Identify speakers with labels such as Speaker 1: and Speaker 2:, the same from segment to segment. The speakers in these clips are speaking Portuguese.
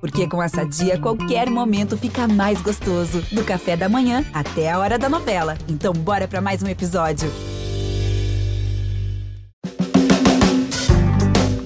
Speaker 1: Porque com essa dia, qualquer momento fica mais gostoso. Do café da manhã até a hora da novela. Então, bora para mais um episódio.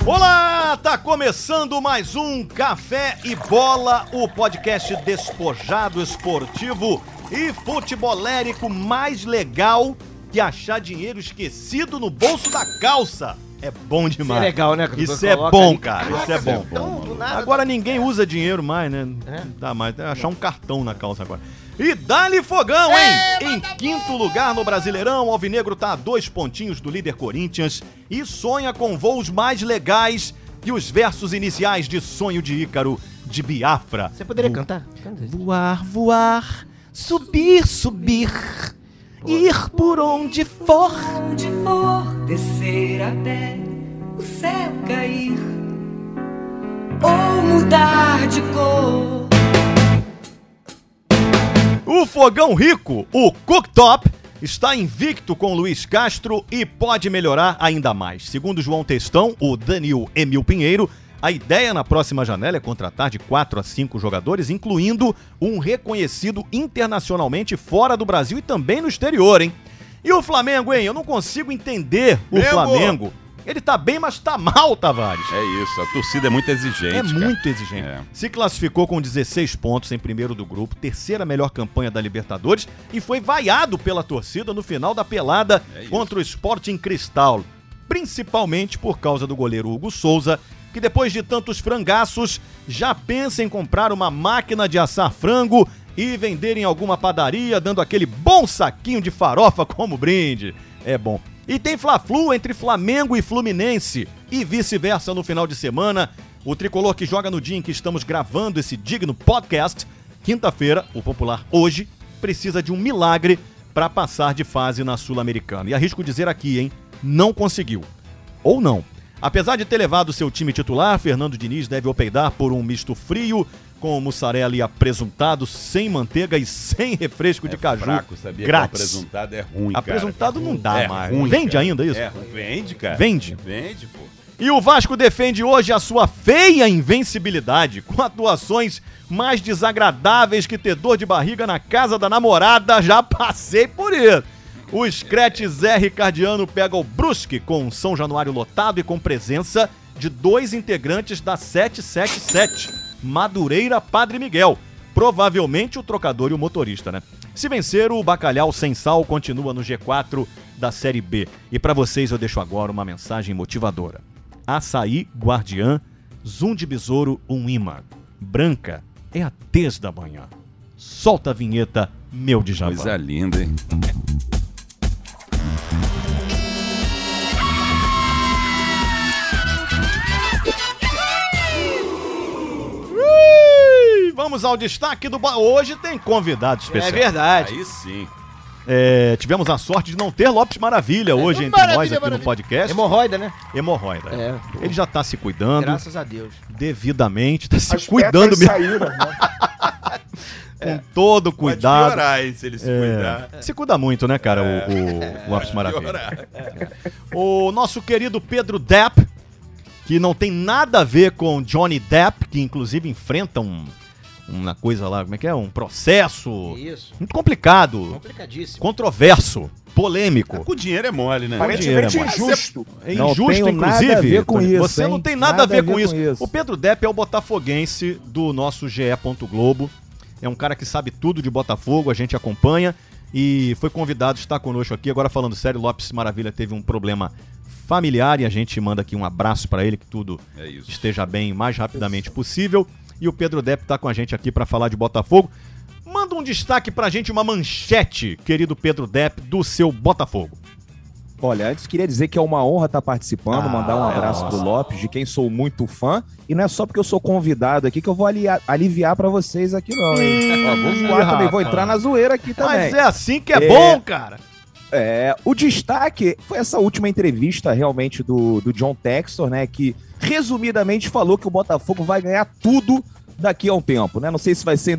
Speaker 2: Olá, tá começando mais um Café e Bola, o podcast despojado esportivo e futebolérico mais legal que achar dinheiro esquecido no bolso da calça. É bom demais.
Speaker 3: Isso é legal, né, que
Speaker 2: Isso
Speaker 3: você
Speaker 2: é
Speaker 3: coloca
Speaker 2: bom,
Speaker 3: ali.
Speaker 2: cara. Isso
Speaker 3: Caraca,
Speaker 2: é bom.
Speaker 3: então, do nada-
Speaker 2: Agora ninguém usa dinheiro mais, né?
Speaker 3: É.
Speaker 2: Não Tá mais. Tem que Achar um cartão na calça agora. E dá-lhe
Speaker 3: É,
Speaker 2: fogão, hein? Em quinto lugar no Brasileirão, o Alvinegro tá a dois pontinhos do líder Corinthians e sonha com voos mais legais que os versos iniciais de Sonho de Ícaro, de Biafra.
Speaker 3: Você poderia cantar? Canta.
Speaker 2: Voar, voar, subir, subir, ir por onde for.
Speaker 4: onde for descer até o céu cair ou mudar de cor.
Speaker 2: O fogão rico, o cooktop, está invicto com Luiz Castro e pode melhorar ainda mais. Segundo João Testão, o Danil Emil Pinheiro, a ideia na próxima janela é contratar de 4 a 5 jogadores, incluindo um reconhecido internacionalmente fora do Brasil e também no exterior, hein? E o Flamengo, hein? Eu não consigo entender o
Speaker 5: Mesmo?
Speaker 2: Flamengo. Ele tá bem, mas tá mal, Tavares.
Speaker 5: É isso, a torcida é muito exigente.
Speaker 2: É
Speaker 5: cara.
Speaker 2: muito exigente.
Speaker 5: É.
Speaker 2: Se classificou com 16 pontos em primeiro do grupo, terceira melhor campanha da Libertadores e foi vaiado pela torcida no final da pelada
Speaker 5: É isso.
Speaker 2: contra o Sporting Cristal, principalmente por causa do goleiro Hugo Souza, que depois de tantos frangaços já pensa em comprar uma máquina de assar frango e vender em alguma padaria, dando aquele bom saquinho de farofa como brinde. É bom. E tem Fla-Flu entre Flamengo e Fluminense e vice-versa no final de semana. O tricolor que joga no dia em que estamos gravando esse digno podcast, quinta-feira, o popular hoje, precisa de um milagre para passar de fase na Sul-Americana. E arrisco dizer aqui, hein? Não conseguiu. Ou não. Apesar de ter levado seu time titular, Fernando Diniz deve optar por um misto frio com mussarela e apresuntado, sem manteiga e sem refresco de
Speaker 5: É
Speaker 2: caju.
Speaker 5: fraco, sabia? que
Speaker 2: grátis.
Speaker 5: Apresentado é ruim, cara.
Speaker 2: Apresentado não dá
Speaker 5: É
Speaker 2: mais.
Speaker 5: ruim,
Speaker 2: Vende
Speaker 5: cara.
Speaker 2: ainda isso?
Speaker 5: É, ruim. vende, cara.
Speaker 2: Vende.
Speaker 5: Vende, pô.
Speaker 2: E o Vasco defende hoje a sua feia invencibilidade com atuações mais desagradáveis que ter dor de barriga na casa da namorada. Já passei por isso. O Screte Zé Ricardiano pega o Brusque com São Januário lotado e com presença de dois integrantes da 777, Madureira Padre Miguel. Provavelmente o trocador e o motorista, né? Se vencer, o Bacalhau Sem Sal continua no G4 da Série B. E pra vocês eu deixo agora uma mensagem motivadora. Açaí Guardiã, Zum de Besouro, um imã. Branca é a tez da manhã. Solta a vinheta, meu Djavan.
Speaker 5: Coisa
Speaker 3: é.
Speaker 5: linda, hein?
Speaker 2: Ui, Vamos ao destaque do... ba- Hoje tem convidado
Speaker 3: É
Speaker 2: especial.
Speaker 3: verdade.
Speaker 2: tipo
Speaker 5: Aí sim.
Speaker 2: É, tivemos a sorte de não ter Lopes Maravilha hoje entre
Speaker 3: É, Maravilha,
Speaker 2: nós aqui no
Speaker 3: maravilha.
Speaker 6: É
Speaker 2: podcast.
Speaker 3: Hemorroida, né?
Speaker 2: Hemorroida.
Speaker 3: É.
Speaker 2: Ele já tá se cuidando
Speaker 3: Graças a Deus.
Speaker 2: devidamente, tá se
Speaker 6: As
Speaker 2: cuidando
Speaker 6: pedras
Speaker 2: mesmo,
Speaker 6: saíram, né?
Speaker 2: com todo
Speaker 5: Pode
Speaker 2: cuidado. É.
Speaker 5: piorar, hein, se ele se cuidar.
Speaker 2: Se cuida muito, né, cara, o- o, o
Speaker 5: É,
Speaker 2: Lopes Maravilha.
Speaker 5: Piorar.
Speaker 2: O nosso querido Pedro Depp, que não tem nada a ver com Johnny Depp, que inclusive enfrenta um, uma coisa lá, como é que é? Um processo
Speaker 3: Isso.
Speaker 2: muito complicado,
Speaker 3: Complicadíssimo.
Speaker 2: controverso, polêmico.
Speaker 5: O dinheiro é mole, né?
Speaker 2: um
Speaker 6: Aparentemente
Speaker 2: mano.
Speaker 6: injusto.
Speaker 2: É
Speaker 7: Não
Speaker 2: injusto,
Speaker 7: tenho nada
Speaker 2: inclusive.
Speaker 7: a ver com
Speaker 2: Tony,
Speaker 7: isso,
Speaker 2: você
Speaker 7: hein?
Speaker 2: não tem nada, a ver, com, isso. O Pedro Depp é o botafoguense do nosso GE. Globo. É um cara que sabe tudo de Botafogo, a gente acompanha. E foi convidado, está conosco aqui. Agora falando sério, Lopes Maravilha teve um problema familiar e a gente manda aqui um abraço para ele, que tudo
Speaker 5: É isso.
Speaker 2: esteja bem o mais rapidamente possível. E o Pedro Depp tá com a gente aqui para falar de Botafogo. Manda um destaque pra gente, uma manchete, querido Pedro Depp, do seu Botafogo.
Speaker 7: Olha, antes queria dizer que é uma honra estar participando,
Speaker 2: Ah,
Speaker 7: mandar um abraço
Speaker 2: nossa.
Speaker 7: pro Lopes, de quem sou muito fã. E não é só porque eu sou convidado aqui que eu vou alia- aliviar pra vocês aqui, não, hein? Ó, vou zoar
Speaker 2: rapaz.
Speaker 7: também, vou entrar na zoeira aqui também.
Speaker 2: Hum. Ah, tá. Mas é assim que é,
Speaker 7: É.
Speaker 2: bom, cara.
Speaker 7: É, o destaque foi essa última entrevista realmente do, do John Textor, né? Que resumidamente falou que o Botafogo vai ganhar tudo daqui a um tempo, né? Não sei se vai ser em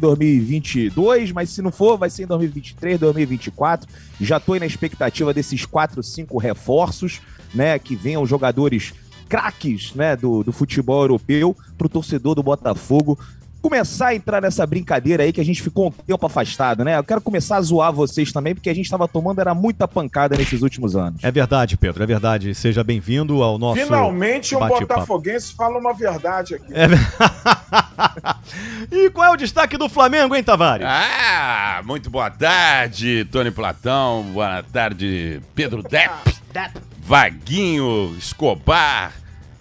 Speaker 7: 2022, mas se não for, vai ser em 2023, 2024. Já tô aí na expectativa desses 4, 5 reforços, né? Que venham jogadores craques, né? Do, do futebol europeu pro torcedor do Botafogo começar a entrar nessa brincadeira aí que a gente ficou um tempo afastado, né? Eu quero começar a zoar vocês também, porque a gente tava tomando era muita pancada nesses últimos anos.
Speaker 2: É verdade, Pedro, é verdade. Seja bem-vindo ao nosso.
Speaker 3: Finalmente um
Speaker 2: bate-papo.
Speaker 3: botafoguense fala uma verdade aqui.
Speaker 2: É ver- e qual é o destaque do Flamengo, hein, Tavares?
Speaker 5: Ah, muito boa tarde, Tony Platão. Boa tarde, Pedro Depp. Vaguinho, Escobar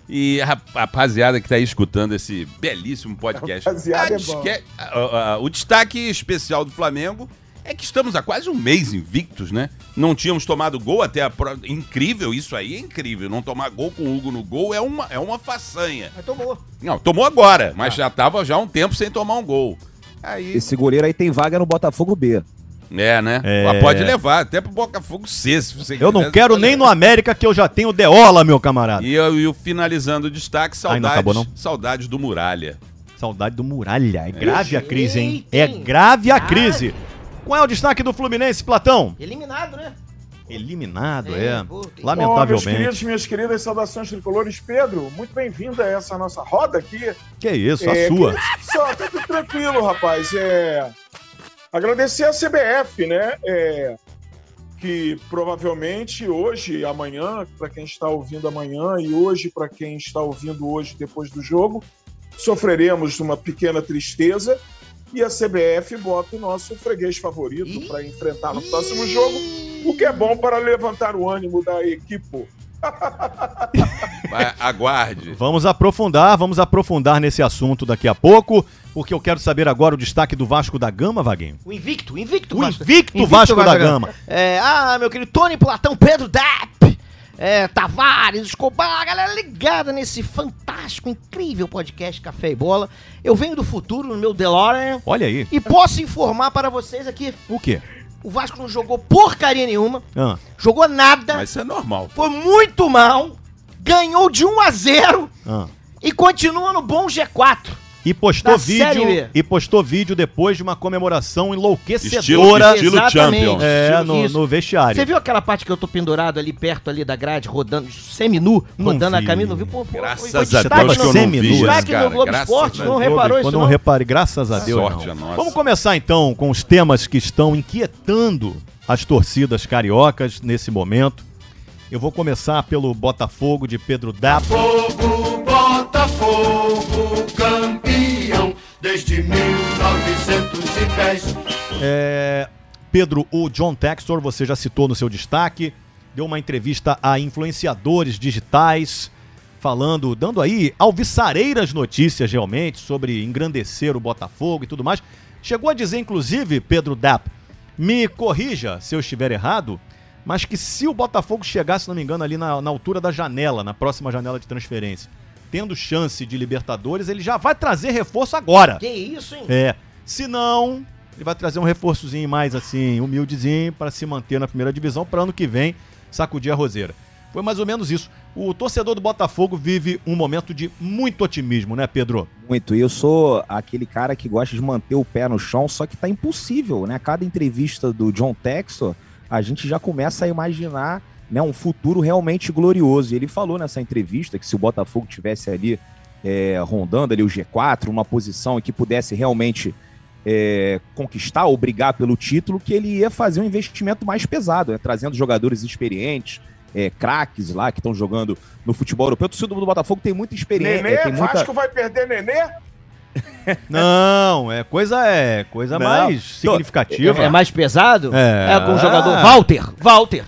Speaker 5: e a rap- rapaziada que tá aí escutando esse belíssimo podcast.
Speaker 3: Rapaziada
Speaker 5: Ah,
Speaker 3: é bom.
Speaker 5: desque- ah, ah, o destaque especial do Flamengo é que estamos há quase um mês invictos, né? Não tínhamos tomado gol até a pro... Incrível isso aí, é incrível. Não tomar gol com o Hugo no gol é uma, é uma façanha.
Speaker 3: Mas tomou.
Speaker 5: Não, tomou agora, mas
Speaker 2: Ah.
Speaker 5: já tava já há um tempo sem tomar um gol. Aí,
Speaker 7: Esse goleiro aí tem vaga no Botafogo B.
Speaker 5: é, né?
Speaker 2: É.
Speaker 5: Pode levar até pro Botafogo C, se você
Speaker 2: Eu não
Speaker 5: quiser,
Speaker 2: quero
Speaker 5: pode
Speaker 2: nem
Speaker 5: levar.
Speaker 2: no América que eu já tenho Deola, meu camarada.
Speaker 5: E eu, e o finalizando o destaque,
Speaker 2: Ai,
Speaker 5: saudades,
Speaker 2: não acabou,
Speaker 5: saudades do Muralha.
Speaker 2: Saudade do Muralha. É grave a crise, hein? É grave a crise. Qual é o destaque do Fluminense, Platão?
Speaker 6: Eliminado, né?
Speaker 2: Eliminado, é.
Speaker 6: pô, tem-
Speaker 3: Bom, meus queridos,
Speaker 2: Lamentavelmente.
Speaker 3: minhas queridas, saudações tricolores. Pedro, muito bem-vindo a essa nossa roda aqui.
Speaker 2: Que isso, a
Speaker 3: É,
Speaker 2: sua.
Speaker 3: Só, tá tudo tranquilo, rapaz. É... Agradecer a CBF, né? É... Que provavelmente hoje, amanhã, para quem está ouvindo amanhã, e hoje, para quem está ouvindo hoje, depois do jogo, sofreremos uma pequena tristeza. E a CBF bota o nosso freguês favorito para enfrentar no próximo jogo, o que é bom para levantar o ânimo da equipe.
Speaker 5: Vai, aguarde.
Speaker 2: Vamos aprofundar, vamos aprofundar nesse assunto daqui a pouco, porque eu quero saber agora o destaque do Vasco da Gama, Vaguinho.
Speaker 6: O invicto, o invicto.
Speaker 2: O invicto Vasco da Gama.
Speaker 6: É, ah, meu querido Tony Platão, Pedro Depp, é, Tavares, Escobar, a galera ligada nesse fantástico, incrível podcast Café e Bola. Eu venho do futuro, no meu DeLorean,
Speaker 2: Olha aí.
Speaker 6: e posso informar para vocês aqui,
Speaker 2: O quê?
Speaker 6: o Vasco não jogou porcaria nenhuma,
Speaker 2: Ah,
Speaker 6: jogou nada,
Speaker 5: Mas isso é normal.
Speaker 6: foi muito mal, ganhou de 1 a 0
Speaker 2: ah.
Speaker 6: e continua no bom G4.
Speaker 2: E postou
Speaker 6: Da
Speaker 2: vídeo.
Speaker 6: Série B.
Speaker 2: E postou vídeo depois de uma comemoração
Speaker 5: Estilo,
Speaker 2: enlouquecedora.
Speaker 5: estilo
Speaker 6: Exatamente.
Speaker 5: Champions.
Speaker 2: É,
Speaker 6: estilo-
Speaker 2: no,
Speaker 6: isso.
Speaker 2: no vestiário.
Speaker 6: Você viu aquela parte que eu tô pendurado ali perto ali da grade, rodando, semi-nu,
Speaker 2: Não
Speaker 6: rodando
Speaker 2: vi.
Speaker 6: a camisa? Não viu? Pô, pô,
Speaker 5: Graças
Speaker 6: foi
Speaker 5: a Deus
Speaker 6: destaque
Speaker 2: que eu
Speaker 6: no-
Speaker 2: não vi isso,
Speaker 6: Destaque
Speaker 5: cara,
Speaker 6: no Globo
Speaker 5: graças
Speaker 6: Esporte,
Speaker 5: a
Speaker 6: não
Speaker 5: Deus.
Speaker 6: reparou isso
Speaker 2: Quando
Speaker 6: não?
Speaker 2: repare, graças a Deus.
Speaker 5: Sorte
Speaker 2: não.
Speaker 5: a nossa.
Speaker 2: Vamos começar então com os temas que estão inquietando as torcidas cariocas nesse momento. Eu vou começar pelo Botafogo de Pedro Dapo.
Speaker 8: Botafogo, Botafogo, campeão desde 1910.
Speaker 2: É, Pedro, o John Textor, você já citou no seu destaque, deu uma entrevista a influenciadores digitais, falando, dando aí alviçareiras notícias realmente sobre engrandecer o Botafogo e tudo mais. Chegou a dizer, inclusive, Pedro Dapp, me corrija se eu estiver errado, mas que se o Botafogo chegar, se não me engano, ali na, na altura da janela, na próxima janela de transferência, tendo chance de Libertadores, ele já vai trazer reforço agora.
Speaker 6: Que isso, hein?
Speaker 2: É. Se não, ele vai trazer um reforçozinho mais assim, humildezinho, para se manter na primeira divisão para ano que vem sacudir a roseira. Foi mais ou menos isso. O torcedor do Botafogo vive um momento de muito otimismo, né, Pedro?
Speaker 7: Muito. E eu sou aquele cara que gosta de manter o pé no chão, só que tá impossível, né? Cada entrevista do John Texor, a gente já começa a imaginar né, um futuro realmente glorioso. E ele falou nessa entrevista que se o Botafogo tivesse ali é, rondando ali o G4, uma posição em que pudesse realmente é, conquistar ou brigar pelo título, que ele ia fazer um investimento mais pesado, né, trazendo jogadores experientes, é, craques lá que estão jogando no futebol europeu. O torcedor do Botafogo tem muita
Speaker 2: É,
Speaker 7: experiência. é,
Speaker 3: Nenê,
Speaker 7: tem muita...
Speaker 3: Vasco vai perder Nenê?
Speaker 2: Não, é coisa é coisa
Speaker 7: Não.
Speaker 2: mais significativa.
Speaker 6: É mais pesado?
Speaker 2: É.
Speaker 6: com o jogador Walter. Walter.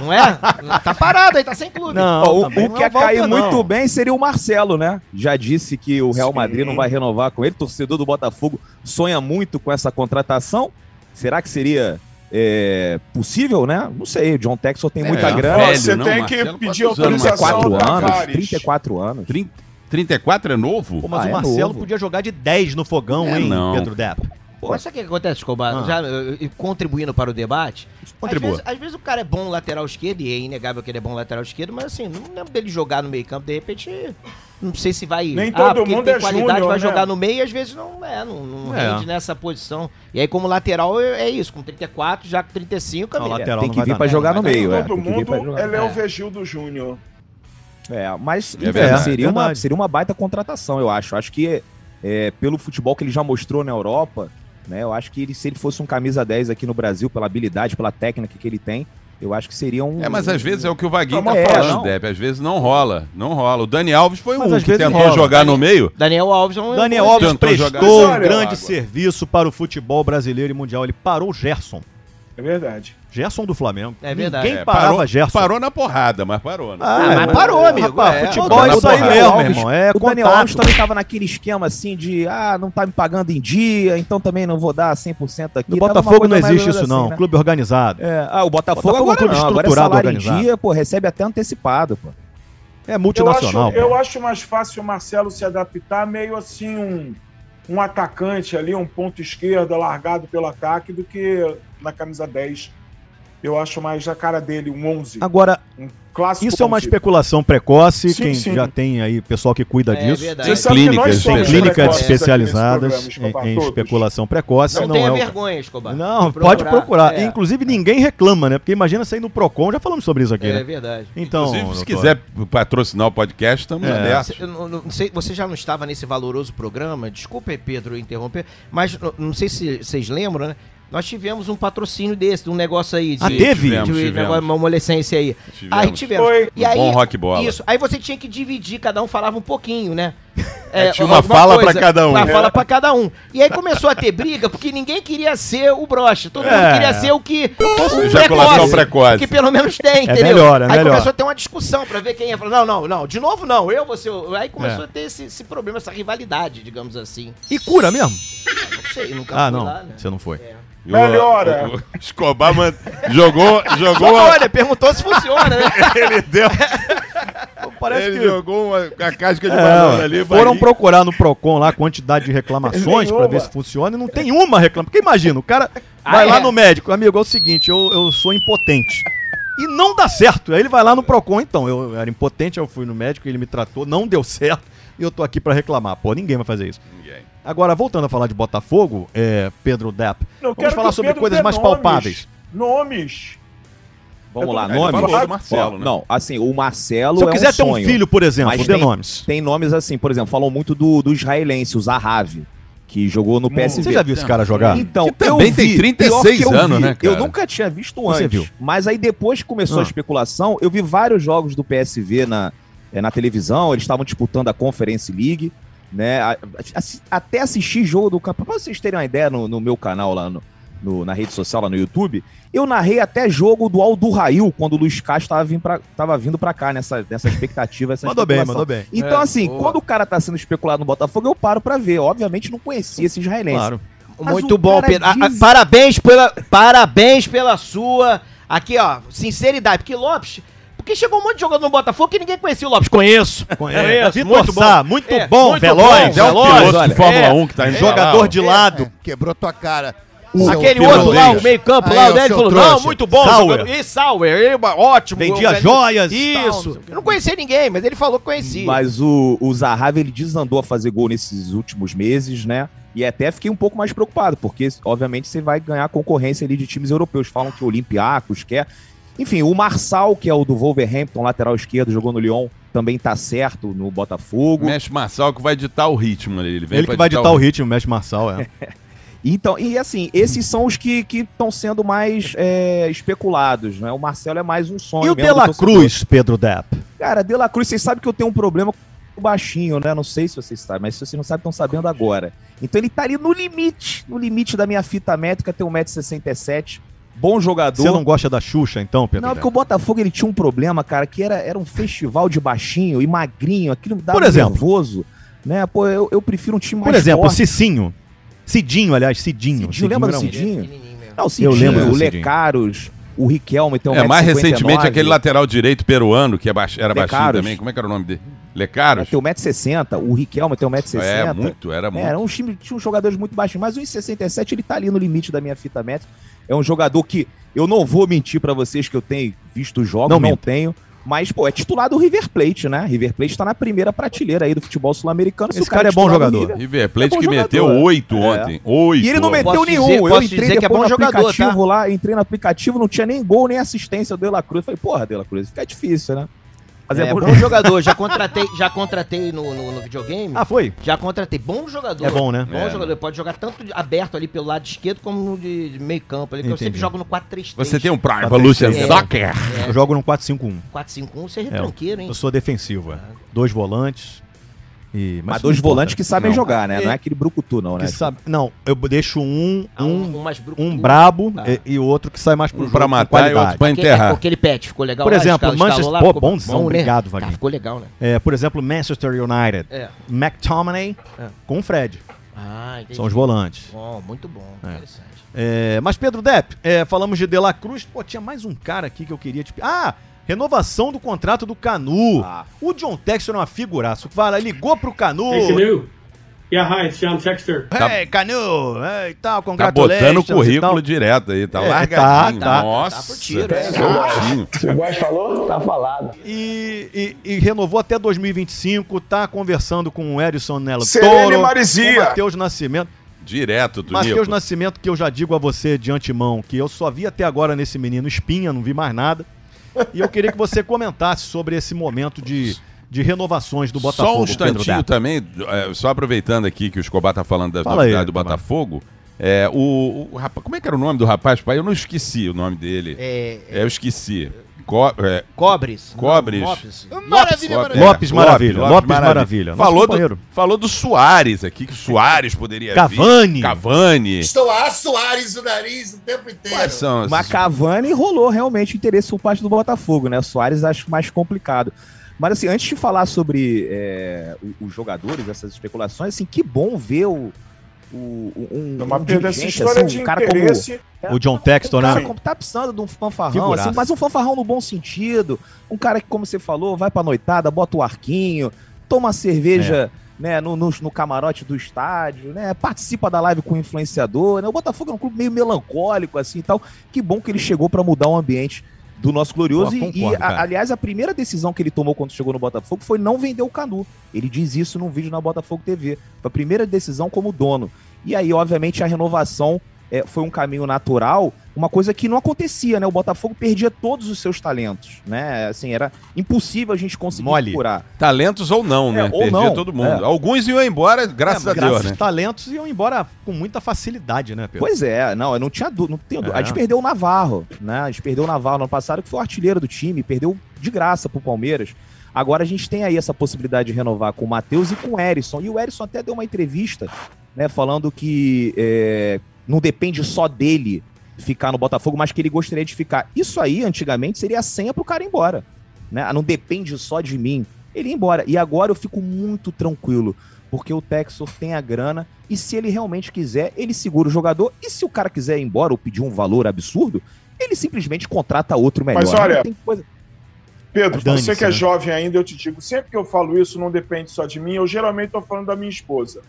Speaker 6: Não é? tá parado aí, tá sem clube.
Speaker 2: Não,
Speaker 7: Ó, o,
Speaker 2: também
Speaker 7: o
Speaker 2: não é
Speaker 7: que ia
Speaker 2: volta,
Speaker 7: cair
Speaker 2: não.
Speaker 7: muito bem seria o Marcelo, né? Já disse que o Real
Speaker 3: Sim.
Speaker 7: Madrid não vai renovar com ele. Torcedor do Botafogo sonha muito com essa contratação. Será que seria é, possível, né? Não sei. O John Texel tem
Speaker 5: É,
Speaker 7: muita
Speaker 5: é
Speaker 7: grana.
Speaker 5: velho,
Speaker 3: você
Speaker 5: não,
Speaker 3: tem
Speaker 5: Marcelo,
Speaker 3: que pedir
Speaker 5: quantos anos,
Speaker 3: autorização
Speaker 7: 34
Speaker 3: do
Speaker 7: anos.
Speaker 3: Tavares.
Speaker 7: 34 anos.
Speaker 5: 30, 34 é
Speaker 2: Pô,
Speaker 5: novo?
Speaker 2: mas
Speaker 7: Ah,
Speaker 2: o
Speaker 7: é
Speaker 2: Marcelo
Speaker 7: novo.
Speaker 2: podia jogar de 10 no fogão,
Speaker 5: É,
Speaker 2: hein,
Speaker 5: não.
Speaker 2: Pedro Depp?
Speaker 6: Mas sabe o que acontece, Escobar?
Speaker 2: Ah.
Speaker 6: Já eh, eh, contribuindo para o debate.
Speaker 2: Contribua.
Speaker 6: Às vezes, às vezes o cara é bom lateral esquerdo, e é inegável que ele é bom lateral esquerdo, mas assim, não lembro dele jogar no meio campo, de repente, não sei se vai... Ah,
Speaker 3: Nem todo
Speaker 6: porque ele
Speaker 3: mundo
Speaker 6: tem
Speaker 3: é
Speaker 6: qualidade,
Speaker 3: júnior,
Speaker 6: vai
Speaker 3: né?
Speaker 6: jogar no meio e às vezes não, é, não, não
Speaker 2: É.
Speaker 6: rende nessa posição. E aí como lateral é é isso, com 34, já com 35,
Speaker 2: Não,
Speaker 6: amigo.
Speaker 2: lateral.
Speaker 7: É, tem
Speaker 2: não
Speaker 7: que
Speaker 2: vai
Speaker 7: vir
Speaker 2: dar
Speaker 7: pra
Speaker 6: nada,
Speaker 7: jogar
Speaker 6: não
Speaker 7: no
Speaker 6: vai
Speaker 7: meio. é. Tem
Speaker 3: Todo
Speaker 7: que vir pra
Speaker 3: mundo
Speaker 7: jogar.
Speaker 3: é Léo
Speaker 6: É.
Speaker 3: Vegildo Júnior.
Speaker 7: É, mas
Speaker 5: É verdade.
Speaker 7: seria,
Speaker 2: É
Speaker 7: uma,
Speaker 2: verdade.
Speaker 7: seria uma baita contratação, eu acho. Acho que é, pelo futebol que ele já mostrou na Europa, né? Eu acho que ele, se ele fosse um camisa 10 aqui no Brasil, pela habilidade, pela técnica que ele tem, eu acho que seria um.
Speaker 5: É, mas às vezes é o que o Vaguinho
Speaker 7: Não,
Speaker 5: tá
Speaker 7: mas é,
Speaker 5: falando,
Speaker 7: não.
Speaker 5: Depp. Às vezes não rola. Não rola. O Dani Alves foi
Speaker 2: Mas
Speaker 5: um
Speaker 2: às
Speaker 5: que
Speaker 2: vezes
Speaker 5: tentou
Speaker 2: rola.
Speaker 5: jogar no meio.
Speaker 6: Daniel Alves é um.
Speaker 2: Daniel Alves
Speaker 5: Tentou jogar
Speaker 2: prestou um
Speaker 3: água.
Speaker 2: grande serviço para o futebol brasileiro e mundial. Ele parou o Gerson.
Speaker 3: É verdade.
Speaker 2: Gerson do Flamengo.
Speaker 6: É verdade.
Speaker 2: Ninguém
Speaker 5: É,
Speaker 2: parava
Speaker 5: parou,
Speaker 2: Gerson.
Speaker 5: parou na porrada, mas parou, né?
Speaker 6: Ah, mas parou, amigo.
Speaker 2: Rapaz,
Speaker 6: É,
Speaker 2: futebol
Speaker 5: parou
Speaker 2: é
Speaker 5: na
Speaker 2: isso aí
Speaker 5: porrada.
Speaker 2: mesmo,
Speaker 7: Alves,
Speaker 2: irmão. É
Speaker 7: o Daniel Alves
Speaker 2: contato.
Speaker 7: tá também tava naquele esquema assim de ah, não tá me pagando em dia, então também não vou dar 100% aqui.
Speaker 2: No
Speaker 7: Tava uma
Speaker 2: Botafogo não
Speaker 7: coisa mais ou
Speaker 2: existe
Speaker 7: menos
Speaker 2: isso,
Speaker 7: assim,
Speaker 2: não.
Speaker 7: né?
Speaker 2: Clube organizado.
Speaker 7: É, ah, o Botafogo,
Speaker 2: Botafogo é um
Speaker 7: agora
Speaker 2: clube
Speaker 7: não, agora é
Speaker 2: estruturado,
Speaker 7: salário em
Speaker 2: organizado.
Speaker 7: dia, pô, recebe até antecipado, pô.
Speaker 2: É
Speaker 3: Eu acho,
Speaker 2: multinacional.
Speaker 3: eu
Speaker 2: pô.
Speaker 3: acho mais fácil o Marcelo se adaptar meio assim um, um atacante ali, um ponto esquerda largado pelo ataque, do que na camisa 10. Eu acho mais a cara dele, um 11.
Speaker 2: Agora,
Speaker 3: Um clássico
Speaker 2: Ah, isso é uma
Speaker 3: 11.
Speaker 2: especulação precoce.
Speaker 3: Sim,
Speaker 2: quem
Speaker 3: sim.
Speaker 2: já tem aí pessoal que cuida
Speaker 6: É
Speaker 2: disso.
Speaker 6: verdade.
Speaker 3: Você sabe que
Speaker 5: clínicas,
Speaker 3: nós
Speaker 5: tem
Speaker 3: somos
Speaker 2: Tem
Speaker 5: Somos
Speaker 2: clínicas
Speaker 3: precoces aqui nesse
Speaker 2: especializadas
Speaker 3: programa,
Speaker 2: em,
Speaker 3: Escobar,
Speaker 2: em
Speaker 3: todos.
Speaker 2: especulação precoce.
Speaker 6: Não,
Speaker 2: Não,
Speaker 6: tenha
Speaker 2: é o-
Speaker 6: vergonha, Escobar.
Speaker 2: Não,
Speaker 6: Tem que
Speaker 2: pode procurar.
Speaker 6: É,
Speaker 2: Inclusive, ninguém reclama, né? Porque imagina sair no Procon, já falamos sobre isso aqui,
Speaker 6: é
Speaker 2: né?
Speaker 6: verdade.
Speaker 2: Então,
Speaker 5: Inclusive, se
Speaker 2: doutor,
Speaker 5: quiser patrocinar o podcast, estamos
Speaker 2: É.
Speaker 5: abertos.
Speaker 6: Eu não- não sei- você já não estava nesse valoroso programa? Desculpa, Pedro, interromper, mas não- não sei se vocês lembram, né? Nós tivemos um patrocínio desse, de um negócio aí de.
Speaker 2: Ah, teve?
Speaker 5: Tivemos,
Speaker 6: de- de-
Speaker 5: tivemos.
Speaker 6: Uma adolescência aí.
Speaker 5: Tivemos. Um
Speaker 6: Aí tivemos.
Speaker 3: Foi.
Speaker 6: E aí,
Speaker 5: Bom rock bola.
Speaker 6: Isso. Aí você tinha que dividir, cada um falava um pouquinho, né?
Speaker 5: É, tinha uma
Speaker 6: alguma
Speaker 5: fala pra cada um.
Speaker 6: Uma
Speaker 5: É.
Speaker 6: fala pra cada um. E aí começou a ter briga, porque ninguém queria ser o broche. Todo
Speaker 2: É.
Speaker 6: mundo queria ser o que. o
Speaker 5: Ejaculação precoce.
Speaker 6: Que pelo menos tem,
Speaker 2: É
Speaker 6: entendeu?
Speaker 2: melhor, é
Speaker 6: Aí
Speaker 2: melhor.
Speaker 6: começou a ter uma discussão pra ver quem ia falar. Não, não, não. De novo, não. Eu, você. eu." Aí começou
Speaker 2: É.
Speaker 6: a ter esse, esse problema, essa rivalidade, digamos assim.
Speaker 2: E cura mesmo?
Speaker 6: Não sei, nunca
Speaker 2: Ah,
Speaker 6: fui
Speaker 2: não.
Speaker 6: lá, né?
Speaker 2: Você não foi.
Speaker 5: E o-
Speaker 3: Melhora.
Speaker 5: O, o Escobar man- jogou, jogou, a-
Speaker 6: Olha, perguntou se funciona, né?
Speaker 5: ele deu,
Speaker 2: Parece
Speaker 5: ele
Speaker 2: que.
Speaker 5: jogou uma, a casca
Speaker 2: É,
Speaker 5: de banana ali.
Speaker 2: foram
Speaker 5: Bahia.
Speaker 2: procurar no Procon lá a quantidade de reclamações pra
Speaker 3: Nenhuma.
Speaker 2: ver se funciona e não tem uma reclamação. Porque imagina, o cara vai
Speaker 6: Ah,
Speaker 2: lá
Speaker 6: é?
Speaker 2: no médico, amigo, é o seguinte, eu, eu sou impotente. E não dá certo. Aí ele vai lá no Procon, então. Eu era impotente, eu fui no médico, ele me tratou, não deu certo. E eu tô aqui pra reclamar. Pô, ninguém vai fazer isso.
Speaker 5: Ninguém.
Speaker 2: Agora, voltando a falar de Botafogo, é, Pedro Depp,
Speaker 3: Não
Speaker 2: vamos
Speaker 3: quero que
Speaker 2: falar
Speaker 3: o
Speaker 2: sobre
Speaker 3: Pedro
Speaker 2: coisas
Speaker 3: dê
Speaker 2: mais
Speaker 3: nomes.
Speaker 2: palpáveis.
Speaker 3: Nomes.
Speaker 7: Vamos
Speaker 3: Eu
Speaker 7: lá,
Speaker 5: tô- Ele
Speaker 7: nomes.
Speaker 5: falou do Marcelo,
Speaker 7: Ó,
Speaker 5: né?
Speaker 7: Não, assim, o Marcelo
Speaker 2: Se eu
Speaker 7: é
Speaker 2: quiser
Speaker 7: um
Speaker 2: ter um
Speaker 7: sonho.
Speaker 2: filho, por exemplo,
Speaker 7: Mas
Speaker 2: dê
Speaker 7: tem-
Speaker 2: nomes.
Speaker 7: Tem nomes assim, por exemplo, falam muito do, do israelense, o Zahavi, que jogou no PSV.
Speaker 2: Hum, Você já viu esse cara jogar?
Speaker 7: Então,
Speaker 5: Que também
Speaker 7: eu
Speaker 5: tem
Speaker 7: vi,
Speaker 5: 36
Speaker 7: pior que eu
Speaker 5: anos,
Speaker 7: vi,
Speaker 5: né, cara?
Speaker 7: Eu nunca tinha visto antes.
Speaker 2: Você viu?
Speaker 7: Mas aí depois que começou
Speaker 2: Ah.
Speaker 7: a especulação, eu vi vários jogos do PSV na, eh, na televisão, eles estavam disputando a Conference League, né? A- assi- Até assisti jogo do campeonato. Pra vocês terem uma ideia no, no meu canal lá no, no- na rede social, lá no YouTube, eu narrei até jogo do Aldo Rail, quando o Luiz Castro tava, vindo pra- tava vindo pra cá nessa, nessa expectativa, essa
Speaker 2: Mandou bem,
Speaker 7: especulação.
Speaker 2: mandou bem.
Speaker 7: Então,
Speaker 6: É,
Speaker 7: assim,
Speaker 6: boa.
Speaker 7: quando o cara tá sendo especulado no Botafogo, eu paro pra ver. Obviamente, não conhecia esse israelense.
Speaker 2: Claro.
Speaker 7: Mas
Speaker 6: Muito
Speaker 7: o
Speaker 6: bom,
Speaker 7: cara
Speaker 6: Pedro. Ah, A- a-
Speaker 7: diz-
Speaker 6: parabéns, pela, parabéns pela sua. Aqui, ó, sinceridade. Porque Lopes. Porque chegou um monte de jogador no Botafogo que ninguém conhecia o Lopes. Conheço.
Speaker 2: É,
Speaker 6: Conheço,
Speaker 2: Vitor Sá, muito
Speaker 6: É,
Speaker 2: bom,
Speaker 6: muito
Speaker 2: veloz,
Speaker 5: É um
Speaker 2: veloz,
Speaker 5: piloto
Speaker 2: olha.
Speaker 5: de Fórmula
Speaker 6: é.
Speaker 5: 1 que tá indo pra lá, ó.
Speaker 2: jogador de lado.
Speaker 9: Quebrou tua cara.
Speaker 6: Aquele
Speaker 5: Seu
Speaker 6: outro lá,
Speaker 5: finlandês.
Speaker 6: o meio-campo lá,
Speaker 9: Aí,
Speaker 6: o
Speaker 9: ó,
Speaker 6: Délio
Speaker 9: seu
Speaker 6: falou:
Speaker 9: trouxa.
Speaker 6: não, muito bom.
Speaker 2: Sauer.
Speaker 6: jogador. E Sauer, e, ótimo.
Speaker 2: Vendia
Speaker 6: Ganhou-
Speaker 2: joias.
Speaker 6: Isso.
Speaker 2: tal,
Speaker 6: Eu não conhecia ninguém, mas ele falou que conhecia.
Speaker 7: Mas o, o Zahavi, ele desandou a fazer gol nesses últimos meses, né? E até fiquei um pouco mais preocupado, porque, obviamente, você vai ganhar concorrência ali de times europeus. Falam que o Olympiacos quer. Enfim, o Marçal, que é o do Wolverhampton, lateral esquerdo, jogou no Lyon, também tá certo no
Speaker 5: O
Speaker 7: Botafogo.
Speaker 5: Mestre Marçal que vai ditar o ritmo ali. Ele, vem
Speaker 2: Ele
Speaker 5: pra
Speaker 2: que vai ditar o ritmo, mestre Marçal, é.
Speaker 7: Então, e assim, esses são os que estão sendo mais é, especulados, né? O Marcelo é mais um sonho.
Speaker 2: E o
Speaker 7: mesmo
Speaker 2: De
Speaker 7: do
Speaker 2: La
Speaker 7: torcedor.
Speaker 2: Cruz, Pedro Depp?
Speaker 7: Cara, De La Cruz, vocês sabem que eu tenho um problema com o baixinho, né? Não sei se vocês sabem, mas se vocês não sabem, estão sabendo agora. Então ele tá ali no limite, no limite da minha fita métrica, tem 1,67m. Bom jogador.
Speaker 2: Você não gosta da Xuxa, então, Pedro
Speaker 7: Não, é
Speaker 2: Depp?
Speaker 7: porque o Botafogo ele tinha um problema, cara, que era, era um festival de baixinho e magrinho, aquilo me dava
Speaker 2: Por exemplo.
Speaker 7: nervoso. Né? Pô, eu, eu prefiro um time mais
Speaker 2: Por exemplo,
Speaker 7: forte.
Speaker 2: Cicinho. Cidinho, aliás, Cidinho.
Speaker 7: Cidinho, lembra
Speaker 2: era
Speaker 7: do
Speaker 2: um-
Speaker 7: Cidinho? Não, o
Speaker 2: Eu
Speaker 7: Cidinho,
Speaker 2: lembro do
Speaker 7: o
Speaker 2: Cidinho.
Speaker 7: Lecaros, o Riquelme tem um
Speaker 5: É, mais recentemente aquele lateral direito peruano, que é baix- era baixinho
Speaker 7: Lecaros.
Speaker 5: também. Como é que era o nome dele? Lecaros?
Speaker 7: né? Tem 1,60m, o Riquelme tem 1,60m.
Speaker 5: É, muito, era muito.
Speaker 7: Era um time, tinha uns jogadores muito baixinhos, mas o 1,67 ele tá ali no limite da minha fita métrica. É um jogador que eu não vou mentir pra vocês que eu tenho visto os jogos,
Speaker 2: Não
Speaker 7: não,
Speaker 2: minta.
Speaker 7: tenho. Mas, pô, é titular do River Plate, né? River Plate tá na primeira prateleira aí do futebol sul-americano. Se
Speaker 2: Esse
Speaker 7: o
Speaker 2: cara é bom
Speaker 7: titular do
Speaker 2: jogador.
Speaker 7: River-
Speaker 5: River Plate
Speaker 7: É bom
Speaker 5: que
Speaker 7: jogador,
Speaker 5: meteu
Speaker 7: é.
Speaker 5: oito
Speaker 7: É.
Speaker 5: ontem. Oito.
Speaker 7: E ele não
Speaker 5: ontem.
Speaker 7: meteu
Speaker 6: Posso dizer-
Speaker 7: nenhum. eu
Speaker 6: posso
Speaker 7: entrei
Speaker 6: dizer que é
Speaker 7: depois
Speaker 6: bom
Speaker 7: no
Speaker 6: jogador,
Speaker 7: aplicativo lá, entrei no aplicativo, não tinha nem gol, nem assistência do De La Cruz. Falei, porra, De La Cruz, fica difícil, né? Mas
Speaker 6: É,
Speaker 2: um.
Speaker 6: bom jogador, já contratei, já contratei no, no, no videogame.
Speaker 2: Ah, foi?
Speaker 6: Já contratei. Bom jogador.
Speaker 2: É bom, né?
Speaker 6: Bom
Speaker 5: É.
Speaker 6: jogador. Pode jogar tanto de- aberto ali pelo lado esquerdo como no de de meio campo. Ali, que eu
Speaker 2: Entendi.
Speaker 6: sempre jogo no 4-3-3.
Speaker 5: Você tem um Pro Evolution
Speaker 6: É.
Speaker 5: Soccer?
Speaker 2: Eu jogo no 4-5-1.
Speaker 6: 4-5-1, você é
Speaker 2: É,
Speaker 6: retranqueiro, hein?
Speaker 2: um. eu sou defensivo, é. Dois volantes. E,
Speaker 7: Mas,
Speaker 2: isso
Speaker 7: dois
Speaker 2: não importa.
Speaker 7: volantes que sabem
Speaker 5: Não.
Speaker 7: jogar, né? Não é aquele brucutu, não,
Speaker 2: Que
Speaker 7: né?
Speaker 2: sabe- Não, eu deixo um,
Speaker 6: Ah,
Speaker 2: um,
Speaker 6: mais brucutu.
Speaker 2: um brabo
Speaker 6: Tá.
Speaker 2: e, e outro que sai mais pro
Speaker 5: Um
Speaker 2: jogo
Speaker 5: pra
Speaker 2: com
Speaker 5: matar e outro pra
Speaker 6: Aquele, é,
Speaker 5: enterrar.
Speaker 6: aquele pet ficou legal
Speaker 2: Por
Speaker 6: lá,
Speaker 2: exemplo,
Speaker 6: escalou- escalou
Speaker 2: Manchester-
Speaker 6: lá,
Speaker 2: pô,
Speaker 6: ficou
Speaker 2: bonzão, obrigado,
Speaker 6: né?
Speaker 2: Vaguinho.
Speaker 6: Tá, ficou legal, né?
Speaker 2: É, por exemplo, Manchester United.
Speaker 6: É.
Speaker 2: McTominay
Speaker 6: É.
Speaker 2: com o Fred.
Speaker 6: Ah, entendi.
Speaker 2: São os volantes.
Speaker 6: Bom, muito bom, interessante.
Speaker 2: É, mas, Pedro Depp, é, falamos de De La Cruz. Pô, tinha mais um cara aqui que eu queria te. Ah! Renovação do contrato do Canu.
Speaker 7: Ah.
Speaker 2: O John Textor é uma figuraça. Fala, ligou pro Canu.
Speaker 9: Hey, Canoe. Yeah, hi, it's John Texter.
Speaker 2: Hey, Canu! é, e tal,
Speaker 5: Tá
Speaker 2: congratulations.
Speaker 5: botando o
Speaker 2: e
Speaker 5: currículo
Speaker 2: tal.
Speaker 5: direto aí, tá
Speaker 2: É,
Speaker 5: largadinho.
Speaker 2: tá, tá.
Speaker 6: Tá
Speaker 5: Nossa,
Speaker 6: por tiro, é.
Speaker 5: soltinho.
Speaker 2: E, e- e renovou até 2025. Tá conversando com o Edson Nelo
Speaker 3: Serene
Speaker 2: Toro,
Speaker 3: Marizia.
Speaker 2: com o Matheus Nascimento.
Speaker 5: Direto, tu
Speaker 2: Matheus Nascimento, que eu já digo a você de antemão, que eu só vi até agora nesse menino espinha, não vi mais nada. E eu queria que você comentasse sobre esse momento de, de renovações do Botafogo.
Speaker 5: Só um
Speaker 2: Pedro
Speaker 5: instantinho
Speaker 2: Dado.
Speaker 5: também, é, só aproveitando aqui que o Escobar tá falando das
Speaker 2: Fala
Speaker 5: novidades
Speaker 2: aí,
Speaker 5: do
Speaker 2: Escobar.
Speaker 5: Botafogo. É, o, o rapaz, como é que era o nome do rapaz, pai? Eu não esqueci o nome dele. É,
Speaker 6: É,
Speaker 5: eu esqueci. Co- é,
Speaker 6: Cobres.
Speaker 5: Cobres.
Speaker 6: Lopes.
Speaker 5: Maravilha,
Speaker 2: Maravilha. Lopes Maravilha, Lopes Maravilha, nosso
Speaker 5: Falou
Speaker 2: companheiro.
Speaker 5: do, falou do Soares aqui, que o Soares poderia
Speaker 2: Cavani.
Speaker 5: vir. Cavani.
Speaker 10: Estou a Soares o nariz o tempo inteiro.
Speaker 5: Quais são
Speaker 7: Mas
Speaker 5: esses...
Speaker 7: Cavani rolou realmente interesse por parte do Botafogo, né? O Soares acho mais complicado. Mas assim, antes de falar sobre é, o- os jogadores, essas especulações, assim, que bom ver o, o um,
Speaker 3: Uma
Speaker 7: um
Speaker 3: perda essa
Speaker 7: dirigente,
Speaker 3: história
Speaker 7: assim,
Speaker 3: de
Speaker 7: um cara como
Speaker 3: interesse.
Speaker 2: O John
Speaker 7: um
Speaker 2: Texton,
Speaker 7: cara
Speaker 2: né?
Speaker 7: como tá precisando de um fanfarrão,
Speaker 2: Figuraça.
Speaker 7: assim, mas um fanfarrão no bom sentido. Um cara que, como você falou, vai pra noitada, bota o arquinho, toma a cerveja. Né, no, no, no camarote do estádio, né? Participa da live com o influenciador, né? O Botafogo é um clube meio melancólico, assim e tal. Que bom que ele chegou pra mudar o ambiente do nosso glorioso.
Speaker 2: Pô,
Speaker 7: e- e,
Speaker 2: concordo,
Speaker 7: a-
Speaker 2: cara.
Speaker 7: aliás, a primeira decisão que ele tomou quando chegou no Botafogo foi não vender o Canu. Ele diz isso num vídeo na Botafogo TV. Foi a primeira decisão como dono. E aí, obviamente, a renovação é, foi um caminho natural, uma coisa que não acontecia, né? O Botafogo perdia todos os seus talentos, né? Assim, era impossível a gente conseguir
Speaker 2: Mole.
Speaker 7: curar.
Speaker 5: Talentos ou não, né?
Speaker 7: É, ou
Speaker 5: Perdia
Speaker 7: não,
Speaker 5: todo mundo.
Speaker 7: é.
Speaker 5: Alguns iam embora, graças
Speaker 2: É,
Speaker 5: a Deus,
Speaker 2: os
Speaker 5: né?
Speaker 2: talentos iam embora com muita facilidade, né, Pedro?
Speaker 7: Pois é, não, eu não tinha dúvida.
Speaker 2: É.
Speaker 7: A gente perdeu o Navarro, né? A gente perdeu o Navarro no ano passado, que foi o artilheiro do time, perdeu de graça pro Palmeiras. Agora a gente tem aí essa possibilidade de renovar com o Matheus e com o Erisson. E o Erisson até deu uma entrevista, né, falando que é, não depende só dele ficar no Botafogo, mas que ele gostaria de ficar. Isso aí, antigamente, seria a senha pro cara ir embora. Né? Ah, Não depende só de mim. Ele ia embora. E agora eu fico muito tranquilo, porque o Texor tem a grana e se ele realmente quiser, ele segura o jogador. E se o cara quiser ir embora ou pedir um valor absurdo, ele simplesmente contrata outro melhor.
Speaker 3: Mas olha,
Speaker 7: Não tem coisa...
Speaker 3: Pedro,
Speaker 2: Dane-se,
Speaker 3: você que é
Speaker 2: né?
Speaker 3: jovem ainda, eu te digo, sempre que eu falo isso, não depende só de mim, eu geralmente estou falando da minha esposa.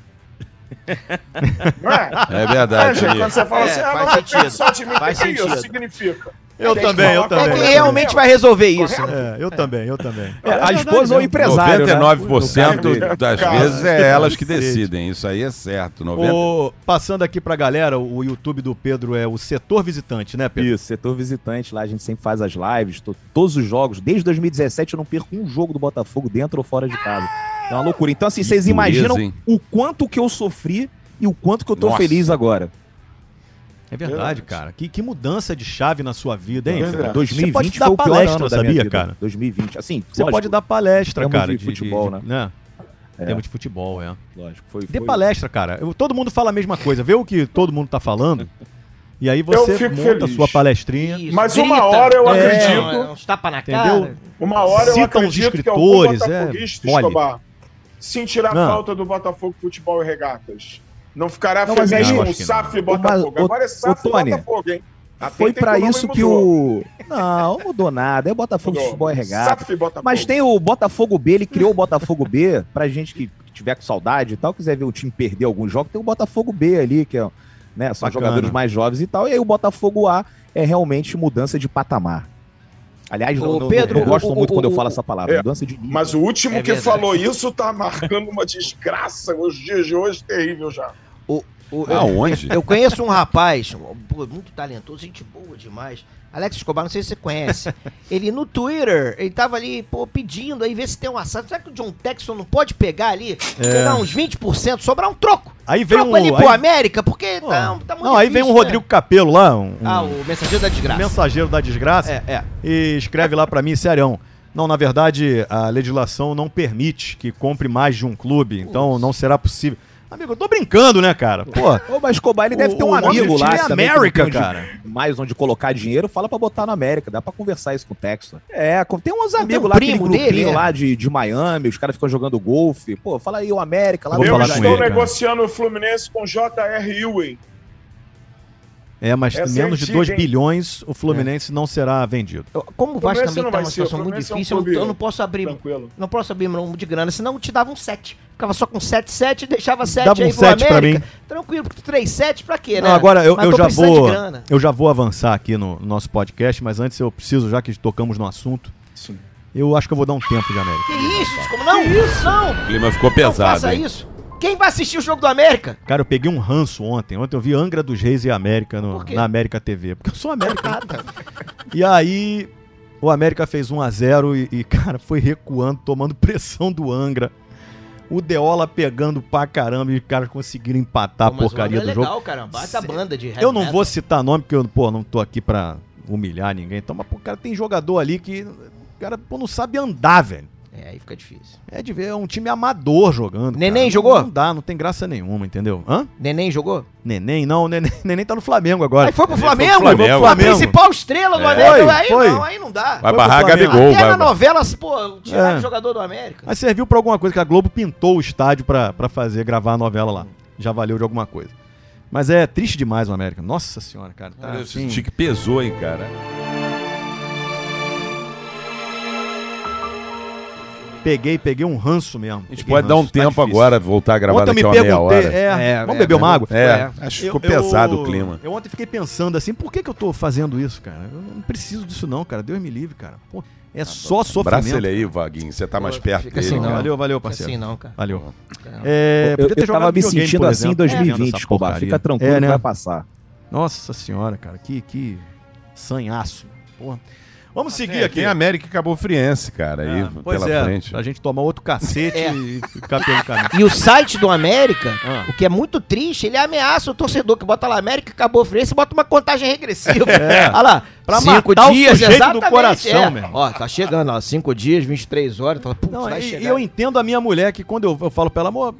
Speaker 3: não é?
Speaker 5: É
Speaker 3: É,
Speaker 5: verdade.
Speaker 3: gente,
Speaker 5: Lia.
Speaker 3: quando você fala
Speaker 6: É,
Speaker 3: assim, ah,
Speaker 6: faz
Speaker 3: não depende
Speaker 6: sentido.
Speaker 3: só de mim, o
Speaker 6: Faz
Speaker 3: que, que isso
Speaker 6: sentido.
Speaker 3: significa?
Speaker 2: Eu
Speaker 3: Tem que
Speaker 2: também, eu
Speaker 3: falar com
Speaker 2: também.
Speaker 6: Quem
Speaker 3: ela.
Speaker 6: realmente vai resolver isso? né?
Speaker 2: É, eu também, eu também.
Speaker 7: É, a esposa ou o empresário. né? No
Speaker 5: 99%
Speaker 7: caso,
Speaker 5: das
Speaker 3: Cara,
Speaker 5: vezes é elas que
Speaker 2: cacete.
Speaker 5: decidem. Isso aí é certo.
Speaker 2: Tá
Speaker 5: 90...
Speaker 2: O, passando aqui pra galera, o YouTube do Pedro é o setor visitante, né, Pedro?
Speaker 7: Isso, setor visitante lá, a gente sempre faz as lives, to- todos os jogos. Desde 2017 eu não perco um jogo do Botafogo dentro ou fora de casa. É uma loucura. Então, assim,
Speaker 5: Que
Speaker 7: vocês
Speaker 5: dureza,
Speaker 7: imaginam
Speaker 5: hein?
Speaker 7: o quanto que eu sofri e o quanto que eu tô
Speaker 5: Nossa.
Speaker 7: feliz agora.
Speaker 2: É verdade, cara. Que, que mudança de chave na sua vida, hein?
Speaker 3: É
Speaker 2: Pedro?
Speaker 3: verdade.
Speaker 2: né? Você
Speaker 7: 2020
Speaker 2: pode
Speaker 7: foi
Speaker 2: dar
Speaker 7: o pior
Speaker 2: palestra,
Speaker 7: ano da minha
Speaker 2: sabia,
Speaker 7: vida.
Speaker 2: cara?
Speaker 7: 2020, assim,
Speaker 2: Você
Speaker 7: lógico,
Speaker 2: pode dar palestra,
Speaker 7: Temos
Speaker 2: cara.
Speaker 7: de futebol,
Speaker 2: de- né? Temos de futebol, é.
Speaker 7: Lógico, foi,
Speaker 2: Dê
Speaker 7: foi-
Speaker 2: palestra, cara. Eu- todo mundo fala a mesma coisa. Vê o que todo mundo tá falando. E aí
Speaker 3: Eu
Speaker 2: você
Speaker 3: fico
Speaker 2: monta a
Speaker 3: feliz.
Speaker 2: sua palestrinha.
Speaker 6: Isso,
Speaker 3: Mas uma hora eu
Speaker 2: acredito.
Speaker 6: É, uns tapa na cara.
Speaker 2: Entendeu?
Speaker 3: Uma hora eu
Speaker 2: Citam os
Speaker 3: acredito que algum
Speaker 2: escritores, é,
Speaker 3: botafoguista,
Speaker 2: mole.
Speaker 3: Escobar, sentirá
Speaker 2: Não.
Speaker 3: falta do Botafogo Futebol e Regatas. Não ficará
Speaker 7: Não, mas é
Speaker 3: feliz
Speaker 2: aí-
Speaker 3: com
Speaker 2: Não,
Speaker 3: o
Speaker 2: acho que
Speaker 3: SAF e
Speaker 7: não.
Speaker 3: Botafogo.
Speaker 7: Mas, ô,
Speaker 3: Agora é SAF e
Speaker 7: ô, Tony,
Speaker 3: Botafogo, hein?
Speaker 2: Tá
Speaker 3: Até
Speaker 7: Foi
Speaker 3: tem
Speaker 7: pra
Speaker 3: nome
Speaker 7: isso que
Speaker 3: mudou.
Speaker 7: o. Não, mudou nada. É Botafogo
Speaker 3: Mudou.
Speaker 7: Futebol é regata.
Speaker 3: SAF e
Speaker 2: tá
Speaker 3: Botafogo.
Speaker 7: Mas tem o Botafogo B, ele criou o Botafogo B, pra gente que tiver com saudade e tal, quiser ver o time perder alguns jogos, tem o Botafogo B ali, que é, né, são
Speaker 2: Bacana.
Speaker 7: jogadores mais jovens e tal, e aí o Botafogo A é realmente mudança de patamar. Aliás,
Speaker 6: Ô,
Speaker 7: não, não-
Speaker 6: Pedro,
Speaker 7: eu gosto
Speaker 6: o-
Speaker 7: muito
Speaker 6: o-
Speaker 7: quando eu
Speaker 6: o-
Speaker 7: falo essa palavra,
Speaker 3: É,
Speaker 7: mudança de nível.
Speaker 3: Mas o último
Speaker 6: É
Speaker 3: que
Speaker 6: verdade.
Speaker 3: falou isso tá marcando uma desgraça. Os dias de hoje terrível já.
Speaker 6: O,
Speaker 2: Ah,
Speaker 6: o-
Speaker 5: Aonde?
Speaker 6: Eu, eu conheço um rapaz, pô, muito talentoso, gente boa demais. Alex Escobar, não sei se você conhece. Ele no Twitter, ele tava ali, pô, pedindo aí, ver se tem um assado. Será que o John Texon não pode pegar ali, pegar uns 20%, sobrar um troco?
Speaker 2: É. Aí vem
Speaker 6: troco
Speaker 2: um-
Speaker 6: ali pro
Speaker 2: aí-
Speaker 6: América, porque tá, tá muito
Speaker 2: Não, aí vem um
Speaker 6: difícil,
Speaker 2: Rodrigo
Speaker 6: né?
Speaker 2: Capelo lá, um, um
Speaker 6: Ah, o Mensageiro da Desgraça.
Speaker 2: mensageiro da desgraça,
Speaker 6: É, é.
Speaker 2: e escreve lá pra mim, serião. Não, na verdade, a legislação não permite que compre mais de um clube, então não será possível. Amigo, eu tô brincando, né, cara? Pô,
Speaker 7: Ô, mas Escobar, ele deve
Speaker 2: O-
Speaker 7: ter um
Speaker 2: o nome do
Speaker 7: amigo lá.
Speaker 2: time é
Speaker 7: também, que
Speaker 2: América,
Speaker 7: não tem um onde-
Speaker 2: cara.
Speaker 7: Mais onde colocar dinheiro, fala pra botar na América. Dá pra conversar isso com o Texas. É, com- tem uns
Speaker 6: tem um
Speaker 7: amigos lá, aquele
Speaker 6: primo
Speaker 7: grupinho
Speaker 6: dele, é?
Speaker 7: lá de, de Miami, os caras ficam jogando golfe. Pô, fala aí o América lá
Speaker 2: Vou
Speaker 7: do
Speaker 3: Eu
Speaker 2: falar com
Speaker 7: Brasil.
Speaker 3: estou
Speaker 2: ele, cara.
Speaker 3: negociando o Fluminense com J.R. Ewing.
Speaker 2: é, mas
Speaker 3: Essa é
Speaker 2: menos de
Speaker 3: antiga,
Speaker 2: 2
Speaker 3: hein?
Speaker 2: bilhões o Fluminense não será vendido.
Speaker 6: Eu- Como o
Speaker 3: Fluminense
Speaker 6: Vasco também
Speaker 3: não
Speaker 6: tá
Speaker 3: vai
Speaker 6: numa
Speaker 3: ser,
Speaker 6: situação muito
Speaker 3: Fluminense é um
Speaker 6: difícil, eu, não,
Speaker 3: clube
Speaker 6: eu não posso abrir.
Speaker 3: Tranquilo.
Speaker 6: Não posso abrir mão de grana, senão eu te dava um 7. Ficava só com 7, 7, deixava 7
Speaker 2: Dava
Speaker 6: aí
Speaker 2: um sete pra
Speaker 6: Tranquilo, porque 3, 7 pra quê, né?
Speaker 2: Não, agora eu,
Speaker 6: Mas
Speaker 2: eu
Speaker 6: tô
Speaker 2: já
Speaker 6: precisando de
Speaker 2: vou.
Speaker 6: grana.
Speaker 2: Eu já vou avançar aqui no, no nosso podcast, mas antes eu preciso, já que tocamos no assunto,
Speaker 3: Sim.
Speaker 2: eu acho que eu vou dar um tempo de América.
Speaker 6: Que isso? Como não? isso? Não,
Speaker 5: O clima ficou
Speaker 6: não
Speaker 5: pesado,
Speaker 6: faça
Speaker 5: hein?
Speaker 6: isso. Quem vai assistir o jogo do América?
Speaker 2: Cara, eu peguei um ranço ontem. Ontem eu vi Angra dos Reis e América no-
Speaker 6: Por quê?
Speaker 2: na América TV. Porque eu sou América.
Speaker 6: Ah, tá.
Speaker 2: e aí, o América fez 1x0 e, e, cara, foi recuando, tomando pressão do Angra. O Deola pegando pra caramba e os caras conseguiram empatar a
Speaker 6: Mas o
Speaker 2: Tá porcaria do
Speaker 6: Angra é
Speaker 2: jogo.
Speaker 6: legal, cara. Bata
Speaker 2: Cê-
Speaker 6: banda de heavy
Speaker 2: Eu não
Speaker 6: metal.
Speaker 2: vou citar nome, porque eu, pô, não tô aqui pra humilhar ninguém. Então, mas, pô, cara, tem jogador ali que. O cara, pô, não sabe andar, velho.
Speaker 6: É, aí fica difícil.
Speaker 2: É de ver, é um time amador jogando.
Speaker 6: Neném
Speaker 2: cara.
Speaker 6: jogou?
Speaker 2: Não dá, não tem graça nenhuma, entendeu? Hã?
Speaker 6: Neném jogou?
Speaker 2: Neném, não, neném, neném tá no Flamengo agora.
Speaker 6: Aí foi pro
Speaker 5: Neném foi pro
Speaker 6: Flamengo?
Speaker 5: Flamengo.
Speaker 6: A principal estrela do
Speaker 5: É.
Speaker 6: América.
Speaker 2: Foi,
Speaker 6: aí
Speaker 2: foi.
Speaker 6: não, aí não dá.
Speaker 5: Vai
Speaker 2: pro
Speaker 5: barrar
Speaker 2: Flamengo.
Speaker 5: Gabigol,
Speaker 6: Até
Speaker 5: vai.
Speaker 6: na
Speaker 5: vai.
Speaker 6: novela, pô, tiraram
Speaker 2: É.
Speaker 6: o jogador do América.
Speaker 2: Mas serviu pra alguma coisa, que a Globo pintou o estádio pra, pra fazer, gravar a novela lá. Já valeu de alguma coisa. Mas é triste demais o América. Nossa senhora, cara. Tá,
Speaker 5: Cara, eu
Speaker 2: assim,
Speaker 5: senti que pesou, hein, cara.
Speaker 2: peguei, peguei um ranço mesmo.
Speaker 5: A gente pode dar um tempo agora, voltar a gravar
Speaker 2: Ontem eu
Speaker 5: daqui
Speaker 2: me
Speaker 5: a uma meia hora.
Speaker 2: perguntei. É, vamos beber uma água?
Speaker 5: É, acho que ficou
Speaker 2: Eu- eu-
Speaker 5: pesado o clima.
Speaker 2: Eu ontem fiquei pensando assim, por que, que eu tô fazendo isso, cara? Eu não preciso disso não, cara. Deus me livre, cara. Pô, é só
Speaker 5: Tá Abraça
Speaker 2: sofrimento.
Speaker 5: ele aí, Vaguinho. Você tá mais
Speaker 6: Pô,
Speaker 5: perto
Speaker 6: fica
Speaker 5: dele.
Speaker 6: assim,
Speaker 5: cara.
Speaker 6: não.
Speaker 2: Valeu, valeu,
Speaker 6: Não é
Speaker 2: parceiro.
Speaker 6: assim não, cara.
Speaker 2: Valeu.
Speaker 6: Caramba.
Speaker 2: É,
Speaker 7: Eu,
Speaker 2: podia ter
Speaker 7: eu tava
Speaker 2: jogado
Speaker 7: me
Speaker 2: videogame,
Speaker 7: sentindo
Speaker 2: por
Speaker 7: assim em
Speaker 2: exemplo. Vendo
Speaker 7: 2020,
Speaker 2: essa
Speaker 7: Escobar.
Speaker 2: porcaria.
Speaker 7: Fica tranquilo,
Speaker 2: É, né?
Speaker 7: vai passar.
Speaker 2: Nossa senhora, cara, que, que sanhaço. Porra. Vamos seguir
Speaker 5: É,
Speaker 2: aqui.
Speaker 5: Tem América e Cabo Friense, cara, aí
Speaker 2: Ah, pois
Speaker 5: pela
Speaker 2: é,
Speaker 5: frente.
Speaker 2: A gente toma outro cacete
Speaker 6: É.
Speaker 2: e ficar pelo caminho.
Speaker 6: E o site do América,
Speaker 2: Ah.
Speaker 6: o que é muito triste, ele ameaça o torcedor que bota lá América, acabou Frense e bota uma contagem regressiva. Olha lá,
Speaker 2: Pra
Speaker 6: cinco
Speaker 2: matar o
Speaker 6: dias,
Speaker 2: sujeito do
Speaker 6: exatamente,
Speaker 2: coração,
Speaker 6: é.
Speaker 2: meu irmão.
Speaker 6: Ó, tá chegando, ó, cinco dias, 23 horas, fala, putz,
Speaker 2: Não,
Speaker 6: vai
Speaker 2: e,
Speaker 6: chegar.
Speaker 2: e eu entendo a minha mulher que quando eu, eu falo pra ela, amor,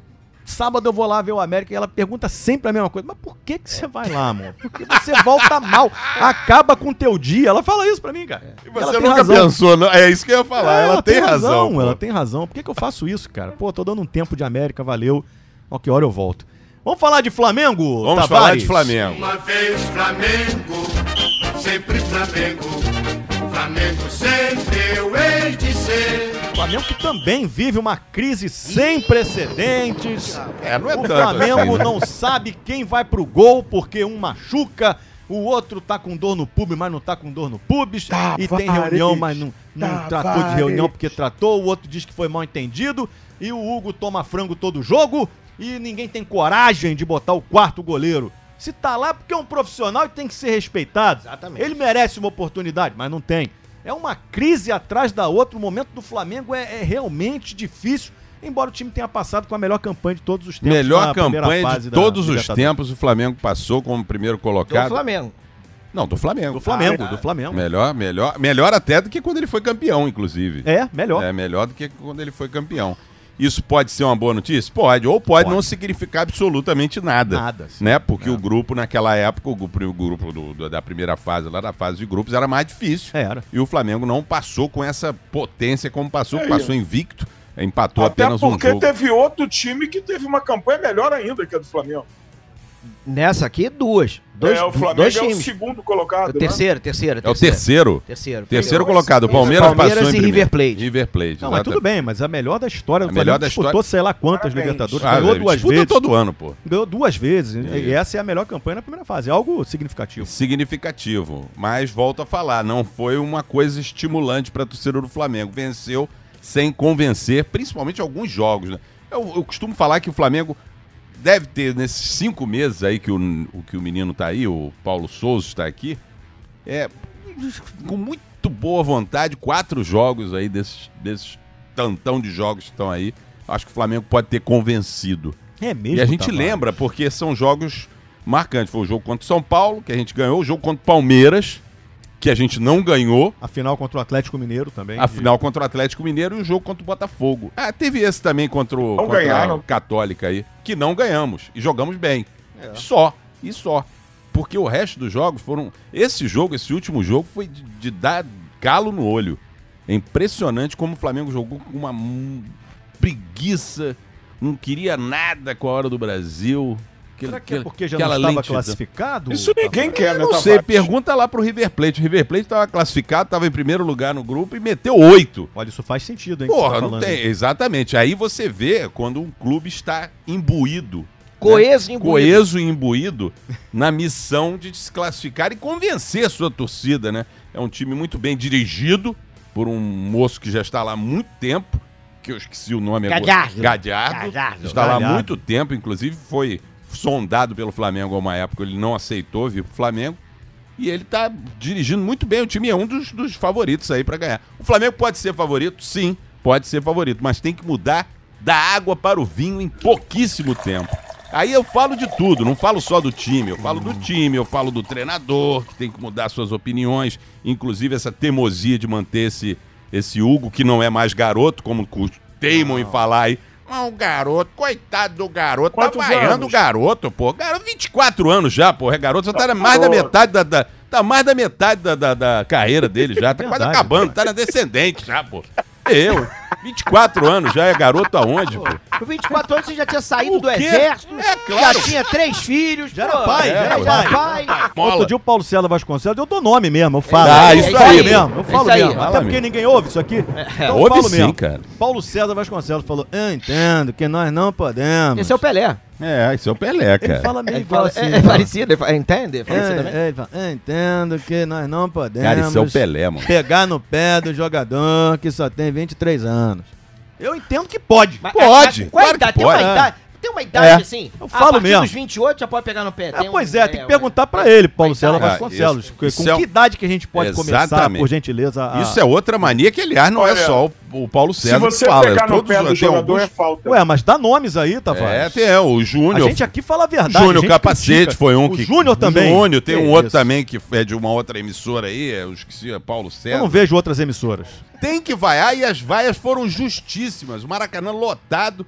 Speaker 2: sábado eu vou lá ver o América e ela pergunta sempre a mesma coisa. Mas por que que você vai lá, amor? Porque você volta mal, acaba com o teu dia. Ela fala isso pra mim, cara.
Speaker 5: E
Speaker 2: Ela
Speaker 5: Você
Speaker 2: tem
Speaker 5: nunca
Speaker 2: razão.
Speaker 5: pensou, não? É isso que eu ia falar.
Speaker 2: É,
Speaker 5: ela, tem, razão. pô.
Speaker 2: ela tem razão. Por que que eu faço isso, cara? Pô, tô dando um tempo de América, valeu. Ó, que hora eu volto. Vamos falar de Flamengo,
Speaker 5: Vamos falar
Speaker 2: Tavares?
Speaker 5: de Flamengo.
Speaker 8: Uma vez Flamengo, sempre Flamengo. Flamengo sempre eu hei de ser.
Speaker 2: Flamengo que também vive uma crise sem precedentes.
Speaker 5: É, não é
Speaker 2: O
Speaker 5: tanto
Speaker 2: Flamengo
Speaker 5: assim, né?
Speaker 2: não sabe quem vai pro gol porque um machuca, o outro tá com dor no pub, mas não tá com dor no pubis. E tem reunião, mas não, não tratou de reunião porque tratou. O outro diz que foi mal entendido. E o Hugo toma frango todo jogo. E ninguém tem coragem de botar o quarto goleiro. Se tá lá porque é um profissional e tem que ser respeitado.
Speaker 6: Exatamente.
Speaker 2: Ele merece uma oportunidade, mas não tem. É uma crise atrás da outra. O momento do Flamengo é, é realmente difícil. Embora o time tenha passado com a melhor campanha de todos os tempos.
Speaker 5: Melhor
Speaker 2: na primeira
Speaker 5: campanha
Speaker 2: fase
Speaker 5: de
Speaker 2: da
Speaker 5: todos os
Speaker 2: Libertadores.
Speaker 5: tempos o Flamengo passou como primeiro
Speaker 6: Do
Speaker 5: colocado.
Speaker 6: Flamengo.
Speaker 5: Não, do Flamengo.
Speaker 2: Do Flamengo,
Speaker 5: Ah,
Speaker 2: do Flamengo.
Speaker 5: Melhor, melhor, melhor até do que quando ele foi campeão, inclusive.
Speaker 2: É, melhor.
Speaker 5: É melhor do que quando ele foi campeão. Isso pode ser uma boa notícia? Pode, ou pode,
Speaker 2: Pode.
Speaker 5: não significar absolutamente nada.
Speaker 2: Nada, sim. É.
Speaker 5: Né? Porque o grupo, naquela época, o grupo, o grupo do- do- da primeira fase, lá da fase de grupos, era mais difícil.
Speaker 2: É, Era.
Speaker 5: E o Flamengo não passou com essa potência como passou,
Speaker 3: É,
Speaker 5: passou invicto, empatou
Speaker 3: Até
Speaker 5: apenas um
Speaker 3: porque
Speaker 5: jogo.
Speaker 3: teve outro time que teve uma campanha melhor ainda que a do Flamengo.
Speaker 6: Nessa aqui, duas. Dois,
Speaker 3: é, o Flamengo
Speaker 6: dois
Speaker 3: é o
Speaker 6: times.
Speaker 3: segundo colocado. né?
Speaker 6: É o terceiro, terceiro,
Speaker 5: É o terceiro.
Speaker 6: Terceiro.
Speaker 5: Terceiro colocado. O Palmeiras,
Speaker 6: Palmeiras
Speaker 5: passou em
Speaker 6: e
Speaker 5: primeiro.
Speaker 6: River Plate.
Speaker 5: River Plate,
Speaker 2: Não, mas tudo bem, mas a melhor da história do
Speaker 5: A melhor da
Speaker 2: disputou
Speaker 5: história-
Speaker 2: sei lá quantas
Speaker 3: Parabéns.
Speaker 2: Libertadores,
Speaker 5: Ah,
Speaker 2: ganhou duas
Speaker 5: disputa
Speaker 2: vezes.
Speaker 5: todo ano, pô.
Speaker 2: Ganhou duas vezes.
Speaker 5: É.
Speaker 2: E essa é a melhor campanha na primeira fase. É algo significativo.
Speaker 5: significativo. Mas volto a falar, não foi uma coisa estimulante para a torcida do Flamengo. Venceu sem convencer, principalmente alguns jogos. Né? Eu, eu costumo falar que o Flamengo deve ter, nesses cinco meses aí que o, o que o menino tá aí, o Paulo Souza está aqui, é, com muito boa vontade, quatro jogos aí desses, desses tantão de jogos que estão aí. Acho que o Flamengo pode ter convencido.
Speaker 2: É mesmo,
Speaker 5: E a gente
Speaker 2: Tavares?
Speaker 5: lembra, porque são jogos marcantes. Foi o jogo contra o São Paulo, que a gente ganhou, o jogo contra o Palmeiras, que a gente não ganhou.
Speaker 2: A final contra o Atlético Mineiro também.
Speaker 5: A final contra o Atlético Mineiro e o jogo contra o Botafogo. Ah, teve esse também contra, o,
Speaker 3: Não
Speaker 5: contra
Speaker 3: ganharam.
Speaker 5: a Católica aí, que não ganhamos. E jogamos bem.
Speaker 2: É.
Speaker 5: Só. E só. Porque o resto dos jogos foram. Esse jogo, esse último jogo, foi de, de dar galo no olho. É impressionante como o Flamengo jogou com uma mu- preguiça, não queria nada com a hora do Brasil. Aquele-
Speaker 2: Será que é
Speaker 5: aquele-
Speaker 2: porque já
Speaker 5: aquela
Speaker 2: não estava
Speaker 5: lentidão.
Speaker 2: classificado?
Speaker 3: Isso ninguém quer, né,
Speaker 5: Eu não
Speaker 3: Tavares?
Speaker 5: sei, pergunta lá pro River Plate. O River Plate tava classificado, tava em primeiro lugar no grupo e meteu oito.
Speaker 2: Olha, isso faz sentido, hein? que você
Speaker 5: Porra,
Speaker 2: tá
Speaker 5: não
Speaker 2: falando.
Speaker 5: tem. Exatamente. Aí você vê quando um clube está imbuído,
Speaker 6: Coeso em
Speaker 5: É. coeso e imbuído, na missão de se classificar e convencer sua torcida, né? É um time muito bem dirigido por um moço que já está lá há muito tempo, que eu esqueci o nome
Speaker 6: Gallardo.
Speaker 5: agora. Gadiardo.
Speaker 6: Gallardo.
Speaker 5: Está lá há
Speaker 2: Gallardo.
Speaker 5: muito tempo, inclusive foi sondado pelo Flamengo a uma época, ele não aceitou vir pro Flamengo. E ele tá dirigindo muito bem. O time é um dos, dos favoritos aí pra ganhar. O Flamengo pode ser favorito? Sim, pode ser favorito. Mas tem que mudar da água para o vinho em pouquíssimo tempo. Aí eu falo de tudo, não falo só do time. Eu falo do time, eu falo do treinador, que tem que mudar suas opiniões. Inclusive essa teimosia de manter esse, esse Hugo, que não é mais garoto, como cu- teimam em falar aí. Ah, o garoto, coitado do garoto,
Speaker 3: Quantos
Speaker 5: tá vaiando o
Speaker 3: anos?
Speaker 5: garoto, pô. Garoto, 24 anos já, pô. É garoto, já tá na mais da
Speaker 3: garoto.
Speaker 5: metade da, da- tá mais da metade da, da, da carreira dele já. Tá quase
Speaker 2: Verdade,
Speaker 5: acabando, tá na descendente já, pô. É Eu, 24 anos já é garoto aonde, pô?
Speaker 6: Com 24 anos você já tinha saído
Speaker 5: O
Speaker 6: do
Speaker 5: quê?
Speaker 6: exército.
Speaker 5: É claro.
Speaker 6: Já tinha três filhos. Já
Speaker 2: era pai, já era
Speaker 6: pai.
Speaker 5: Mola.
Speaker 2: Outro dia o Paulo César Vasconcelos, eu dou nome mesmo, eu falo.
Speaker 5: Ah,
Speaker 2: Eu
Speaker 5: isso
Speaker 2: falo
Speaker 5: aí.
Speaker 2: mesmo, eu falo
Speaker 6: Isso aí.
Speaker 2: mesmo.
Speaker 5: Fala
Speaker 2: Até porque
Speaker 5: mesmo. É.
Speaker 2: ninguém ouve isso aqui. Então eu
Speaker 5: ouve
Speaker 2: falo
Speaker 5: sim,
Speaker 2: mesmo.
Speaker 5: cara.
Speaker 2: Paulo César Vasconcelos falou, "Eu entendo que nós não podemos.
Speaker 6: Esse é o Pelé.
Speaker 5: É, isso é o Pelé,
Speaker 2: Ele
Speaker 5: cara.
Speaker 2: fala meio
Speaker 6: Ele
Speaker 2: igual
Speaker 6: fala,
Speaker 2: assim.
Speaker 6: é,
Speaker 2: né?
Speaker 6: é parecido, ele fala- entende? É parecido também.
Speaker 2: É, ele fala, "Eu entendo que nós não podemos.
Speaker 5: Cara, isso é o Pelé, mano.
Speaker 2: Pegar no pé do jogador que só tem 23 anos. Eu entendo que pode.
Speaker 6: Mas
Speaker 5: Pode,
Speaker 6: a- a- Qual
Speaker 5: claro que
Speaker 6: idade? Tem
Speaker 5: pode.
Speaker 6: uma idade, tem uma idade
Speaker 2: É.
Speaker 6: assim.
Speaker 2: Eu falo
Speaker 6: a partir
Speaker 2: mesmo.
Speaker 6: dos 28 já pode pegar no pé.
Speaker 2: Ah,
Speaker 6: um-
Speaker 2: pois é, tem que
Speaker 6: um-
Speaker 2: perguntar pra ele, Paulo
Speaker 6: Vai,
Speaker 2: César
Speaker 5: tá.
Speaker 2: Vasconcelos.
Speaker 5: Isso-
Speaker 2: com
Speaker 5: isso
Speaker 2: com
Speaker 5: é um-
Speaker 2: que idade que a gente pode começar,
Speaker 5: Exatamente.
Speaker 2: por gentileza? a-
Speaker 5: Isso é outra mania que, aliás, não é
Speaker 3: Olha,
Speaker 5: só o, o Paulo César
Speaker 3: Se você
Speaker 5: que fala. é
Speaker 3: pegar no
Speaker 5: todos
Speaker 3: pé do
Speaker 5: tem
Speaker 3: jogador, é
Speaker 5: alguns-
Speaker 3: falta.
Speaker 2: Ué, mas dá nomes aí,
Speaker 5: um- É,
Speaker 2: Tavares.
Speaker 5: tem, é, o
Speaker 2: a
Speaker 5: Júnior.
Speaker 2: gente aqui fala a verdade. a
Speaker 5: Júnior
Speaker 2: gente
Speaker 5: Capacete
Speaker 2: critica.
Speaker 5: foi um
Speaker 2: o
Speaker 5: que.
Speaker 2: Júnior também.
Speaker 5: Júnior, tem
Speaker 2: Que
Speaker 5: um outro
Speaker 2: isso.
Speaker 5: também que é de uma outra emissora aí, eu esqueci, é Paulo César.
Speaker 2: Eu não vejo outras emissoras.
Speaker 5: tem que vaiar e as vaias foram justíssimas. O Maracanã lotado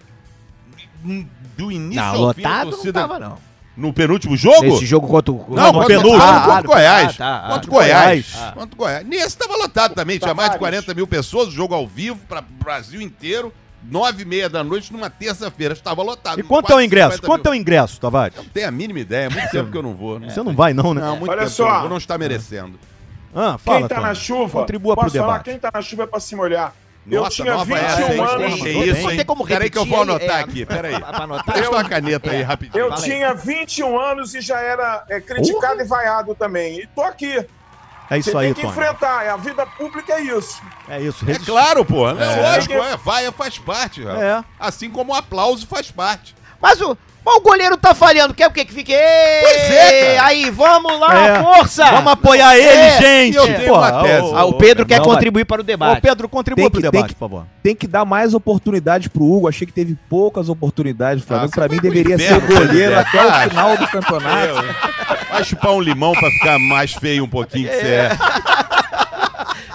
Speaker 5: hum, do início
Speaker 6: Não,
Speaker 5: ao fim. a
Speaker 6: lotado não
Speaker 5: torcida-
Speaker 6: tava, não.
Speaker 5: No penúltimo jogo?
Speaker 6: Esse jogo contra o...
Speaker 5: Não,
Speaker 2: no
Speaker 5: contra-
Speaker 2: penúltimo.
Speaker 5: ah,
Speaker 2: Ah,
Speaker 5: contra o
Speaker 6: tá,
Speaker 5: Goiás.
Speaker 6: tá, ah,
Speaker 5: Contra o
Speaker 2: Goiás.
Speaker 5: Goiás. Contra o Goiás. Nesse tava lotado também. Tinha mais de 40 mil pessoas, jogo ao vivo para Brasil inteiro. Nove e meia da noite, numa terça-feira. Estava lotado.
Speaker 2: E quanto é o
Speaker 5: Quase
Speaker 2: ingresso?
Speaker 5: 50
Speaker 2: Quanto é
Speaker 5: mil.
Speaker 2: o ingresso, Tavares?
Speaker 5: Não tenho a mínima ideia. É muito tempo que eu não vou. né?
Speaker 2: Você não vai, não, né?
Speaker 5: Não, muito
Speaker 3: Olha
Speaker 5: tempo
Speaker 3: só.
Speaker 5: que eu não vou. Não está merecendo.
Speaker 2: Ah,
Speaker 3: Quem
Speaker 2: fala,
Speaker 3: tá
Speaker 2: Tony.
Speaker 3: na chuva,
Speaker 2: Contribua pro
Speaker 3: posso falar,
Speaker 2: debate.
Speaker 3: quem tá na chuva é pra se molhar. eu
Speaker 5: Nossa,
Speaker 3: tinha
Speaker 5: nova
Speaker 3: 21
Speaker 5: essa, hein?
Speaker 3: anos.
Speaker 5: Gostei.
Speaker 6: Tem
Speaker 5: isso,
Speaker 6: isso,
Speaker 5: hein?
Speaker 6: tem como
Speaker 5: Peraí
Speaker 6: repetir
Speaker 5: que eu vou
Speaker 6: aí,
Speaker 5: anotar
Speaker 6: é,
Speaker 5: aqui, peraí.
Speaker 6: pra- pra anotar.
Speaker 5: Presta Tá, uma caneta aí, rapidinho.
Speaker 3: Eu
Speaker 6: Fala aí.
Speaker 3: tinha 21 anos e já era é, criticado e vaiado também. E tô aqui.
Speaker 2: É
Speaker 3: Você
Speaker 2: isso
Speaker 3: tem
Speaker 2: aí,
Speaker 3: que
Speaker 2: Tony.
Speaker 3: enfrentar. É, a vida pública é isso.
Speaker 2: É isso.
Speaker 5: É
Speaker 2: resist-
Speaker 5: claro, pô. É, lógico,
Speaker 3: Porque-
Speaker 5: é, vaia faz parte, velho.
Speaker 2: É.
Speaker 5: Assim como o aplauso faz parte.
Speaker 6: Mas o, mas o goleiro tá falhando. Quer o que que fique? Pois
Speaker 5: é, cara.
Speaker 6: Aí, vamos lá,
Speaker 2: É.
Speaker 6: força!
Speaker 2: Vamos apoiar ele,
Speaker 6: É,
Speaker 2: gente!
Speaker 5: eu tenho uma tese.
Speaker 6: Ah, o Pedro quer
Speaker 7: Não, vai.
Speaker 6: contribuir para o
Speaker 2: Ô,
Speaker 6: debate.
Speaker 2: Pedro, contribua
Speaker 7: Tem
Speaker 2: pro
Speaker 7: que- tem
Speaker 2: debate,
Speaker 7: que-
Speaker 2: por favor.
Speaker 7: Tem que dar mais oportunidades pro Hugo. Achei que teve poucas oportunidades. O Flamengo,
Speaker 5: Ah,
Speaker 7: pra
Speaker 5: você
Speaker 7: mim,
Speaker 5: foi pro
Speaker 7: deveria ser
Speaker 5: inferno,
Speaker 7: goleiro
Speaker 5: né?
Speaker 7: até
Speaker 5: Ah.
Speaker 7: o final do campeonato.
Speaker 5: Vai chupar um limão pra ficar mais feio um pouquinho que você é.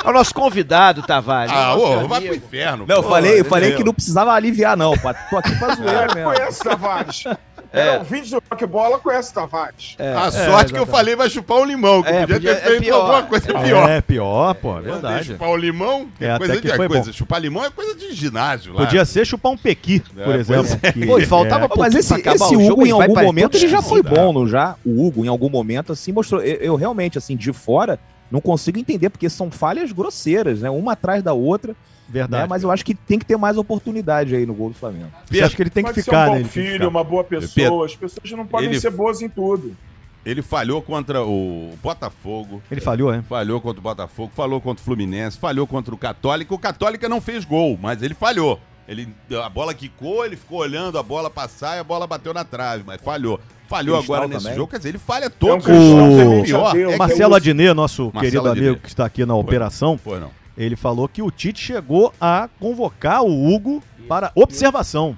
Speaker 6: É o nosso convidado, Tavares.
Speaker 5: Ah,
Speaker 6: Nosso
Speaker 5: ô, vai pro
Speaker 6: amigo.
Speaker 5: inferno.
Speaker 7: Não, eu
Speaker 5: pô.
Speaker 7: falei, eu falei
Speaker 5: Deus.
Speaker 7: que não precisava aliviar, não. pá. Tô aqui pra zoeira
Speaker 3: É,
Speaker 7: mesmo.
Speaker 3: conhece Tavares. É. ouvinte do Rock Bola, conhece Tavares.
Speaker 5: A sorte que eu falei vai chupar um limão, que
Speaker 6: É,
Speaker 5: podia
Speaker 6: podia-
Speaker 5: ter
Speaker 6: é
Speaker 5: feito
Speaker 6: pior.
Speaker 5: alguma coisa pior.
Speaker 2: É, pior, pô,
Speaker 5: Mandei
Speaker 2: verdade.
Speaker 5: Chupar um limão, que
Speaker 2: É,
Speaker 5: é,
Speaker 2: até
Speaker 5: coisa
Speaker 2: que
Speaker 5: de
Speaker 2: foi
Speaker 5: é coisa.
Speaker 2: bom.
Speaker 5: Chupar limão é coisa de ginásio lá.
Speaker 2: Podia ser chupar um pequi, por
Speaker 5: pois
Speaker 2: exemplo. que-
Speaker 6: Pô, e faltava
Speaker 2: é.
Speaker 6: pouco
Speaker 7: Mas esse,
Speaker 6: pra acabar
Speaker 7: esse
Speaker 6: o jogo,
Speaker 7: Hugo, em
Speaker 6: ele vai
Speaker 7: algum
Speaker 6: pra- né?
Speaker 7: momento, ele já foi
Speaker 6: esquisito.
Speaker 7: bom, não já? O Hugo, em algum momento, assim, mostrou. Eu, eu realmente, assim, de fora, não consigo entender, porque são falhas grosseiras, né? Uma atrás da outra,
Speaker 2: Verdade.
Speaker 7: né? Mas eu acho que tem que ter mais oportunidade aí no gol do Flamengo.
Speaker 2: Você acha que ele tem que
Speaker 3: Pode
Speaker 2: ficar,
Speaker 3: ser um
Speaker 2: né?
Speaker 3: bom
Speaker 2: Ele tem que
Speaker 3: filho,
Speaker 2: ficar.
Speaker 3: uma boa
Speaker 5: Pedro,
Speaker 3: pessoa. As pessoas não podem
Speaker 5: ele-
Speaker 3: ser boas em tudo.
Speaker 5: Ele falhou contra o Botafogo.
Speaker 2: Ele falhou, é?
Speaker 5: Falhou contra o Botafogo, falhou contra o Fluminense, falhou contra o Católica. O Católica não fez gol, mas ele falhou. Ele, a bola quicou, ele ficou olhando a bola passar e a bola bateu na trave, mas falhou. Falhou
Speaker 7: Cristal
Speaker 5: agora nesse
Speaker 7: também.
Speaker 5: jogo, quer dizer, ele falha todos
Speaker 3: É um
Speaker 5: os jogos,
Speaker 2: Cristal,
Speaker 5: é pior.
Speaker 3: também já deu.
Speaker 5: É que
Speaker 2: Marcelo
Speaker 3: eu-
Speaker 2: Adnet, nosso
Speaker 5: Marcelo
Speaker 2: querido
Speaker 5: Adnet.
Speaker 2: amigo que está aqui na operação,
Speaker 5: Pô, não.
Speaker 2: ele falou que o Tite chegou a convocar o Hugo para observação.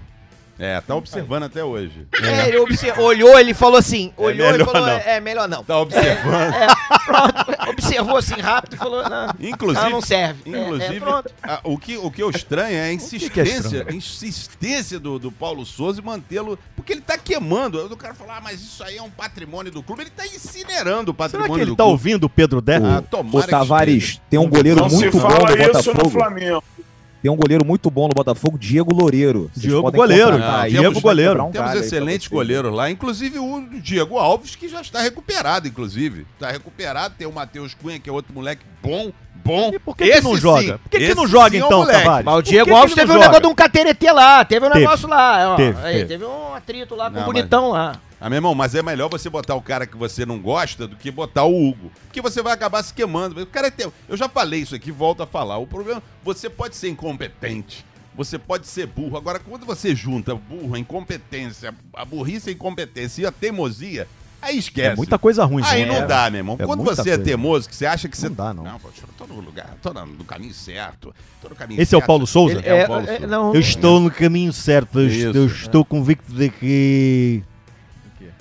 Speaker 5: É, tá observando até hoje.
Speaker 6: É, ele obse- olhou, ele falou assim,
Speaker 5: É
Speaker 6: olhou e
Speaker 5: melhor
Speaker 6: falou,
Speaker 5: não.
Speaker 6: é melhor não.
Speaker 5: Tá observando.
Speaker 6: Pronto, observou assim rápido e falou, não,
Speaker 5: Inclusive,
Speaker 6: não, não serve. É,
Speaker 5: Inclusive,
Speaker 6: é, pronto.
Speaker 5: a- o, que, o que eu estranho é a
Speaker 2: que é
Speaker 5: insistência,
Speaker 2: estranho?
Speaker 5: a insistência do, do Paulo Souza e mantê-lo. Porque ele tá queimando. O cara falar, ah, mas isso aí é um patrimônio do clube. Ele tá incinerando o
Speaker 2: Será
Speaker 5: patrimônio
Speaker 2: que ele
Speaker 5: do
Speaker 2: tá
Speaker 5: clube.
Speaker 2: ouvindo o Pedro Depp?
Speaker 5: Ah,
Speaker 7: O,
Speaker 5: tomara
Speaker 7: o
Speaker 5: que
Speaker 7: Tavares tem um goleiro
Speaker 3: Não se
Speaker 7: muito bom
Speaker 3: fala
Speaker 7: no
Speaker 3: isso no
Speaker 7: Botafogo.
Speaker 3: Flamengo.
Speaker 7: Tem um goleiro muito bom no Botafogo, Diego Loureiro. Vocês
Speaker 2: Diogo
Speaker 7: podem
Speaker 2: Goleiro,
Speaker 7: contratar
Speaker 5: né?
Speaker 7: aí,
Speaker 5: Diego
Speaker 7: a gente vai
Speaker 2: Tá é Goleiro.
Speaker 7: quebrar um
Speaker 5: Temos
Speaker 7: galho aí pra
Speaker 5: excelentes
Speaker 7: vocês.
Speaker 5: goleiros lá, inclusive o Diego Alves, que já está recuperado, inclusive. Está recuperado, tem o Matheus Cunha, que é outro moleque bom, bom.
Speaker 2: E por que, que
Speaker 5: Esse
Speaker 2: não
Speaker 5: sim.
Speaker 2: joga? Por que, que
Speaker 5: Esse
Speaker 2: não joga
Speaker 5: sim é um
Speaker 2: então,
Speaker 5: moleque.
Speaker 2: Tavares?
Speaker 6: Mas o
Speaker 2: Por que
Speaker 6: Diego
Speaker 2: que ele
Speaker 6: Alves
Speaker 2: não
Speaker 6: teve um
Speaker 2: joga?
Speaker 6: negócio de um cateretê lá, teve um negócio lá, ó.
Speaker 2: Teve,
Speaker 6: Aí,
Speaker 2: teve.
Speaker 6: teve. um atrito lá com
Speaker 5: Não,
Speaker 6: o bonitão lá.
Speaker 5: Ah, meu irmão, mas é melhor você botar o cara que você não gosta do que botar o Hugo. Porque você vai acabar se queimando. O cara é teu. Eu já falei isso aqui, volto a falar. O problema, você pode ser incompetente, você pode ser burro. Agora, quando você junta burro, a incompetência, a burrice, a incompetência e a teimosia, aí esquece.
Speaker 2: É muita coisa ruim.
Speaker 5: Aí
Speaker 2: né?
Speaker 5: não dá, meu irmão.
Speaker 2: É
Speaker 5: Quando
Speaker 2: muita
Speaker 5: você é
Speaker 2: coisa.
Speaker 5: teimoso, que você acha que você.
Speaker 2: Não dá, não.
Speaker 5: Não, poxa, eu tô no lugar, tô na- no caminho certo. Tô no caminho
Speaker 2: Esse é
Speaker 5: certo.
Speaker 2: o Paulo Souza?
Speaker 5: Ele- é o Paulo Souza.
Speaker 6: não,
Speaker 2: Eu estou no caminho certo, eu, est-
Speaker 5: Isso.
Speaker 2: eu estou convicto de que,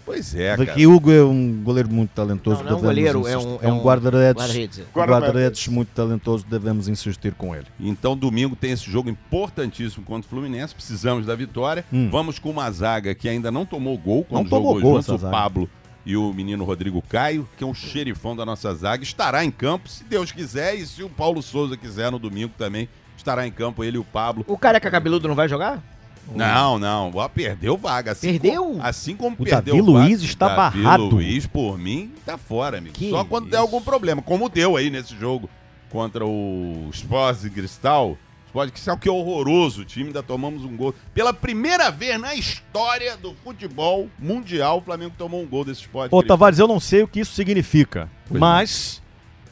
Speaker 5: Pois é,
Speaker 2: de
Speaker 5: cara.
Speaker 2: que Hugo é um goleiro muito talentoso.
Speaker 6: Não, não é um
Speaker 2: devemos
Speaker 6: goleiro,
Speaker 2: insistir-
Speaker 6: é um-
Speaker 2: é
Speaker 6: é
Speaker 2: um
Speaker 6: um
Speaker 2: guarda-redes
Speaker 6: guarda-redes.
Speaker 2: um guarda-redes muito talentoso, devemos insistir com ele.
Speaker 5: Então, domingo tem esse jogo importantíssimo contra o Fluminense. Precisamos da vitória.
Speaker 2: Hum.
Speaker 5: Vamos com uma zaga que ainda não tomou gol. Quando
Speaker 2: Não tomou
Speaker 5: jogou
Speaker 2: gol
Speaker 5: juntos,
Speaker 2: essa
Speaker 5: o
Speaker 2: zaga.
Speaker 5: Pablo e o menino Rodrigo Caio, que é um xerifão da nossa zaga, estará em campo, se Deus quiser, e se o Paulo Souza quiser no domingo também, estará em campo ele e o Pablo.
Speaker 6: O careca cabeludo não vai jogar?
Speaker 5: Não, não. Ó, perdeu vaga. Assim
Speaker 6: Perdeu?
Speaker 5: como- assim como
Speaker 2: O
Speaker 5: perdeu
Speaker 2: Davi
Speaker 5: vaga,
Speaker 2: Luiz está
Speaker 5: Davi
Speaker 2: barrado.
Speaker 5: Luiz, por mim, tá fora, amigo.
Speaker 6: Que
Speaker 5: Só quando der
Speaker 6: isso.
Speaker 5: algum problema, como deu aí nesse jogo contra o Sport Cristal. Sport Cristal, que é horroroso. O time ainda tomamos um gol. Pela primeira vez na história do futebol mundial, o Flamengo tomou um gol desse Sport
Speaker 2: Ô,
Speaker 5: Cristal.
Speaker 2: Tavares, eu não sei o que isso significa,
Speaker 5: Pois
Speaker 2: mas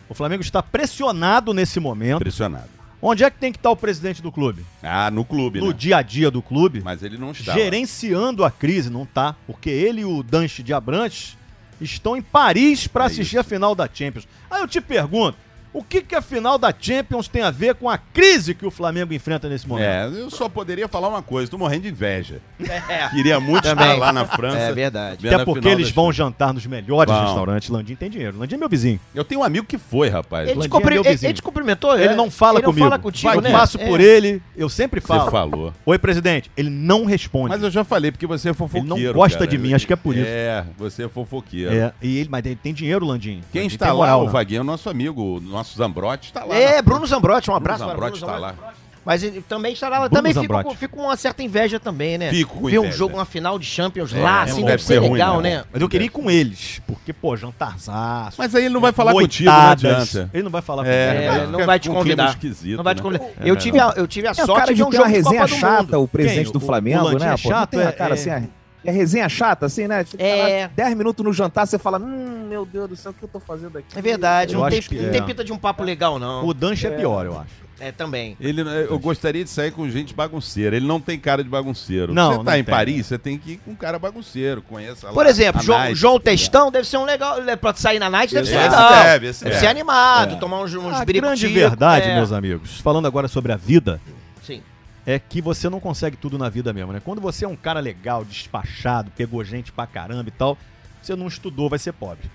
Speaker 2: o Flamengo está pressionado nesse momento.
Speaker 5: Impressionado.
Speaker 2: Onde é que tem que estar o presidente do clube?
Speaker 5: Ah, no clube,
Speaker 2: No
Speaker 5: né?
Speaker 2: dia a dia do clube,
Speaker 5: Mas ele não está. lá.
Speaker 2: gerenciando a crise, não tá? Porque ele e o Danche de Abrantes estão em Paris para
Speaker 5: É
Speaker 2: assistir a final da Champions. Aí eu te pergunto, o que, que a final da Champions tem a ver com a crise que o Flamengo enfrenta nesse momento?
Speaker 5: É, eu só poderia falar uma coisa, tô morrendo de inveja. Queria muito estar
Speaker 6: É. Também.
Speaker 5: lá na França.
Speaker 6: É verdade.
Speaker 5: vendo
Speaker 2: Até
Speaker 5: a
Speaker 2: porque
Speaker 5: final
Speaker 2: eles
Speaker 5: da
Speaker 2: vão jantar nos melhores
Speaker 5: Vão.
Speaker 2: restaurantes. Landim tem dinheiro. Landim é meu vizinho.
Speaker 5: Eu tenho um amigo que foi, rapaz.
Speaker 6: Ele
Speaker 2: Landim
Speaker 6: te,
Speaker 2: é
Speaker 6: cumpri-
Speaker 2: meu
Speaker 6: ele-
Speaker 2: vizinho.
Speaker 6: ele te cumprimentou?
Speaker 2: Ele
Speaker 6: é?
Speaker 2: não fala
Speaker 6: ele
Speaker 2: comigo.
Speaker 6: Não fala contigo,
Speaker 2: eu
Speaker 6: né?
Speaker 2: passo
Speaker 6: É.
Speaker 2: por ele, eu sempre
Speaker 5: Você
Speaker 2: falo.
Speaker 5: falou.
Speaker 2: Oi, presidente. Ele não responde.
Speaker 5: Mas eu já falei, porque você é fofoqueiro.
Speaker 2: Ele não gosta
Speaker 5: cara.
Speaker 2: de mim, acho que é por isso.
Speaker 5: É, você é fofoqueiro.
Speaker 2: É, e ele, mas ele tem dinheiro, Landim.
Speaker 5: Quem
Speaker 2: Landim
Speaker 5: está
Speaker 2: tem
Speaker 5: lá,
Speaker 2: moral,
Speaker 5: o
Speaker 2: né?
Speaker 5: Vaguinho, é o nosso amigo, o nosso Zambrotti, está lá.
Speaker 6: É,
Speaker 5: na-
Speaker 6: Bruno Zambrotti, um
Speaker 5: Bruno
Speaker 6: abraço. para
Speaker 5: Zambrotti está
Speaker 6: Zambrotti.
Speaker 5: lá.
Speaker 6: Mas ele também estará lá.
Speaker 2: Bruno
Speaker 6: Também fico
Speaker 2: Zambrotti.
Speaker 6: com, fico com uma certa inveja também, né?
Speaker 5: Fico com
Speaker 6: Ver um
Speaker 5: inveja.
Speaker 6: jogo, uma final de Champions
Speaker 5: É,
Speaker 6: lá,
Speaker 5: não
Speaker 6: assim,
Speaker 5: deve
Speaker 6: deve
Speaker 5: ser
Speaker 6: ser
Speaker 5: ruim,
Speaker 6: legal,
Speaker 5: né?
Speaker 6: né?
Speaker 2: Mas eu queria ir com eles, porque, pô, jantarzaço.
Speaker 5: Mas aí ele não vai falar
Speaker 2: né,
Speaker 5: contigo, não
Speaker 2: noitadas.
Speaker 5: adianta.
Speaker 2: Ele não vai falar
Speaker 5: É,
Speaker 6: É,
Speaker 2: contigo. né?
Speaker 5: fica
Speaker 6: não vai te
Speaker 5: com um clima
Speaker 6: convidar.
Speaker 5: esquisito,
Speaker 6: Não vai te
Speaker 5: né?
Speaker 6: convidar.
Speaker 5: É
Speaker 6: eu, tive a, eu tive a
Speaker 7: É o
Speaker 6: sorte
Speaker 7: cara
Speaker 6: de
Speaker 7: de
Speaker 6: um
Speaker 7: ter uma
Speaker 6: jogo de Copa
Speaker 7: resenha
Speaker 6: do
Speaker 7: chata,
Speaker 6: Mundo.
Speaker 7: o presidente
Speaker 2: Quem?
Speaker 7: do
Speaker 2: O- o
Speaker 7: Flamengo,
Speaker 2: Landim
Speaker 7: né?
Speaker 2: é
Speaker 7: Pô, não
Speaker 2: chato,
Speaker 7: tem a
Speaker 2: é-
Speaker 7: cara
Speaker 2: é-
Speaker 7: assim, é... é resenha chata, assim, né? Fica
Speaker 6: É.
Speaker 7: lá 10 minutos no jantar, você fala, hum, meu Deus do céu, o que eu tô fazendo aqui?
Speaker 6: É verdade,
Speaker 2: Eu
Speaker 6: não
Speaker 2: acho
Speaker 6: tem,
Speaker 2: que
Speaker 6: não
Speaker 2: é.
Speaker 6: tem pinta de um papo legal, não.
Speaker 2: O Danche é pior, eu acho.
Speaker 6: É, também.
Speaker 5: Ele, eu gostaria de sair com gente bagunceira. Ele não tem cara de bagunceiro.
Speaker 2: Não,
Speaker 5: você
Speaker 2: não
Speaker 5: tá em
Speaker 2: tem.
Speaker 5: Paris, você tem que ir com um cara bagunceiro. Conheça lá.
Speaker 6: Por exemplo,
Speaker 5: a
Speaker 6: João,
Speaker 5: Nike.
Speaker 6: João Testão deve ser um legal. é, Pra sair na night deve ser
Speaker 5: Esse
Speaker 6: legal.
Speaker 5: deve,
Speaker 6: Deve,
Speaker 5: esse
Speaker 6: ser é.
Speaker 5: deve.
Speaker 6: animado, tomar uns,
Speaker 5: Ah,
Speaker 6: uns
Speaker 7: Ah,
Speaker 2: A grande
Speaker 6: biricuticos,
Speaker 2: verdade,
Speaker 6: é.
Speaker 2: meus amigos, falando agora sobre a vida,
Speaker 6: Sim.
Speaker 2: é que você não consegue tudo na vida mesmo, né? Quando você é um cara legal, despachado, pegou gente pra caramba e tal, você não estudou, vai ser pobre.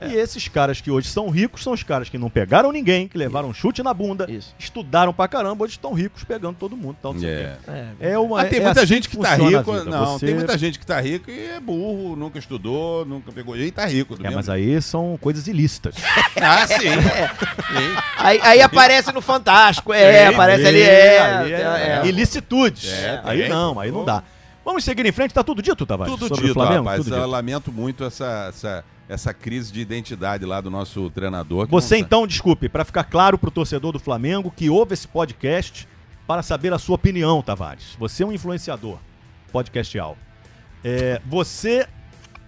Speaker 5: É.
Speaker 2: E esses caras que hoje são ricos são os caras que não pegaram ninguém, que levaram um chute na bunda,
Speaker 6: Isso.
Speaker 2: estudaram pra caramba, hoje estão ricos pegando todo mundo. então Tal, não sei o quê.
Speaker 5: É.
Speaker 2: É uma,
Speaker 5: Ah, tem
Speaker 2: é
Speaker 5: muita
Speaker 2: assim
Speaker 5: gente que, tá
Speaker 2: funciona a
Speaker 5: rico.
Speaker 2: vida.
Speaker 5: Não,
Speaker 2: Você- é,
Speaker 5: tem muita gente que tá rico e é burro, nunca estudou, nunca pegou. E tá rico. do
Speaker 2: É,
Speaker 5: mesmo
Speaker 2: mas aí são coisas ilícitas.
Speaker 5: Ah, sim.
Speaker 6: Aí, aí aparece no Fantástico. É,
Speaker 5: Sim,
Speaker 6: aparece
Speaker 2: Aí,
Speaker 6: ali. É,
Speaker 2: aí
Speaker 6: é, é.
Speaker 2: Ilicitudes.
Speaker 5: É,
Speaker 2: aí
Speaker 5: tem.
Speaker 2: não, aí não dá. Vamos seguir em frente, tá tudo dito, Tavares?
Speaker 5: Tudo
Speaker 2: Sobre o
Speaker 5: dito,
Speaker 2: Flamengo?
Speaker 5: rapaz.
Speaker 2: Tudo
Speaker 5: eu
Speaker 2: dito.
Speaker 5: lamento muito essa, essa, essa crise de identidade lá do nosso treinador. que
Speaker 2: Você
Speaker 5: não tá-
Speaker 2: então, desculpe, pra ficar claro pro torcedor do Flamengo que ouve esse podcast para saber a sua opinião, Tavares. Você é um influenciador podcastial. É, você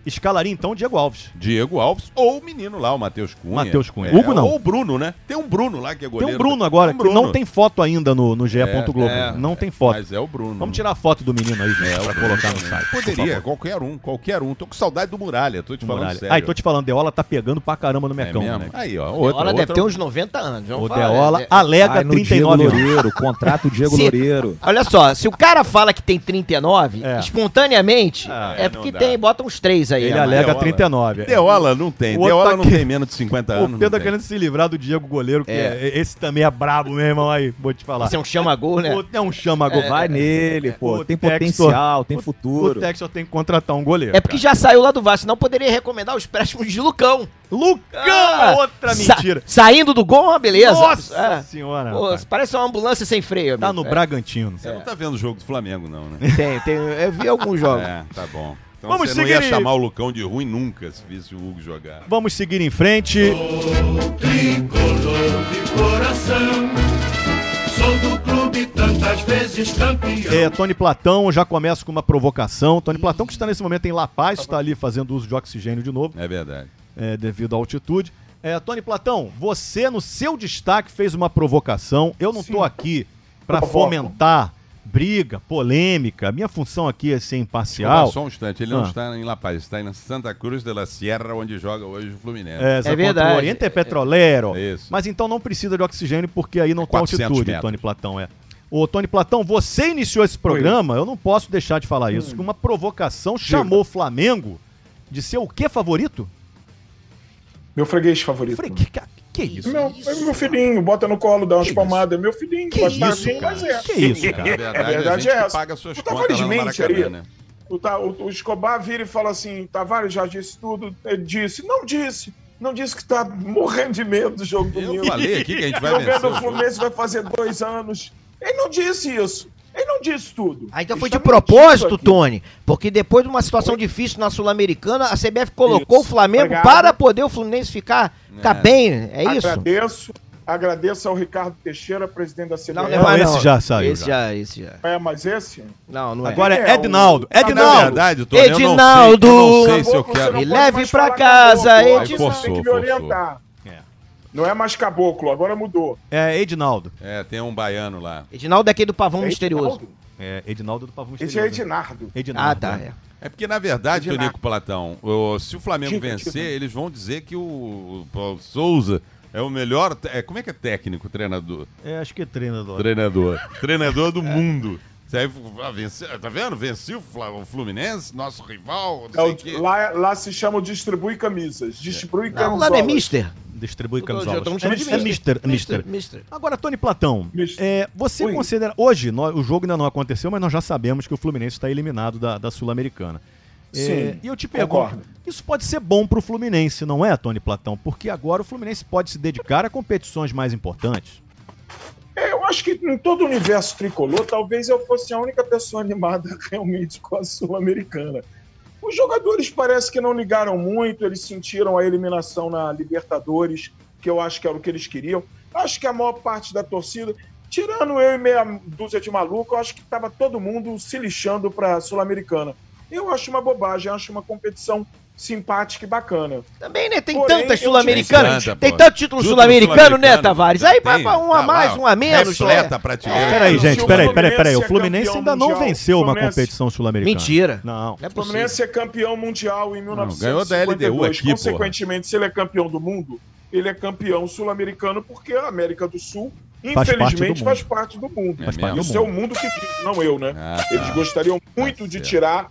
Speaker 2: escalaria então o Diego Alves.
Speaker 5: Diego Alves ou o menino lá, o Matheus Cunha. É,
Speaker 2: Matheus Cunha. Hugo não.
Speaker 5: Ou o Bruno, né? Tem um Bruno lá que é goleiro.
Speaker 2: tem um Bruno agora,
Speaker 5: um
Speaker 2: que não
Speaker 5: Bruno.
Speaker 2: tem foto ainda no, no GE. Globo.
Speaker 5: é,
Speaker 2: não tem foto.
Speaker 5: Mas é o Bruno.
Speaker 2: Vamos tirar a foto do menino aí,
Speaker 5: É,
Speaker 2: gente,
Speaker 5: o
Speaker 2: pra
Speaker 5: Bruno
Speaker 2: colocar no
Speaker 5: também.
Speaker 2: site. por
Speaker 5: Poderia,
Speaker 2: favor.
Speaker 5: qualquer um, qualquer um. Tô com saudade do Muralha, tô te falando
Speaker 2: Muralha.
Speaker 5: sério.
Speaker 2: Aí, tô te falando, Deola tá pegando pra caramba no
Speaker 5: é
Speaker 2: Mecão,
Speaker 5: mesmo?
Speaker 2: né?
Speaker 5: Aí, ó.
Speaker 6: Outra,
Speaker 5: Outra,
Speaker 6: Deola deve
Speaker 5: outra-
Speaker 6: ter um uns 90 anos. vamos
Speaker 2: O
Speaker 6: falar,
Speaker 2: Deola
Speaker 6: né?
Speaker 2: alega
Speaker 7: Vai no
Speaker 2: 39 anos.
Speaker 7: Diego Loureiro, contrata o Diego
Speaker 6: Se-
Speaker 7: Loureiro.
Speaker 6: Olha só, se o cara fala que tem 39,
Speaker 2: É.
Speaker 6: espontaneamente,
Speaker 2: Ah,
Speaker 6: é,
Speaker 5: é, não
Speaker 6: porque
Speaker 5: dá.
Speaker 6: tem, bota uns três aí.
Speaker 2: Ele
Speaker 6: a mais.
Speaker 2: alega
Speaker 5: Deola.
Speaker 2: 39. é.
Speaker 5: Deola não tem.
Speaker 2: O outro
Speaker 5: Deola
Speaker 2: tá
Speaker 5: não
Speaker 2: aqui.
Speaker 5: tem menos de 50
Speaker 2: O
Speaker 5: anos.
Speaker 2: Pedro
Speaker 5: não
Speaker 2: tá
Speaker 5: tem.
Speaker 2: querendo se livrar do Diego Goleiro, que
Speaker 6: É.
Speaker 2: é- esse também é brabo, meu irmão, aí, vou te falar.
Speaker 6: Isso é um chama-gol, né?
Speaker 2: O- É um chama-gol.
Speaker 7: Vai nele, pô.
Speaker 2: O
Speaker 7: Tem
Speaker 2: Textor-
Speaker 7: potencial, tem
Speaker 2: O
Speaker 7: futuro.
Speaker 2: Texas tem que contratar um goleiro.
Speaker 6: É porque já saiu lá do Vasco, senão poderia recomendar os préstimos de Lucão.
Speaker 2: Lucão,
Speaker 6: Ah,
Speaker 2: outra
Speaker 6: sa-
Speaker 2: mentira.
Speaker 6: saindo do gol, uma beleza.
Speaker 2: Nossa
Speaker 6: É.
Speaker 2: senhora.
Speaker 6: Pô,
Speaker 2: Ah,
Speaker 6: é.
Speaker 2: rapaz.
Speaker 6: parece uma ambulância sem freio.
Speaker 2: Tá no
Speaker 6: amigo.
Speaker 2: Bragantino.
Speaker 5: Você não tá vendo o jogo do Flamengo, não, né?
Speaker 6: É, Tem, tem, eu vi alguns jogos.
Speaker 5: É, tá bom. Então
Speaker 2: Vamos
Speaker 5: você não
Speaker 2: seguir
Speaker 5: ia
Speaker 2: em-
Speaker 5: chamar o Lucão de ruim nunca se visse o Hugo jogar.
Speaker 2: Vamos seguir em frente.
Speaker 8: Tricolor de coração. Sou do clube tantas vezes campeão.
Speaker 2: É, Tony Platão, eu já começo com uma provocação. Tony Platão, que está nesse momento em La Paz, está ali fazendo uso de oxigênio de novo,
Speaker 5: É verdade.
Speaker 2: é, devido à altitude. É, Tony Platão, você, no seu destaque, fez uma provocação. Eu não estou aqui para
Speaker 3: Provoco.
Speaker 2: fomentar briga, polêmica. Minha função aqui é ser
Speaker 5: Calma,
Speaker 2: imparcial.
Speaker 5: só um instante, ele não
Speaker 2: Ah.
Speaker 5: está em La Paz, ele está em Santa Cruz de la Sierra, onde joga hoje o Fluminense.
Speaker 2: É, contra
Speaker 6: verdade.
Speaker 2: O Oriente é petroleiro.
Speaker 5: É isso.
Speaker 2: Mas então não precisa de oxigênio porque aí não tem
Speaker 5: 400
Speaker 2: altitude,
Speaker 5: metros.
Speaker 2: Tony Platão, é. Ô, Tony Platão, você iniciou esse programa, eu não posso deixar de falar isso, que uma provocação chamou o Flamengo de ser o quê favorito?
Speaker 3: Meu freguês favorito.
Speaker 2: Falei, que, que, que isso?
Speaker 3: Meu, é meu filhinho, bota no colo, dá umas
Speaker 2: Que
Speaker 3: palmadas. É meu filhinho,
Speaker 2: Que
Speaker 3: faz
Speaker 2: isso,
Speaker 3: assim,
Speaker 2: cara?
Speaker 3: mas é.
Speaker 2: Que isso,
Speaker 5: Na
Speaker 2: cara?
Speaker 5: verdade,
Speaker 3: A verdade
Speaker 5: a gente
Speaker 3: é
Speaker 5: que
Speaker 3: essa.
Speaker 5: paga suas
Speaker 3: Tu tá
Speaker 5: contas lá no
Speaker 3: felizmente
Speaker 5: Maracanã,
Speaker 3: aí?
Speaker 5: né?
Speaker 3: O, Ta- o- o Escobar vira e fala assim: Tavares já disse tudo. eh, Disse, não disse. Não disse que tá morrendo de medo do jogo do
Speaker 5: Eu
Speaker 3: Milan.
Speaker 5: falei aqui que a gente vai
Speaker 3: Não
Speaker 5: vencer.
Speaker 3: vendo
Speaker 5: o
Speaker 3: o
Speaker 5: jogo.
Speaker 3: Fluminense vai fazer dois anos. Ele não disse isso. Ele não disse tudo.
Speaker 6: Ah, então
Speaker 3: Ele
Speaker 6: foi
Speaker 3: está
Speaker 6: de propósito,
Speaker 3: mentindo é aqui.
Speaker 6: Tony, porque depois de uma situação difícil na Sul-Americana, a CBF colocou
Speaker 3: Isso.
Speaker 6: o Flamengo
Speaker 3: Obrigado.
Speaker 6: para poder o Fluminense ficar, tá bem, é isso?
Speaker 3: Agradeço, agradeço ao Ricardo Teixeira, presidente da CBF.
Speaker 6: Não,
Speaker 3: Não,
Speaker 6: não é mais
Speaker 2: esse
Speaker 6: não.
Speaker 2: já saiu,
Speaker 6: Esse
Speaker 2: já.
Speaker 6: já, esse já.
Speaker 3: é mais esse?
Speaker 6: Não, não é.
Speaker 2: Agora
Speaker 3: Quem
Speaker 2: é,
Speaker 3: é
Speaker 2: Edinaldo.
Speaker 3: o-
Speaker 5: Na
Speaker 2: Edinaldo!
Speaker 5: Ah, verdade, Tony,
Speaker 6: Edinaldo!
Speaker 5: eu não sei, eu não sei se eu
Speaker 3: Caboclo, você
Speaker 5: quero...
Speaker 3: não
Speaker 6: Me
Speaker 3: pode
Speaker 6: leve
Speaker 3: mais
Speaker 6: pra
Speaker 3: falar
Speaker 6: casa, Edson.
Speaker 3: caboclo. Você tem que me
Speaker 5: Forçou, forçou.
Speaker 3: orientar.
Speaker 2: É.
Speaker 3: Não é mais caboclo, agora mudou.
Speaker 2: É, Edinaldo.
Speaker 5: É, tem um baiano lá.
Speaker 6: Edinaldo é aquele do pavão misterioso.
Speaker 3: Edinaldo?
Speaker 2: É, Edinaldo do Pavão
Speaker 3: Esse é
Speaker 2: Misterioso, né?
Speaker 3: Edinardo.
Speaker 2: Edinaldo.
Speaker 6: Ah, tá.
Speaker 2: né?
Speaker 6: é.
Speaker 5: É porque, na verdade,
Speaker 3: Edinardo.
Speaker 5: Tonico Platão, o- se o Flamengo
Speaker 3: Diga,
Speaker 5: vencer,
Speaker 3: diga.
Speaker 5: eles vão dizer que o Paulo Souza é o melhor... te- É, como é que é técnico, treinador?
Speaker 2: É, acho que é treinador.
Speaker 5: Treinador. Treinador do mundo. Você Aí, ah, vence- tá vendo? Venci o Fla- o Fluminense, nosso rival, não sei
Speaker 3: É
Speaker 5: o
Speaker 3: o-
Speaker 5: quê.
Speaker 3: lá, lá se chama o distribui camisas. Distribui
Speaker 6: Não,
Speaker 3: camisolas.
Speaker 6: lá não é mister.
Speaker 2: Distribui
Speaker 6: Todo dia
Speaker 2: camisolas.
Speaker 6: estamos
Speaker 2: É,
Speaker 6: chamando de
Speaker 2: é Mister, Mister.
Speaker 6: Mister.
Speaker 2: Agora, Tony Platão,
Speaker 3: Mister.
Speaker 2: é, você
Speaker 3: Oi.
Speaker 2: considera. Hoje, nó- o jogo ainda não aconteceu, mas nós já sabemos que o Fluminense está eliminado da, da Sul-Americana. É,
Speaker 3: Sim,
Speaker 2: e eu te pergunto:
Speaker 3: concordo.
Speaker 2: isso pode ser bom pro Fluminense, não é, Tony Platão? Porque agora o Fluminense pode se dedicar a competições mais importantes.
Speaker 3: É, eu acho que em todo o universo tricolor, talvez eu fosse a única pessoa animada realmente com a Sul-Americana. Os jogadores parece que não ligaram muito, eles sentiram a eliminação na Libertadores, que eu acho que era o que eles queriam. Acho que a maior parte da torcida, tirando eu e meia dúzia de maluco, eu acho que estava todo mundo se lixando para a Sul-Americana. Eu acho uma bobagem, acho uma competição simpática e bacana.
Speaker 6: Também, né? Tem
Speaker 3: Porém,
Speaker 6: tantas
Speaker 3: eu-
Speaker 6: sul-americanas.
Speaker 5: Tem tanta,
Speaker 6: Tem
Speaker 5: pô.
Speaker 6: tanto título
Speaker 5: Título
Speaker 6: sul-americano, né,
Speaker 5: sul-americano,
Speaker 6: Tavares?
Speaker 5: tem,
Speaker 6: Aí vai pra um a
Speaker 5: tá
Speaker 6: mais,
Speaker 5: lá,
Speaker 6: um a menos.
Speaker 5: Repleta
Speaker 6: né?
Speaker 5: a prateleira.
Speaker 2: peraí,
Speaker 3: É, se
Speaker 2: gente,
Speaker 3: o
Speaker 2: peraí, peraí,
Speaker 3: Fluminense
Speaker 2: peraí. O
Speaker 3: é
Speaker 2: Fluminense
Speaker 3: campeão
Speaker 2: ainda não
Speaker 3: mundial,
Speaker 2: venceu uma
Speaker 3: Fluminense-
Speaker 2: competição sul-americana.
Speaker 6: Mentira.
Speaker 2: Não.
Speaker 6: Não é
Speaker 3: O Fluminense
Speaker 6: possível.
Speaker 3: é campeão mundial em
Speaker 5: ganhou
Speaker 3: 1952.
Speaker 5: da LDU aqui, porra.
Speaker 3: Consequentemente, se ele é campeão do mundo, ele é campeão sul-americano porque a América do Sul,
Speaker 2: parte do
Speaker 3: infelizmente,
Speaker 2: mundo.
Speaker 3: faz parte do mundo.
Speaker 5: Faz
Speaker 3: E
Speaker 5: parte
Speaker 2: do
Speaker 3: o seu mundo que vive, não eu, né?
Speaker 5: Ah, tá.
Speaker 3: Eles gostariam muito de
Speaker 5: certo.
Speaker 3: tirar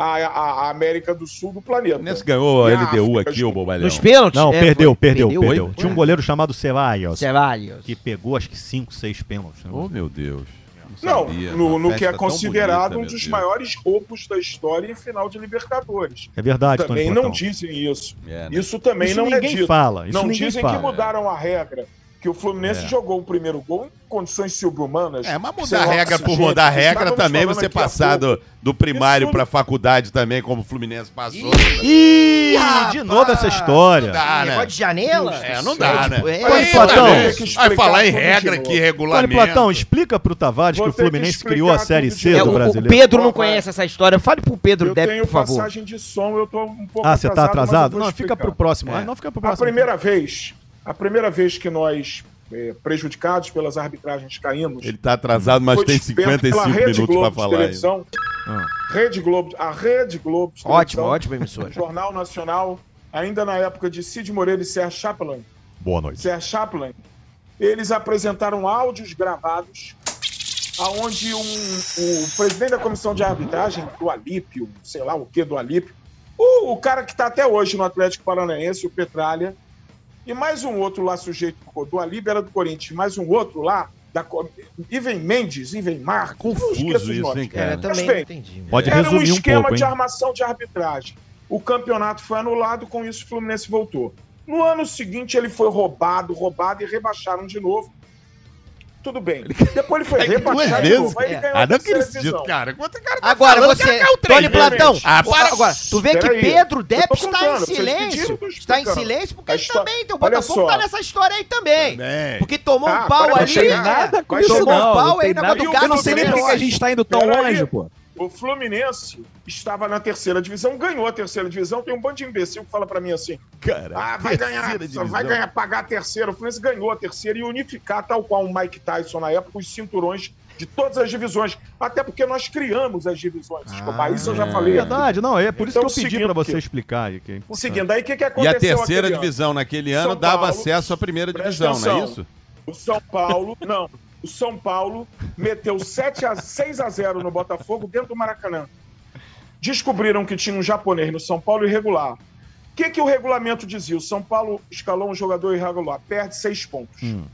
Speaker 3: a, a- a América do Sul do planeta.
Speaker 5: Nesse ganhou a
Speaker 3: E a
Speaker 5: LDU
Speaker 3: África,
Speaker 5: aqui, ô bobalhão.
Speaker 6: Nos pênaltis?
Speaker 2: Não,
Speaker 6: É,
Speaker 2: perdeu,
Speaker 6: foi-
Speaker 2: perdeu, perdeu,
Speaker 6: Foi?
Speaker 2: Tinha um goleiro chamado Ceballos,
Speaker 6: Ceballos.
Speaker 2: que pegou acho que 5, 6 pênaltis. né?
Speaker 5: Oh, meu Deus.
Speaker 3: Não,
Speaker 5: sabia,
Speaker 3: no,
Speaker 5: uma
Speaker 3: no que
Speaker 5: festa
Speaker 3: é
Speaker 5: tão
Speaker 3: considerado
Speaker 5: bonita,
Speaker 3: um
Speaker 5: meu
Speaker 3: dos
Speaker 5: Deus.
Speaker 3: maiores roubos da história em final de Libertadores.
Speaker 2: É verdade,
Speaker 3: Também
Speaker 2: Tony
Speaker 3: não
Speaker 2: Platão.
Speaker 3: dizem isso.
Speaker 5: É, né?
Speaker 3: Isso também
Speaker 2: Isso
Speaker 3: não é
Speaker 2: ninguém
Speaker 3: dito.
Speaker 2: fala. Isso
Speaker 3: não
Speaker 2: ninguém
Speaker 3: dizem
Speaker 2: fala.
Speaker 3: que mudaram a regra. que o Fluminense
Speaker 5: É.
Speaker 3: jogou o primeiro gol em condições subhumanas.
Speaker 5: É, mas
Speaker 3: sem
Speaker 5: mudar regra por
Speaker 3: oxigênio,
Speaker 5: mudar
Speaker 3: que
Speaker 5: regra
Speaker 3: assim, estávamos
Speaker 5: também,
Speaker 3: falando
Speaker 5: você
Speaker 3: aqui há
Speaker 5: passar
Speaker 3: pouco.
Speaker 5: do, do primário
Speaker 3: Isso
Speaker 5: pra faculdade também, como o Fluminense passou.
Speaker 2: Ih, de
Speaker 6: rapaz!
Speaker 2: novo essa história.
Speaker 5: Dá, né?
Speaker 6: Negócio de janela?
Speaker 5: É, não dá, né?
Speaker 6: tipo, é-
Speaker 5: Aí,
Speaker 2: Platão.
Speaker 5: também,
Speaker 2: Tem
Speaker 3: que
Speaker 5: Vai
Speaker 3: explicar
Speaker 5: falar em
Speaker 3: tudo de
Speaker 5: regra
Speaker 3: novo.
Speaker 5: aqui,
Speaker 2: Olha,
Speaker 5: regulamento.
Speaker 2: Platão, explica pro Tavares
Speaker 3: Vou
Speaker 2: que o
Speaker 3: ter que
Speaker 2: Fluminense
Speaker 3: explicar
Speaker 2: criou a
Speaker 3: tudo
Speaker 2: Série
Speaker 3: de
Speaker 2: C
Speaker 3: novo.
Speaker 6: É,
Speaker 2: do
Speaker 6: o, o
Speaker 2: brasileiro.
Speaker 6: Pedro não conhece essa história. Fale pro Pedro
Speaker 3: Eu
Speaker 6: Depp,
Speaker 3: tenho
Speaker 6: por favor.
Speaker 3: passagem de som, eu tô um pouco
Speaker 2: Ah, você tá
Speaker 3: mas eu
Speaker 2: atrasado?
Speaker 3: vou
Speaker 2: Não, fica
Speaker 3: explicar.
Speaker 2: pro próximo.
Speaker 5: É.
Speaker 2: Ah, não, fica pro
Speaker 3: A
Speaker 2: próximo.
Speaker 3: primeira vez, a primeira vez que nós, eh, prejudicados pelas arbitragens, caímos.
Speaker 5: Ele tá atrasado, mas
Speaker 3: foi
Speaker 5: tem
Speaker 3: desperto pela
Speaker 5: 55
Speaker 3: Rede
Speaker 5: minutos
Speaker 3: Globo
Speaker 5: pra
Speaker 3: de
Speaker 5: falar. ainda.
Speaker 3: Televisão,
Speaker 2: Ah.
Speaker 3: Rede Globo, a Rede Globo. de
Speaker 6: Ótimo,
Speaker 3: Televisão,
Speaker 6: ótima emissora.
Speaker 3: Jornal Nacional, ainda na época de Cid Moreira e Serra Chaplin,
Speaker 2: Boa noite.
Speaker 3: Serra Chaplin, eles apresentaram áudios gravados aonde um, o presidente da comissão de arbitragem, do Alípio, sei lá o que do Alípio, o, o cara que está até hoje no Atlético Paranaense, o Petralha, e mais um outro lá sujeito do Alípio, era do Corinthians, mais um outro lá, da, Co- Ivan Mendes, Ivan Marcos, eu esqueço
Speaker 5: Confuso
Speaker 3: os
Speaker 5: isso,
Speaker 3: nomes.
Speaker 5: hein,
Speaker 6: É,
Speaker 5: cara?
Speaker 6: eu também não
Speaker 3: Mas bem,
Speaker 6: entendi.
Speaker 2: Pode
Speaker 3: Era um
Speaker 2: resumir um
Speaker 3: esquema
Speaker 2: pouco,
Speaker 3: de
Speaker 2: hein?
Speaker 3: armação de arbitragem. O campeonato foi anulado, com isso o Fluminense voltou. No ano seguinte ele foi roubado, roubado e rebaixaram de novo. Tudo bem. Depois ele foi
Speaker 5: Caiu duas
Speaker 3: rebaixado de
Speaker 5: vezes.
Speaker 3: novo. Aí ele
Speaker 6: É.
Speaker 3: ganhou a
Speaker 5: Ah, não
Speaker 3: terceira
Speaker 5: acredito,
Speaker 3: divisão.
Speaker 5: cara. Quanto cara tá
Speaker 6: Agora
Speaker 5: falando que
Speaker 6: você.
Speaker 5: é o três,
Speaker 6: Tony
Speaker 5: né?
Speaker 6: Platão.
Speaker 5: Ah, para.
Speaker 6: Agora, tu vê que
Speaker 3: Peraí.
Speaker 6: Pedro
Speaker 3: Eu
Speaker 6: Depp
Speaker 3: tô
Speaker 6: está
Speaker 3: contando,
Speaker 6: em
Speaker 3: vocês pediram, eu
Speaker 6: silêncio. Está
Speaker 3: tô
Speaker 6: em
Speaker 3: explicando.
Speaker 6: silêncio porque
Speaker 3: A
Speaker 6: ele
Speaker 3: histó-
Speaker 6: também tem. O
Speaker 3: Olha
Speaker 6: Botafogo
Speaker 3: só.
Speaker 6: tá nessa história aí também.
Speaker 5: Também.
Speaker 6: Porque tomou
Speaker 3: Ah,
Speaker 6: um pau
Speaker 3: agora
Speaker 7: Não
Speaker 3: vai
Speaker 6: ali.
Speaker 7: achei
Speaker 3: chegar.
Speaker 6: né?
Speaker 7: nada com
Speaker 3: Vai
Speaker 7: isso,
Speaker 6: tomou
Speaker 3: chegar.
Speaker 7: não.
Speaker 6: um pau
Speaker 7: Não tem
Speaker 6: aí na
Speaker 7: nada-
Speaker 6: do gato.
Speaker 7: Eu não sei nem por que que a gente tá indo tão
Speaker 3: Peraí.
Speaker 7: longe, pô.
Speaker 3: O Fluminense estava na terceira divisão, ganhou a terceira divisão. Tem um bando de imbecil que fala pra mim assim:
Speaker 5: Cara,
Speaker 3: Ah, vai ganhar,
Speaker 5: É terceira divisão.
Speaker 3: vai ganhar, pagar a terceira. O Fluminense ganhou a terceira e unificar, tal qual o Mike Tyson na época, os cinturões de todas as divisões. Até porque nós criamos as divisões.
Speaker 5: Ah,
Speaker 3: Escobar, isso eu já falei.
Speaker 2: Verdade, não, é por isso que
Speaker 3: Então,
Speaker 2: eu pedi
Speaker 3: seguindo
Speaker 2: pra você
Speaker 3: que-
Speaker 2: explicar aí. Que é importante.
Speaker 3: Seguindo, aí o que, que
Speaker 5: E
Speaker 3: aconteceu?
Speaker 5: a terceira
Speaker 3: aquele ano?
Speaker 5: divisão naquele ano
Speaker 3: São
Speaker 5: dava
Speaker 3: Paulo.
Speaker 5: acesso à primeira
Speaker 3: Presta
Speaker 5: divisão, não é
Speaker 3: atenção.
Speaker 5: isso?
Speaker 3: O São Paulo, não. O São Paulo meteu 7 a 6 a 0 no Botafogo dentro do Maracanã. Descobriram que tinha um japonês no São Paulo irregular. O que, que o regulamento dizia? O São Paulo escalou um jogador irregular, perde seis pontos.
Speaker 2: Hum.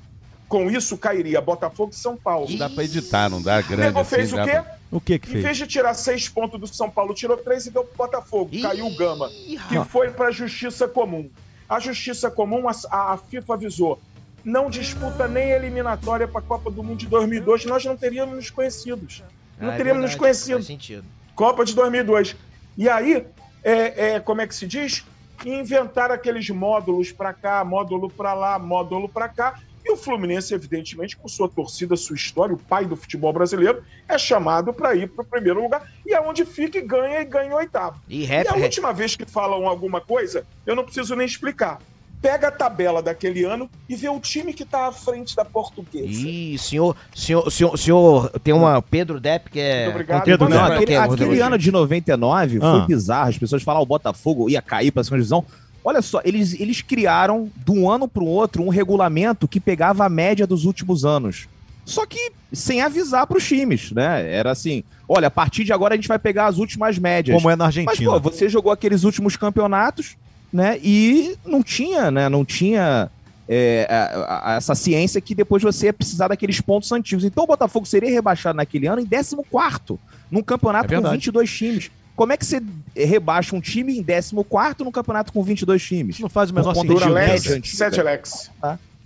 Speaker 3: Com isso cairia Botafogo e São Paulo.
Speaker 5: Não dá pra editar, não dá
Speaker 3: O
Speaker 5: grande
Speaker 3: Nego
Speaker 5: assim.
Speaker 3: fez o
Speaker 5: dá
Speaker 3: quê?
Speaker 5: pra-
Speaker 2: né? O que que
Speaker 3: Em
Speaker 2: fez?
Speaker 3: vez de tirar seis pontos do São Paulo, tirou três e deu pro Botafogo. Caiu o Gama que
Speaker 6: Ah.
Speaker 3: foi para a Justiça Comum. A Justiça Comum, a, a FIFA avisou, não disputa nem eliminatória para a Copa do Mundo de 2002, nós não teríamos nos conhecidos. Não
Speaker 6: Ah, é
Speaker 3: teríamos nos
Speaker 6: verdade,
Speaker 3: conhecido.
Speaker 6: faz sentido.
Speaker 3: Copa de 2002. E aí, é, é, como é que se diz? Inventaram aqueles módulos para cá, módulo para lá, módulo para cá. E o Fluminense, evidentemente, com sua torcida, sua história, o pai do futebol brasileiro, é chamado para ir para o primeiro lugar. E aonde fica e ganha, e ganha o oitavo.
Speaker 6: E
Speaker 3: E
Speaker 6: rap, é-
Speaker 3: a última vez que falam alguma coisa, eu não preciso nem explicar. Pega a tabela daquele ano e vê o time que tá à frente da portuguesa.
Speaker 6: Ih, senhor, senhor, senhor, senhor, tem uma Pedro Depp que é.
Speaker 3: Muito obrigado.
Speaker 6: contribuinte,
Speaker 2: Pedro
Speaker 7: Não,
Speaker 2: Depp.
Speaker 6: né?
Speaker 7: aquele,
Speaker 6: Que é
Speaker 7: aquele
Speaker 6: contribuinte.
Speaker 7: ano de 99
Speaker 2: Ah.
Speaker 7: foi bizarro. As pessoas falavam o Botafogo ia cair pra segunda divisão. Olha só, eles, eles criaram de um ano pro outro um regulamento que pegava a média dos últimos anos. Só que sem avisar pros times, né? Era assim: olha, a partir de agora a gente vai pegar as últimas médias.
Speaker 2: Como é na
Speaker 7: Mas,
Speaker 2: Argentina.
Speaker 7: pô, você jogou aqueles últimos campeonatos, né? E não tinha, né? Não tinha é, a- a- essa ciência que depois você ia precisar daqueles pontos antigos. Então o Botafogo seria rebaixado naquele ano em 14, num
Speaker 2: É
Speaker 7: campeonato com
Speaker 2: verdade.
Speaker 7: 22 times. Como é que você rebaixa um time em 14 num campeonato com 22 times?
Speaker 2: Isso não faz o menor
Speaker 7: Por
Speaker 2: sentido.
Speaker 7: conta
Speaker 3: Dura
Speaker 7: do
Speaker 2: né?
Speaker 7: Média
Speaker 3: Alex,
Speaker 7: antiga.
Speaker 3: sete Alex.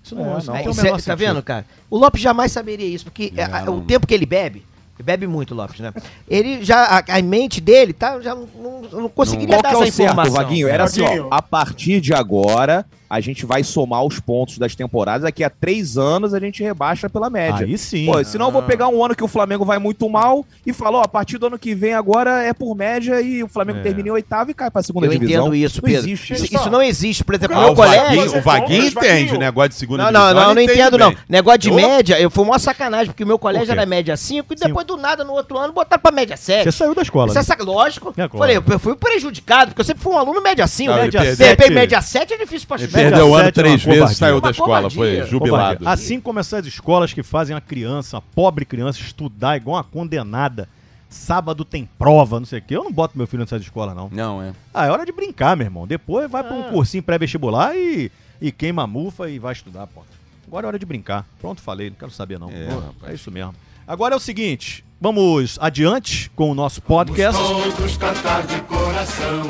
Speaker 2: Isso não,
Speaker 7: É,
Speaker 2: isso não
Speaker 6: Aí
Speaker 2: tem o
Speaker 6: cê-
Speaker 2: menor
Speaker 6: tá
Speaker 2: sentido.
Speaker 6: vendo, cara? O Lopes jamais saberia isso, porque
Speaker 5: É,
Speaker 6: a- a-
Speaker 5: não-
Speaker 6: o tempo que ele bebe, ele bebe muito, Lopes, né? Ele já, a, a mente dele, tá? Já não, não- não conseguiria
Speaker 7: Qual que
Speaker 6: dar
Speaker 7: é
Speaker 6: essa
Speaker 7: o certo,
Speaker 6: informação.
Speaker 7: Vaguinho? Era assim, ó,
Speaker 3: Vaguinho.
Speaker 7: a partir de agora, a gente vai somar os pontos das temporadas. Daqui a três anos, a gente rebaixa pela média.
Speaker 2: Aí sim.
Speaker 7: Pô, senão eu vou pegar um ano que o Flamengo vai muito mal e falar, ó, a partir do ano que vem agora é por média e o Flamengo
Speaker 2: É.
Speaker 7: termina em oitavo e cai pra segunda
Speaker 6: Eu
Speaker 7: divisão.
Speaker 6: entendo isso,
Speaker 7: Não
Speaker 6: Pedro.
Speaker 7: existe.
Speaker 6: Isso,
Speaker 3: Gente,
Speaker 6: isso
Speaker 3: ó,
Speaker 6: não existe, por exemplo,
Speaker 5: Ah,
Speaker 6: no meu
Speaker 5: o
Speaker 6: colégio.
Speaker 5: Vaguinho, o Vaguinho entende o negócio de segunda
Speaker 2: Ah,
Speaker 6: Não, não,
Speaker 5: divisão,
Speaker 6: não, eu não
Speaker 5: ele entende
Speaker 6: entendo, não.
Speaker 5: bem.
Speaker 6: Negócio de
Speaker 5: Eu-
Speaker 6: média, eu foi uma sacanagem, porque o meu colégio
Speaker 2: quê?
Speaker 6: era média 5 e
Speaker 2: Cinco.
Speaker 6: depois do nada, no outro ano, botaram pra média 7.
Speaker 2: Você saiu da escola.
Speaker 6: Isso é
Speaker 2: Né?
Speaker 6: sac- Lógico.
Speaker 2: É, claro.
Speaker 6: Falei, eu eu fui prejudicado, porque eu sempre fui um aluno média 5.
Speaker 5: Não, ele
Speaker 6: média
Speaker 5: perdeu.
Speaker 6: 7.
Speaker 2: Sete.
Speaker 6: Média 7 é difícil pra
Speaker 5: Ele
Speaker 6: chutar.
Speaker 5: perdeu o
Speaker 2: sete é
Speaker 5: ano
Speaker 2: uma
Speaker 5: três vezes,
Speaker 2: covardia.
Speaker 5: saiu da
Speaker 6: Uma
Speaker 5: escola,
Speaker 6: covardia.
Speaker 5: foi jubilado.
Speaker 2: Covardia. Assim como essas escolas que fazem a criança, a pobre criança, estudar igual uma condenada. Sábado tem prova, não sei o quê. Eu não boto meu filho nessas escolas, não.
Speaker 5: Não, é.
Speaker 2: Ah, é hora de brincar, meu irmão. Depois vai pra
Speaker 6: Ah.
Speaker 2: um cursinho pré-vestibular e, e queima a mufa e vai estudar, pô. Agora é hora de brincar. Pronto, falei, não quero saber, não.
Speaker 5: É,
Speaker 2: Pô,
Speaker 5: rapaz.
Speaker 2: é isso mesmo. Agora é o seguinte, vamos adiante com o nosso podcast.
Speaker 8: Todos cantar de coração.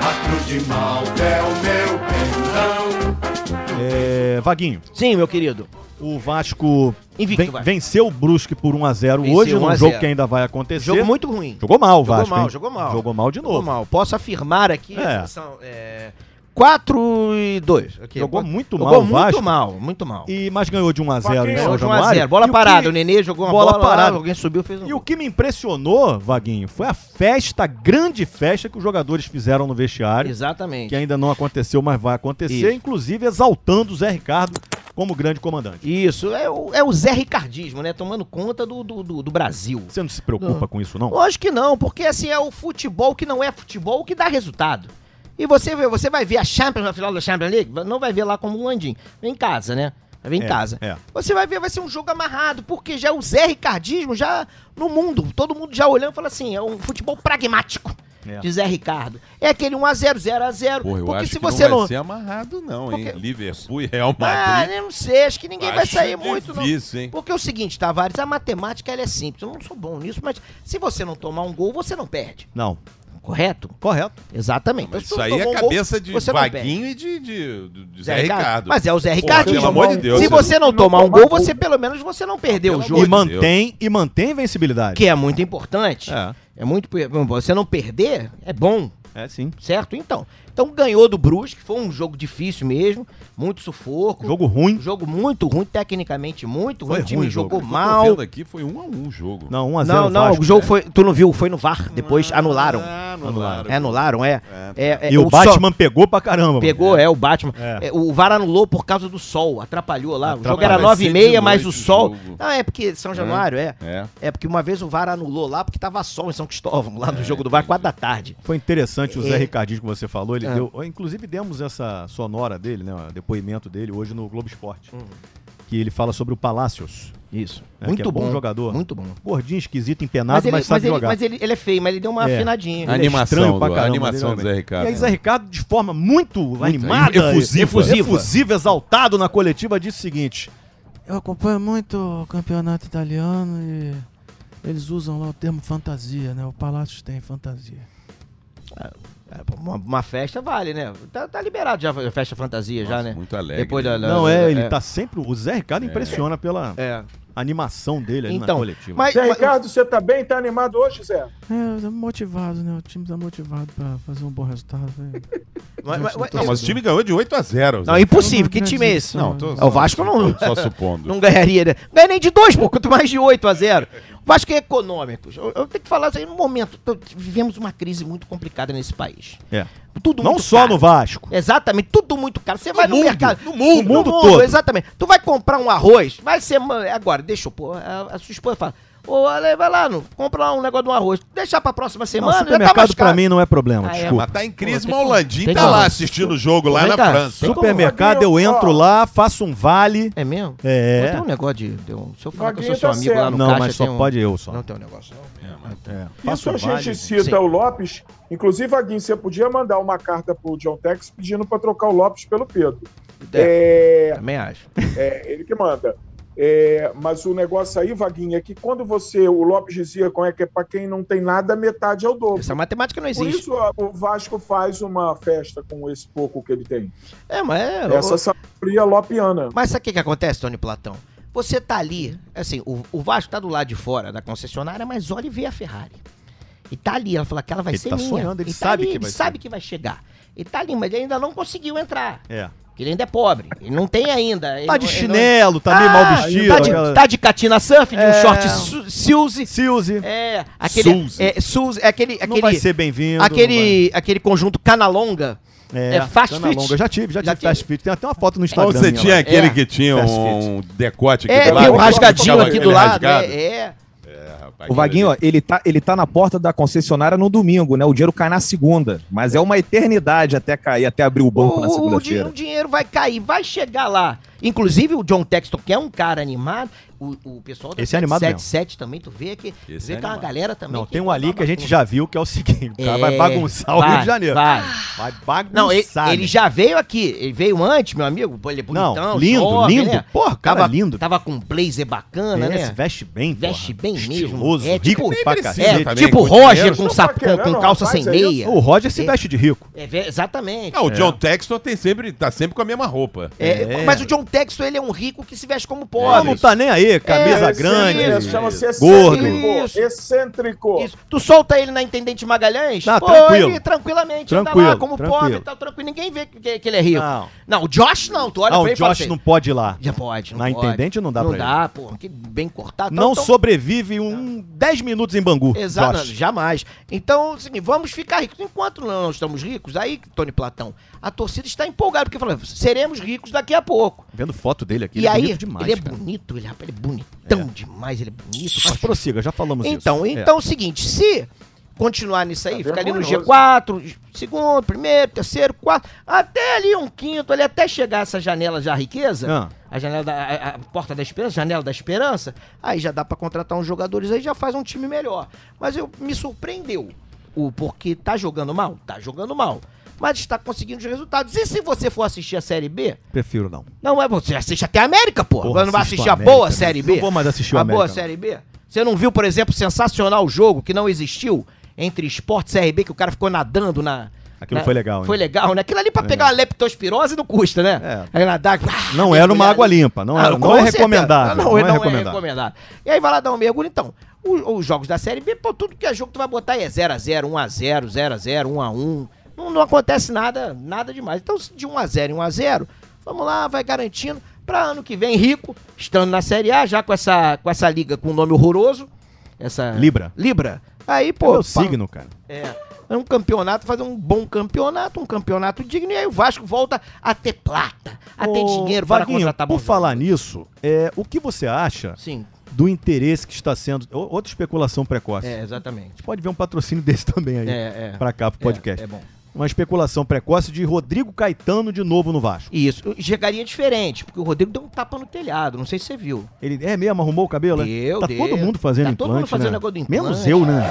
Speaker 8: A cruz de mal é o meu perdão.
Speaker 2: É, Vaguinho,
Speaker 6: Sim, meu querido.
Speaker 2: o Vasco
Speaker 6: Invicto,
Speaker 2: ven-
Speaker 6: Vasco.
Speaker 2: venceu o Brusque por 1x0
Speaker 6: Venceu
Speaker 2: hoje,
Speaker 6: 1 a
Speaker 2: num
Speaker 6: 0.
Speaker 2: jogo que ainda vai acontecer.
Speaker 6: Jogo muito ruim.
Speaker 2: Jogou mal o
Speaker 6: Jogou
Speaker 2: Vasco,
Speaker 6: mal,
Speaker 2: hein?
Speaker 6: jogou mal.
Speaker 2: Jogou mal de novo.
Speaker 6: Jogou mal. Posso afirmar aqui.
Speaker 2: É.
Speaker 6: São, é, 4 e 2. Aqui,
Speaker 2: Jogou
Speaker 6: bo-
Speaker 2: muito
Speaker 6: jogou
Speaker 2: mal o
Speaker 6: muito
Speaker 2: Vasco.
Speaker 6: mal, muito mal.
Speaker 2: E, mas ganhou de 1x0
Speaker 3: Vaguinho,
Speaker 2: em
Speaker 6: Ganhou
Speaker 2: São
Speaker 6: de 1 a
Speaker 2: Januário.
Speaker 6: 0. Bola
Speaker 2: E o
Speaker 6: parada.
Speaker 2: que-
Speaker 6: O Nenê jogou uma
Speaker 2: Bola
Speaker 6: bola,
Speaker 2: parada.
Speaker 6: Lá, alguém subiu fez um
Speaker 2: E
Speaker 6: gol.
Speaker 2: o que me impressionou, Vaguinho, foi a festa, a grande festa que os jogadores fizeram no vestiário.
Speaker 6: Exatamente.
Speaker 2: que ainda não aconteceu, mas vai acontecer,
Speaker 6: Isso.
Speaker 2: inclusive exaltando o Zé Ricardo como grande comandante.
Speaker 6: Isso, é o, é o Zé Ricardismo, né? Tomando conta do, do, do- do Brasil.
Speaker 2: Você não se preocupa
Speaker 6: Não.
Speaker 2: com isso, não?
Speaker 6: Lógico que não, porque assim é o futebol que não é futebol que dá resultado. E você vê, você vai ver a Champions, na final da Champions League, não vai ver lá como o Landim. Vem em casa, né? Vem em
Speaker 2: É,
Speaker 6: casa.
Speaker 2: é.
Speaker 6: Você vai ver, vai ser um jogo amarrado, porque já é o Zé Ricardismo já no mundo, todo mundo já olhando e fala assim, é um futebol pragmático
Speaker 2: É.
Speaker 6: de Zé Ricardo. É aquele 1x0, 0x0,
Speaker 5: Porra, eu
Speaker 6: porque
Speaker 5: acho
Speaker 6: se
Speaker 5: que não
Speaker 6: você
Speaker 5: vai
Speaker 6: não...
Speaker 5: ser amarrado não, hein?
Speaker 6: Porque-
Speaker 5: Liverpool e Real
Speaker 6: Ah,
Speaker 5: Madrid.
Speaker 6: eu não sei, acho que ninguém vai
Speaker 5: Acho
Speaker 6: sair muito, não.
Speaker 5: difícil, hein?
Speaker 6: Porque é o seguinte, Tavares, a matemática ela é simples. Eu não sou bom nisso, mas se você não tomar um gol, você não perde.
Speaker 2: Não.
Speaker 6: Correto?
Speaker 2: Correto.
Speaker 6: Exatamente.
Speaker 5: Mas
Speaker 6: Se
Speaker 5: isso
Speaker 6: não
Speaker 5: aí
Speaker 6: tomar
Speaker 5: é
Speaker 6: um gol,
Speaker 5: cabeça de
Speaker 6: você não perde.
Speaker 5: Vaguinho e de, de- de- de Zé Ricardo.
Speaker 6: Mas é o Zé
Speaker 5: Porra,
Speaker 6: Ricardo.
Speaker 5: Pelo amor de Deus.
Speaker 6: Se
Speaker 5: Zé.
Speaker 6: você não
Speaker 3: Não
Speaker 6: tomar um
Speaker 3: tomar
Speaker 6: gol,
Speaker 3: gol.
Speaker 6: você pelo menos você não perdeu
Speaker 5: Pelo
Speaker 6: o
Speaker 5: amor
Speaker 6: jogo.
Speaker 2: E
Speaker 5: de Deus.
Speaker 2: mantém, e mantém invencibilidade.
Speaker 6: Que é muito importante.
Speaker 2: É,
Speaker 6: É muito você não perder é bom,
Speaker 2: é sim.
Speaker 6: certo? Então, então ganhou do Brusque, foi um jogo difícil mesmo, muito sufoco.
Speaker 2: Jogo
Speaker 6: Um
Speaker 2: ruim.
Speaker 6: jogo muito ruim, tecnicamente muito ruim.
Speaker 2: Foi
Speaker 6: é o time
Speaker 2: ruim o
Speaker 6: jogou
Speaker 2: jogo.
Speaker 5: Eu tô
Speaker 6: mal.
Speaker 5: vendo aqui, foi um a um o jogo.
Speaker 2: Não, 1 a 0
Speaker 6: Não, não,
Speaker 2: Vasco.
Speaker 6: o jogo foi. Tu não viu, foi no VAR. Depois anularam.
Speaker 5: Ah,
Speaker 2: Anularam.
Speaker 5: anularam.
Speaker 6: É, anularam, é. É, é,
Speaker 2: E o
Speaker 6: sol-
Speaker 2: Batman pegou pra caramba.
Speaker 6: Pegou, é, o Batman.
Speaker 2: É.
Speaker 6: É, o VAR anulou por causa do sol, atrapalhou lá. O jogo
Speaker 5: Atrapalhou.
Speaker 6: era
Speaker 5: Vai ser
Speaker 6: 9 e meia,
Speaker 5: de
Speaker 6: mas o
Speaker 5: noite o
Speaker 6: sol.
Speaker 5: jogo.
Speaker 6: Ah, é porque São Januário, é.
Speaker 5: É.
Speaker 6: É porque uma vez o VAR anulou lá porque tava sol em São Cristóvão, lá no jogo do VAR, 4 da tarde.
Speaker 2: Foi interessante o Zé
Speaker 6: É.
Speaker 2: Ricardinho que você falou. Ele
Speaker 6: É.
Speaker 2: deu. Inclusive, demos essa sonora dele, né? o Depoimento dele hoje no Globo Esporte.
Speaker 6: Uhum.
Speaker 2: Que ele fala sobre o Palácios.
Speaker 6: Isso.
Speaker 2: É, que
Speaker 6: muito
Speaker 2: é bom
Speaker 6: bom.
Speaker 2: jogador.
Speaker 6: Muito bom.
Speaker 2: Gordinho, esquisito, empenado, mas,
Speaker 6: ele,
Speaker 2: sabe
Speaker 6: ele,
Speaker 2: jogar.
Speaker 6: mas ele- ele é feio, mas ele deu uma
Speaker 2: É.
Speaker 6: afinadinha.
Speaker 2: Ele é
Speaker 5: Animação,
Speaker 2: estranho pra
Speaker 5: do,
Speaker 2: caramba,
Speaker 5: animação
Speaker 2: ele
Speaker 5: do
Speaker 2: é-
Speaker 5: Zé Ricardo. né?
Speaker 2: E aí, Zé Ricardo, de forma muito, animada,
Speaker 5: efusiva.
Speaker 2: efusiva, efusiva, exaltado na coletiva, disse o seguinte: Eu acompanho muito o campeonato italiano e eles usam lá o termo fantasia, né? O Palácio tem fantasia.
Speaker 6: É, pô, Uma, uma festa vale, né? Tá, tá liberado já a festa fantasia, já, né?
Speaker 5: Muito alegre.
Speaker 6: Depois da- da-
Speaker 2: Não, é, ele
Speaker 6: é.
Speaker 2: tá sempre. O Zé Ricardo impressiona pela
Speaker 6: É.
Speaker 2: animação dele ali na
Speaker 6: Então,
Speaker 2: coletiva.
Speaker 6: Mas,
Speaker 3: Zé
Speaker 6: mas-
Speaker 3: Ricardo, você tá bem? Tá animado hoje, Zé?
Speaker 11: É, motivado, né? O time tá motivado pra fazer um bom resultado.
Speaker 2: né?
Speaker 11: velho.
Speaker 6: mas- mas- mas- tipo,
Speaker 5: Não, mas o time ganhou de 8 a 0.
Speaker 6: Não, é impossível. Que time é esse?
Speaker 5: Não, tô-
Speaker 6: É, o Vasco não.
Speaker 5: tô Só supondo.
Speaker 6: Não ganharia, né? Ganha nem de dois, pô, quanto mais de 8 a 0. O Vasco é econômico. Eu, eu tenho que falar isso aí no momento. Tô- Vivemos uma crise muito complicada nesse país.
Speaker 2: É.
Speaker 6: Tudo
Speaker 2: Não
Speaker 6: muito
Speaker 2: só
Speaker 6: caro.
Speaker 2: no Vasco.
Speaker 6: Exatamente, tudo muito caro. Você vai no,
Speaker 5: mundo,
Speaker 6: mercado.
Speaker 5: no mundo.
Speaker 6: no mundo,
Speaker 2: No mundo todo.
Speaker 6: Exatamente. Tu vai comprar um arroz, vai ser. ma- Agora, deixa eu pôr. A, a sua esposa fala. Ô, Ale, vai lá, no, compra lá um negócio de um arroz. Deixar pra próxima
Speaker 2: Não,
Speaker 6: semana. já tá
Speaker 2: supermercado
Speaker 6: mais
Speaker 2: pra
Speaker 6: caro.
Speaker 2: mim não é problema,
Speaker 6: Ah, é,
Speaker 2: desculpa.
Speaker 5: Mas tá em crise,
Speaker 6: Tem
Speaker 5: mas o
Speaker 6: que-
Speaker 5: Landim
Speaker 6: tem
Speaker 5: tá
Speaker 6: que-
Speaker 5: lá assistindo o jogo lá
Speaker 6: Vem
Speaker 5: na
Speaker 6: cá,
Speaker 5: França.
Speaker 6: super-
Speaker 2: Supermercado, eu entro lá, faço um vale.
Speaker 6: É mesmo?
Speaker 2: É.
Speaker 6: Tem um negócio de. de um- se eu falar que eu sou seu
Speaker 3: Vaguinho tá
Speaker 6: amigo lá
Speaker 3: certo.
Speaker 6: no
Speaker 2: Não,
Speaker 6: caixa,
Speaker 2: mas só
Speaker 6: tem um-
Speaker 2: pode eu só.
Speaker 6: Não tem um negócio, não.
Speaker 2: É,
Speaker 3: Isso
Speaker 2: faço
Speaker 3: a
Speaker 2: um
Speaker 3: Então, gente
Speaker 2: vale.
Speaker 3: cita
Speaker 6: Sim.
Speaker 3: o Lopes. Inclusive, Vaguinho, você podia mandar uma carta pro John Tex pedindo pra trocar o Lopes pelo Pedro. É,
Speaker 6: Também acho.
Speaker 3: É, ele que manda. É, mas o negócio aí, Vaguinho, é que quando você, o Lopes dizia como é que é para quem não tem nada, metade é o dobro.
Speaker 6: Essa matemática não
Speaker 3: Por
Speaker 6: existe.
Speaker 3: isso ó, o Vasco faz uma festa com esse pouco que ele tem.
Speaker 6: É, mas é.
Speaker 3: Essa sabedoria lopiana.
Speaker 6: Mas sabe o que, que acontece, Tony Platão? Você tá ali, assim, o, o Vasco tá do lado de fora da concessionária, mas olha e vê a Ferrari. E tá ali, ela fala que ela vai
Speaker 2: Ele
Speaker 6: ser
Speaker 2: tá
Speaker 6: minha.
Speaker 2: sonhando, ele
Speaker 6: E tá
Speaker 2: sabe
Speaker 6: ali,
Speaker 2: que vai
Speaker 6: ele
Speaker 2: ser.
Speaker 6: sabe que vai chegar. E tá ali, mas ele ainda não conseguiu entrar.
Speaker 2: É.
Speaker 6: porque Ele ainda é pobre. Ele não tem ainda. ele
Speaker 2: Tá
Speaker 6: não-
Speaker 2: de
Speaker 6: ele não-
Speaker 2: chinelo, tá meio mal
Speaker 6: Ah,
Speaker 2: vestido.
Speaker 6: Tá de,
Speaker 2: aquela-
Speaker 6: tá de catina surf, de um
Speaker 2: É.
Speaker 6: short su- Silze.
Speaker 2: Silze,
Speaker 6: É, aquele.
Speaker 5: Suzy.
Speaker 6: É, Suzy, é aquele.
Speaker 2: não vai
Speaker 6: aquele
Speaker 2: ser bem-vindo. não
Speaker 6: Aquele, aquele conjunto canalonga.
Speaker 2: vai- É,
Speaker 6: é fast
Speaker 2: cana
Speaker 6: fit.
Speaker 2: longa. Eu Já tive, já,
Speaker 6: Já
Speaker 2: tive fast fit. Tem até uma foto no Instagram.
Speaker 5: Ou você
Speaker 2: minha
Speaker 5: tinha
Speaker 2: lá.
Speaker 5: aquele
Speaker 6: É.
Speaker 5: que tinha
Speaker 2: Fast
Speaker 5: um decote aqui
Speaker 6: É,
Speaker 5: do
Speaker 6: tem
Speaker 5: lado?
Speaker 6: um rasgadinho
Speaker 5: Ficava
Speaker 6: aqui
Speaker 5: aquele
Speaker 6: do lado.
Speaker 5: rasgado.
Speaker 6: né? é.
Speaker 5: rapaz,
Speaker 7: O Vaguinho, ó, ele tá, ele tá na porta da concessionária no domingo, né? O dinheiro cai na segunda. Mas é uma eternidade até cair, até abrir o banco na
Speaker 6: O- o, di-
Speaker 7: segunda-feira.
Speaker 6: o dinheiro vai cair, vai chegar lá. Inclusive, o John Texton, que é um cara animado, o, o pessoal da
Speaker 2: Esse é animado
Speaker 6: 77 também, tu vê que,
Speaker 5: Esse
Speaker 6: vê
Speaker 5: é
Speaker 6: que é uma
Speaker 5: animado.
Speaker 6: galera também.
Speaker 2: Não, tem um ali que a gente já viu que é o seguinte: o cara
Speaker 6: É,
Speaker 2: vai bagunçar o Rio
Speaker 6: vai,
Speaker 2: de Janeiro.
Speaker 6: vai.
Speaker 2: Vai bagunçar.
Speaker 6: Não, ele, ele
Speaker 2: né?
Speaker 6: já veio aqui. Ele veio antes, meu amigo. Ele é bonitão,
Speaker 2: Não, lindo,
Speaker 6: jovem,
Speaker 2: lindo.
Speaker 6: né?
Speaker 2: Porra, cara
Speaker 6: tava,
Speaker 2: lindo.
Speaker 6: Tava com um blazer bacana,
Speaker 2: Veste,
Speaker 6: né?
Speaker 2: veste bem,
Speaker 6: Veste
Speaker 2: porra.
Speaker 6: bem mesmo.
Speaker 2: Estiloso,
Speaker 6: É,
Speaker 2: rico pra
Speaker 6: tipo-
Speaker 5: Nem precisa
Speaker 2: cacete.
Speaker 6: É,
Speaker 5: também,
Speaker 6: tipo
Speaker 5: com
Speaker 6: Roger
Speaker 5: dinheiro.
Speaker 6: com,
Speaker 3: Não
Speaker 6: sapo,
Speaker 3: paquerando,
Speaker 6: com calça
Speaker 3: rapaz,
Speaker 6: sem
Speaker 3: é isso?
Speaker 6: meia.
Speaker 2: O Roger se
Speaker 6: É.
Speaker 2: veste de rico.
Speaker 6: É, ve- exatamente.
Speaker 5: Não, o John Texton tem sempre, tá sempre com a mesma roupa.
Speaker 6: É,
Speaker 2: É.
Speaker 6: Mas o John Textor, ele é um rico que se veste como pobre.
Speaker 2: Pô, não tá nem aí, camisa grande,
Speaker 6: isso,
Speaker 3: É, Chama-se
Speaker 2: gordo.
Speaker 3: excêntrico.
Speaker 6: Isso.
Speaker 3: Excêntrico.
Speaker 6: Tu solta ele na Intendente Magalhães?
Speaker 2: Tá, tranquilo.
Speaker 6: ele tranquilamente
Speaker 2: Tranquilo,
Speaker 6: anda lá como
Speaker 2: tranquilo.
Speaker 6: pobre e tal, tranquilo. Ninguém vê que, que ele é rico.
Speaker 2: Não.
Speaker 6: Não. o Josh não. Tu olha
Speaker 2: Ah,
Speaker 6: pra
Speaker 2: o
Speaker 6: ele e fala
Speaker 2: Josh
Speaker 6: assim,
Speaker 2: não pode ir lá.
Speaker 6: Já pode, não
Speaker 2: Na
Speaker 6: pode.
Speaker 2: intendente não dá
Speaker 6: Não
Speaker 2: pra ele.
Speaker 6: dá, pô. Que bem cortado.
Speaker 2: Não
Speaker 6: então,
Speaker 2: sobrevive um 10 minutos em Bangu.
Speaker 6: Exato,
Speaker 2: Josh.
Speaker 6: jamais. Então, assim, vamos ficar ricos. Enquanto não estamos ricos, aí, Tony Platão, a torcida está empolgada, porque falando, seremos ricos daqui a pouco.
Speaker 2: Tá Vendo foto dele aqui,
Speaker 6: e
Speaker 2: ele é
Speaker 6: aí,
Speaker 2: bonito demais.
Speaker 6: ele é
Speaker 2: cara.
Speaker 6: bonito, ele, é- ele é bonitão demais, ele é bonito.
Speaker 2: Mas prossiga, já falamos
Speaker 6: Então,
Speaker 2: isso.
Speaker 6: então é o seguinte, se continuar nisso aí,
Speaker 3: Tá
Speaker 6: ficar ali no
Speaker 3: vergonhoso.
Speaker 6: G4, segundo, primeiro, terceiro, quarto, até ali um quinto, ali até chegar essa janela da riqueza,
Speaker 2: Ah.
Speaker 6: a janela da a, a porta da esperança, janela da esperança, aí já dá pra contratar uns jogadores aí já faz um time melhor. Mas eu me surpreendeu o porque tá jogando mal, tá jogando mal. Mas está conseguindo os resultados. E se você for assistir a Série B,
Speaker 2: É, prefiro não.
Speaker 6: não é você assiste até a América, pô.
Speaker 2: Porra,
Speaker 6: Agora não vai
Speaker 2: assisto
Speaker 6: assistir a,
Speaker 2: América,
Speaker 6: boa
Speaker 2: né?
Speaker 6: Série B.
Speaker 2: Não vou mais assistir o
Speaker 6: a
Speaker 2: América,
Speaker 6: boa
Speaker 2: não.
Speaker 6: Série B. Você não viu, por exemplo, sensacional jogo que não existiu entre esporte e CRB, que o cara ficou nadando na.
Speaker 2: Aquilo
Speaker 6: na-
Speaker 2: foi legal, hein?
Speaker 6: Foi legal, né? Aquilo ali pra pegar uma leptospirose não custa, né? Aí nadar.
Speaker 2: É.
Speaker 6: ah,
Speaker 2: Não era uma água limpa, não, era,
Speaker 6: com
Speaker 2: não é
Speaker 6: certeza.
Speaker 2: recomendável.
Speaker 6: Não, não, é
Speaker 2: recomendável.
Speaker 6: recomendado. E aí vai lá dar um mergulho, então. O- Os jogos da Série B, pô, tudo que é jogo tu vai botar aí é 0x0, 1x0, 0x0, 1x1. Não, não acontece nada, nada demais. Então, se de 1x0 em 1x0, vamos lá, vai garantindo. Pra ano que vem, rico, estando na Série A, já com essa, com essa liga com um nome horroroso. Essa...
Speaker 2: Libra.
Speaker 6: Libra. Aí,
Speaker 2: É
Speaker 6: pô.
Speaker 2: meu
Speaker 6: pa-
Speaker 2: signo, cara.
Speaker 6: é. É um campeonato, fazer um bom campeonato, um campeonato digno, e aí o Vasco volta a ter plata, a ter
Speaker 2: Ô,
Speaker 6: dinheiro para
Speaker 2: Vaguinho,
Speaker 6: contratar
Speaker 2: Por
Speaker 6: bons
Speaker 2: falar nisso, é, o que você acha
Speaker 6: jogadores. Sim,
Speaker 2: do interesse que está sendo. Ô, Outra especulação precoce.
Speaker 6: é,
Speaker 2: A
Speaker 6: exatamente.
Speaker 2: gente pode ver um patrocínio desse também assim, aí.
Speaker 6: É, é.
Speaker 2: Pra cá, pro
Speaker 6: É,
Speaker 2: podcast.
Speaker 6: É, bom.
Speaker 2: Uma especulação precoce de Rodrigo Caetano de novo no Vasco.
Speaker 6: Isso. Chegaria diferente, porque o Rodrigo deu um tapa no telhado. Não sei se você viu.
Speaker 2: Ele é mesmo, arrumou o cabelo, né?
Speaker 6: Deu,
Speaker 2: tá
Speaker 6: deu.
Speaker 2: todo mundo fazendo
Speaker 6: Tá
Speaker 2: implante,
Speaker 6: todo mundo fazendo
Speaker 2: né?
Speaker 6: negócio do implante.
Speaker 2: Menos eu, né?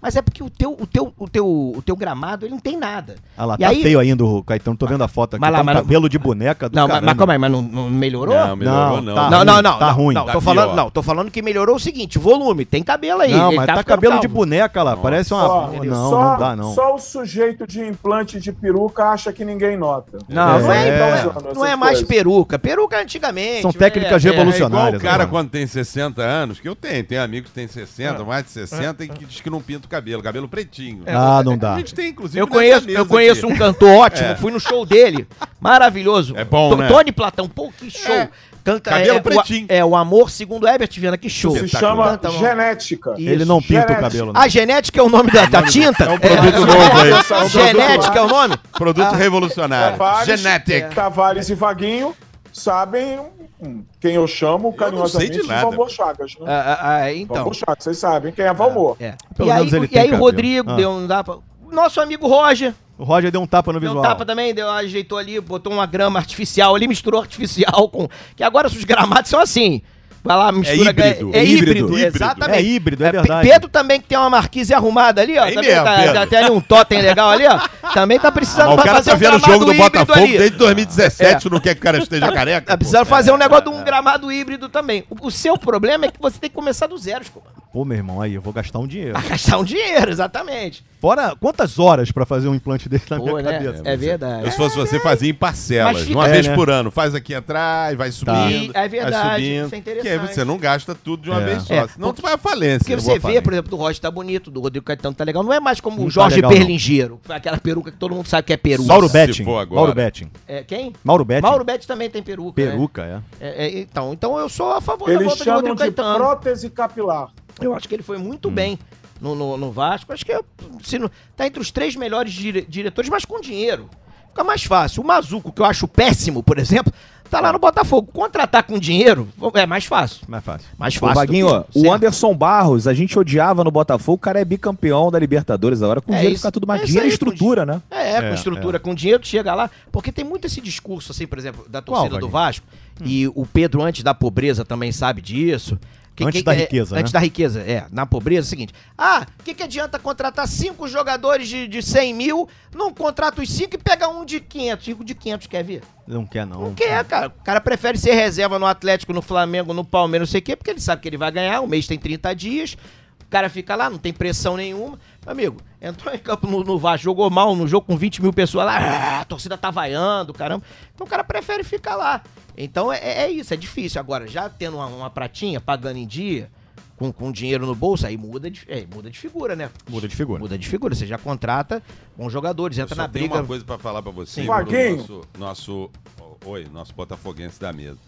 Speaker 6: Mas é porque o teu, o teu, o teu, o teu gramado, ele não tem nada.
Speaker 2: Ah lá,
Speaker 6: E
Speaker 2: tá
Speaker 6: aí-
Speaker 2: feio ainda o Caetano, tô vendo a foto aqui.
Speaker 6: Mas lá,
Speaker 2: tá um
Speaker 6: mas não-
Speaker 2: cabelo de boneca do
Speaker 6: Não, mas,
Speaker 2: caramba.
Speaker 6: mas calma aí, mas não, não melhorou?
Speaker 5: Não, melhorou não.
Speaker 2: tá
Speaker 6: não, não,
Speaker 2: ruim,
Speaker 6: não,
Speaker 2: tá
Speaker 6: não,
Speaker 2: ruim.
Speaker 6: Não,
Speaker 5: Tá
Speaker 6: tô falando,
Speaker 5: pior.
Speaker 6: não, tô falando que melhorou o seguinte, o volume, tem cabelo aí.
Speaker 2: Não,
Speaker 6: ele
Speaker 2: mas tá
Speaker 6: ficando
Speaker 2: cabelo de
Speaker 6: calvo.
Speaker 2: boneca lá, parece uma.
Speaker 3: Ó,
Speaker 2: não, não dá não.
Speaker 3: Só o sujeito de implante de peruca acha que ninguém nota.
Speaker 6: Não, não é,
Speaker 2: É.
Speaker 6: não é, não é mais
Speaker 3: peruca.
Speaker 6: peruca. Peruca antigamente.
Speaker 2: São
Speaker 6: né?
Speaker 2: técnicas
Speaker 6: É,
Speaker 5: É igual
Speaker 2: revolucionárias.
Speaker 5: o cara
Speaker 2: né?
Speaker 5: quando tem 60 anos, que eu tenho, tenho amigos que têm 60, mais de 60, e que diz que não pinta o cabelo, cabelo pretinho. É,
Speaker 2: Ah, não dá.
Speaker 5: A gente tem, inclusive,
Speaker 6: Eu
Speaker 5: nessa
Speaker 6: conheço,
Speaker 5: mesa
Speaker 6: eu conheço
Speaker 5: aqui.
Speaker 6: um cantor ótimo, fui no show dele. Maravilhoso.
Speaker 5: É bom,
Speaker 6: To-
Speaker 5: né?
Speaker 6: Tony Platão, pô, que show.
Speaker 5: É.
Speaker 6: Canta,
Speaker 5: Cabelo
Speaker 6: é,
Speaker 5: pretinho.
Speaker 6: O, é, o amor segundo Herbert Viana, que show.
Speaker 3: Se
Speaker 5: Espetacular.
Speaker 3: chama
Speaker 6: Tá, tá bom.
Speaker 3: genética.
Speaker 2: Ele não pinta o
Speaker 3: Genética.
Speaker 2: cabelo, não.
Speaker 6: A genética é o nome da, da tinta? É um
Speaker 5: Produto novo aí.
Speaker 6: Genética é o nome?
Speaker 5: Produto revolucionário.
Speaker 3: Tavares,
Speaker 5: Genetic.
Speaker 3: Tavares e Vaguinho sabem hum, quem eu chamo carinhosamente
Speaker 5: sei de nada.
Speaker 3: Valmor Chagas, né?
Speaker 6: Ah, ah, ah,
Speaker 3: Valmor
Speaker 6: então.
Speaker 3: Chagas, vocês sabem quem é Valmor.
Speaker 6: É.
Speaker 2: Pelo
Speaker 6: E aí,
Speaker 2: menos ele
Speaker 6: e
Speaker 2: tem
Speaker 6: aí o
Speaker 2: cabelo.
Speaker 6: Rodrigo
Speaker 2: Ah.
Speaker 6: deu um tapa. Nosso amigo Roger
Speaker 2: O Roger deu um tapa no
Speaker 6: deu
Speaker 2: visual.
Speaker 6: um tapa também, deu, ajeitou ali, botou uma grama artificial ali, misturou artificial com. Que agora os gramados são assim. Vai lá, mistura.
Speaker 5: híbrido,
Speaker 6: É, é híbrido,
Speaker 5: híbrido, híbrido.
Speaker 6: exatamente.
Speaker 2: É híbrido, é
Speaker 6: Pe-
Speaker 2: verdade.
Speaker 6: Pedro também, que tem uma marquise arrumada ali, ó.
Speaker 5: Aí
Speaker 6: também
Speaker 5: mesmo,
Speaker 6: tá,
Speaker 5: Pedro.
Speaker 6: tá- tem ali um totem legal ali, ó. Também tá precisando
Speaker 5: Mas o
Speaker 6: pra
Speaker 5: cara tá vendo o
Speaker 6: gramado
Speaker 5: jogo do
Speaker 6: híbrido
Speaker 5: Botafogo
Speaker 6: ali. É.
Speaker 5: desde 2017, não quer que o cara esteja careca.
Speaker 6: Tá
Speaker 5: pô. é.
Speaker 6: precisando fazer um negócio de um gramado híbrido também. O, o seu problema é que você tem que começar do zero, Escobar.
Speaker 2: Pô, meu irmão, aí eu vou gastar um dinheiro.
Speaker 6: Pra gastar um dinheiro, exatamente.
Speaker 2: Fora quantas horas pra fazer um implante desse na
Speaker 6: Pô,
Speaker 2: minha
Speaker 6: né?
Speaker 2: cabeça?
Speaker 6: É verdade.
Speaker 5: Eu, se fosse você, fazia em parcelas,
Speaker 6: Mas fica-
Speaker 5: uma
Speaker 2: É,
Speaker 5: vez
Speaker 2: né?
Speaker 5: por ano. Faz aqui atrás, vai subindo.
Speaker 6: É verdade,
Speaker 5: vai
Speaker 6: isso é
Speaker 5: que aí
Speaker 6: interessante.
Speaker 5: você não gasta tudo de uma
Speaker 2: É.
Speaker 5: vez só.
Speaker 6: É,
Speaker 5: senão tu vai à falência.
Speaker 6: Porque
Speaker 5: eu
Speaker 6: você
Speaker 5: vou à
Speaker 6: vê, por
Speaker 5: falência.
Speaker 6: exemplo, do Roger tá bonito, do Rodrigo Caetano tá legal. Não é mais como
Speaker 2: Não
Speaker 6: o
Speaker 2: tá
Speaker 6: Jorge
Speaker 2: legal,
Speaker 6: Berlingeiro, aquela peruca que todo mundo sabe que é peruca.
Speaker 2: Mauro
Speaker 5: Se
Speaker 2: Betting.
Speaker 5: for agora.
Speaker 2: Mauro Betting.
Speaker 6: É, quem?
Speaker 2: Mauro Betting.
Speaker 6: Mauro Betti também tem peruca.
Speaker 2: Peruca, é.
Speaker 6: né? É, é, então, então eu sou a favor da
Speaker 3: Eles
Speaker 6: volta de
Speaker 3: chamam
Speaker 6: Rodrigo
Speaker 3: de
Speaker 6: Caetano.
Speaker 3: prótese capilar.
Speaker 6: Eu acho que ele foi
Speaker 7: Hum.
Speaker 6: muito bem no, no, no Vasco. Acho que é, se não- tá entre os três melhores dire- diretores, mas com dinheiro. Fica mais fácil. O Mazuco, que eu acho péssimo, por exemplo, tá lá no Botafogo. Contratar com dinheiro é mais fácil.
Speaker 2: Mais fácil.
Speaker 6: Mais
Speaker 7: Ô,
Speaker 6: fácil.
Speaker 7: Vaguinho,
Speaker 6: do
Speaker 7: ó,
Speaker 6: que-
Speaker 7: o
Speaker 6: certo.
Speaker 7: Anderson Barros, a gente odiava no Botafogo, o cara é bicampeão da Libertadores agora, com
Speaker 6: É
Speaker 7: dinheiro
Speaker 6: isso,
Speaker 7: fica tudo mais.
Speaker 6: é isso
Speaker 7: dinheiro e
Speaker 6: aí, com
Speaker 7: estrutura, né?
Speaker 6: É, é,
Speaker 2: É,
Speaker 6: com estrutura, com dinheiro, tu chega lá. Porque tem muito esse discurso, assim, por exemplo, da torcida
Speaker 2: Qual,
Speaker 6: do
Speaker 2: Wagner? Hum.
Speaker 6: Vasco. E o Pedro, antes da pobreza, também sabe disso. Que-
Speaker 2: Antes
Speaker 6: que-
Speaker 2: da
Speaker 6: é,
Speaker 2: riqueza, né?
Speaker 6: Antes da riqueza, é. Na pobreza é o seguinte. Ah, o que, que adianta contratar cinco jogadores de, de 100 mil, não contrata os cinco e pega um de 500. Cinco de 500, quer ver?
Speaker 2: Não quer, não.
Speaker 6: Não quer, é, cara. O cara prefere ser reserva no Atlético, no Flamengo, no Palmeiras, não sei o quê, porque ele sabe que ele vai ganhar. O mês tem 30 dias. O cara fica lá, não tem pressão nenhuma. Amigo, entrou em campo no, no Vasco, jogou mal no jogo com 20 mil pessoas lá, ah, a torcida tá vaiando, caramba. Então o cara prefere ficar lá. Então é, é isso, é difícil. Agora, já tendo uma, uma pratinha, pagando em dia, com, com dinheiro no bolso, aí muda de, é, muda de figura, né?
Speaker 2: Muda de figura.
Speaker 6: Muda de figura. Você já contrata bons jogadores, entra
Speaker 5: Só
Speaker 6: na
Speaker 5: tem
Speaker 6: briga.
Speaker 5: uma coisa pra falar pra você,
Speaker 6: Sim.
Speaker 5: Bruno,
Speaker 6: Vaguinho.
Speaker 5: nosso, nosso oi, nosso botafoguense da mesa.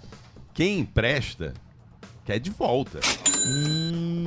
Speaker 5: Quem empresta quer de volta.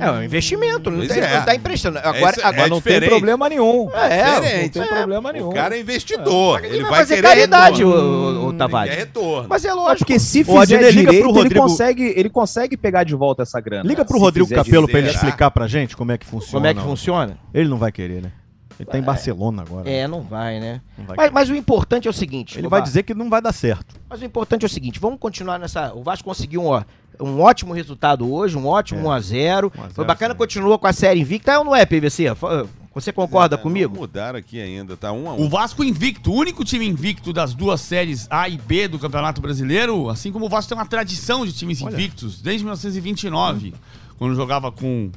Speaker 6: É um investimento, não,
Speaker 5: Pois
Speaker 6: tem,
Speaker 5: é.
Speaker 6: não tá emprestando.
Speaker 5: É
Speaker 6: Agora,
Speaker 5: isso- é
Speaker 6: agora não tem
Speaker 5: diferente.
Speaker 6: problema.
Speaker 7: nenhum.
Speaker 6: É,
Speaker 5: diferente.
Speaker 6: não tem problema nenhum.
Speaker 5: O cara é investidor.
Speaker 6: É.
Speaker 5: Ele
Speaker 6: Vai Hum,
Speaker 5: vai,
Speaker 6: fazer
Speaker 5: querer
Speaker 6: caridade,
Speaker 5: retorno.
Speaker 6: o- o- o Tavares.
Speaker 5: Ele quer retorno.
Speaker 6: Mas é
Speaker 7: Mas
Speaker 6: lógico.
Speaker 7: porque se
Speaker 2: Ô,
Speaker 7: fizer
Speaker 2: Adnet, liga
Speaker 7: direito,
Speaker 2: pro
Speaker 7: ele,
Speaker 2: Rodrigo-
Speaker 7: consegue, ele consegue pegar de volta essa grana.
Speaker 6: né?
Speaker 2: Liga pro
Speaker 7: Se
Speaker 2: Rodrigo
Speaker 7: fizer
Speaker 2: Capelo
Speaker 7: direito.
Speaker 2: pra ele
Speaker 5: será?
Speaker 2: explicar pra gente como é que funciona.
Speaker 6: Como é que funciona?
Speaker 2: Ele não vai querer, né? Ele tá em Barcelona agora.
Speaker 6: É, não vai, né?
Speaker 2: Não vai
Speaker 6: Mas,
Speaker 2: querer.
Speaker 6: mas o importante é o seguinte.
Speaker 2: Ele
Speaker 6: Escobar.
Speaker 2: vai dizer que não vai dar certo.
Speaker 6: Mas o importante é o seguinte, vamos continuar nessa. O Vasco conseguiu um, ó, um ótimo resultado hoje, um ótimo 1x0.
Speaker 2: 1 É. a 0,
Speaker 6: Foi bacana,
Speaker 2: sim.
Speaker 6: continua com a série invicta, é ou não é, PVC? Fa- Você concorda
Speaker 5: É,
Speaker 6: comigo?
Speaker 5: não Mudaram aqui ainda, tá um a um.
Speaker 12: O Vasco invicto, o único time invicto das duas séries A e B do Campeonato Brasileiro, assim como o Vasco tem uma tradição de times invictos, desde 1929, quando jogava com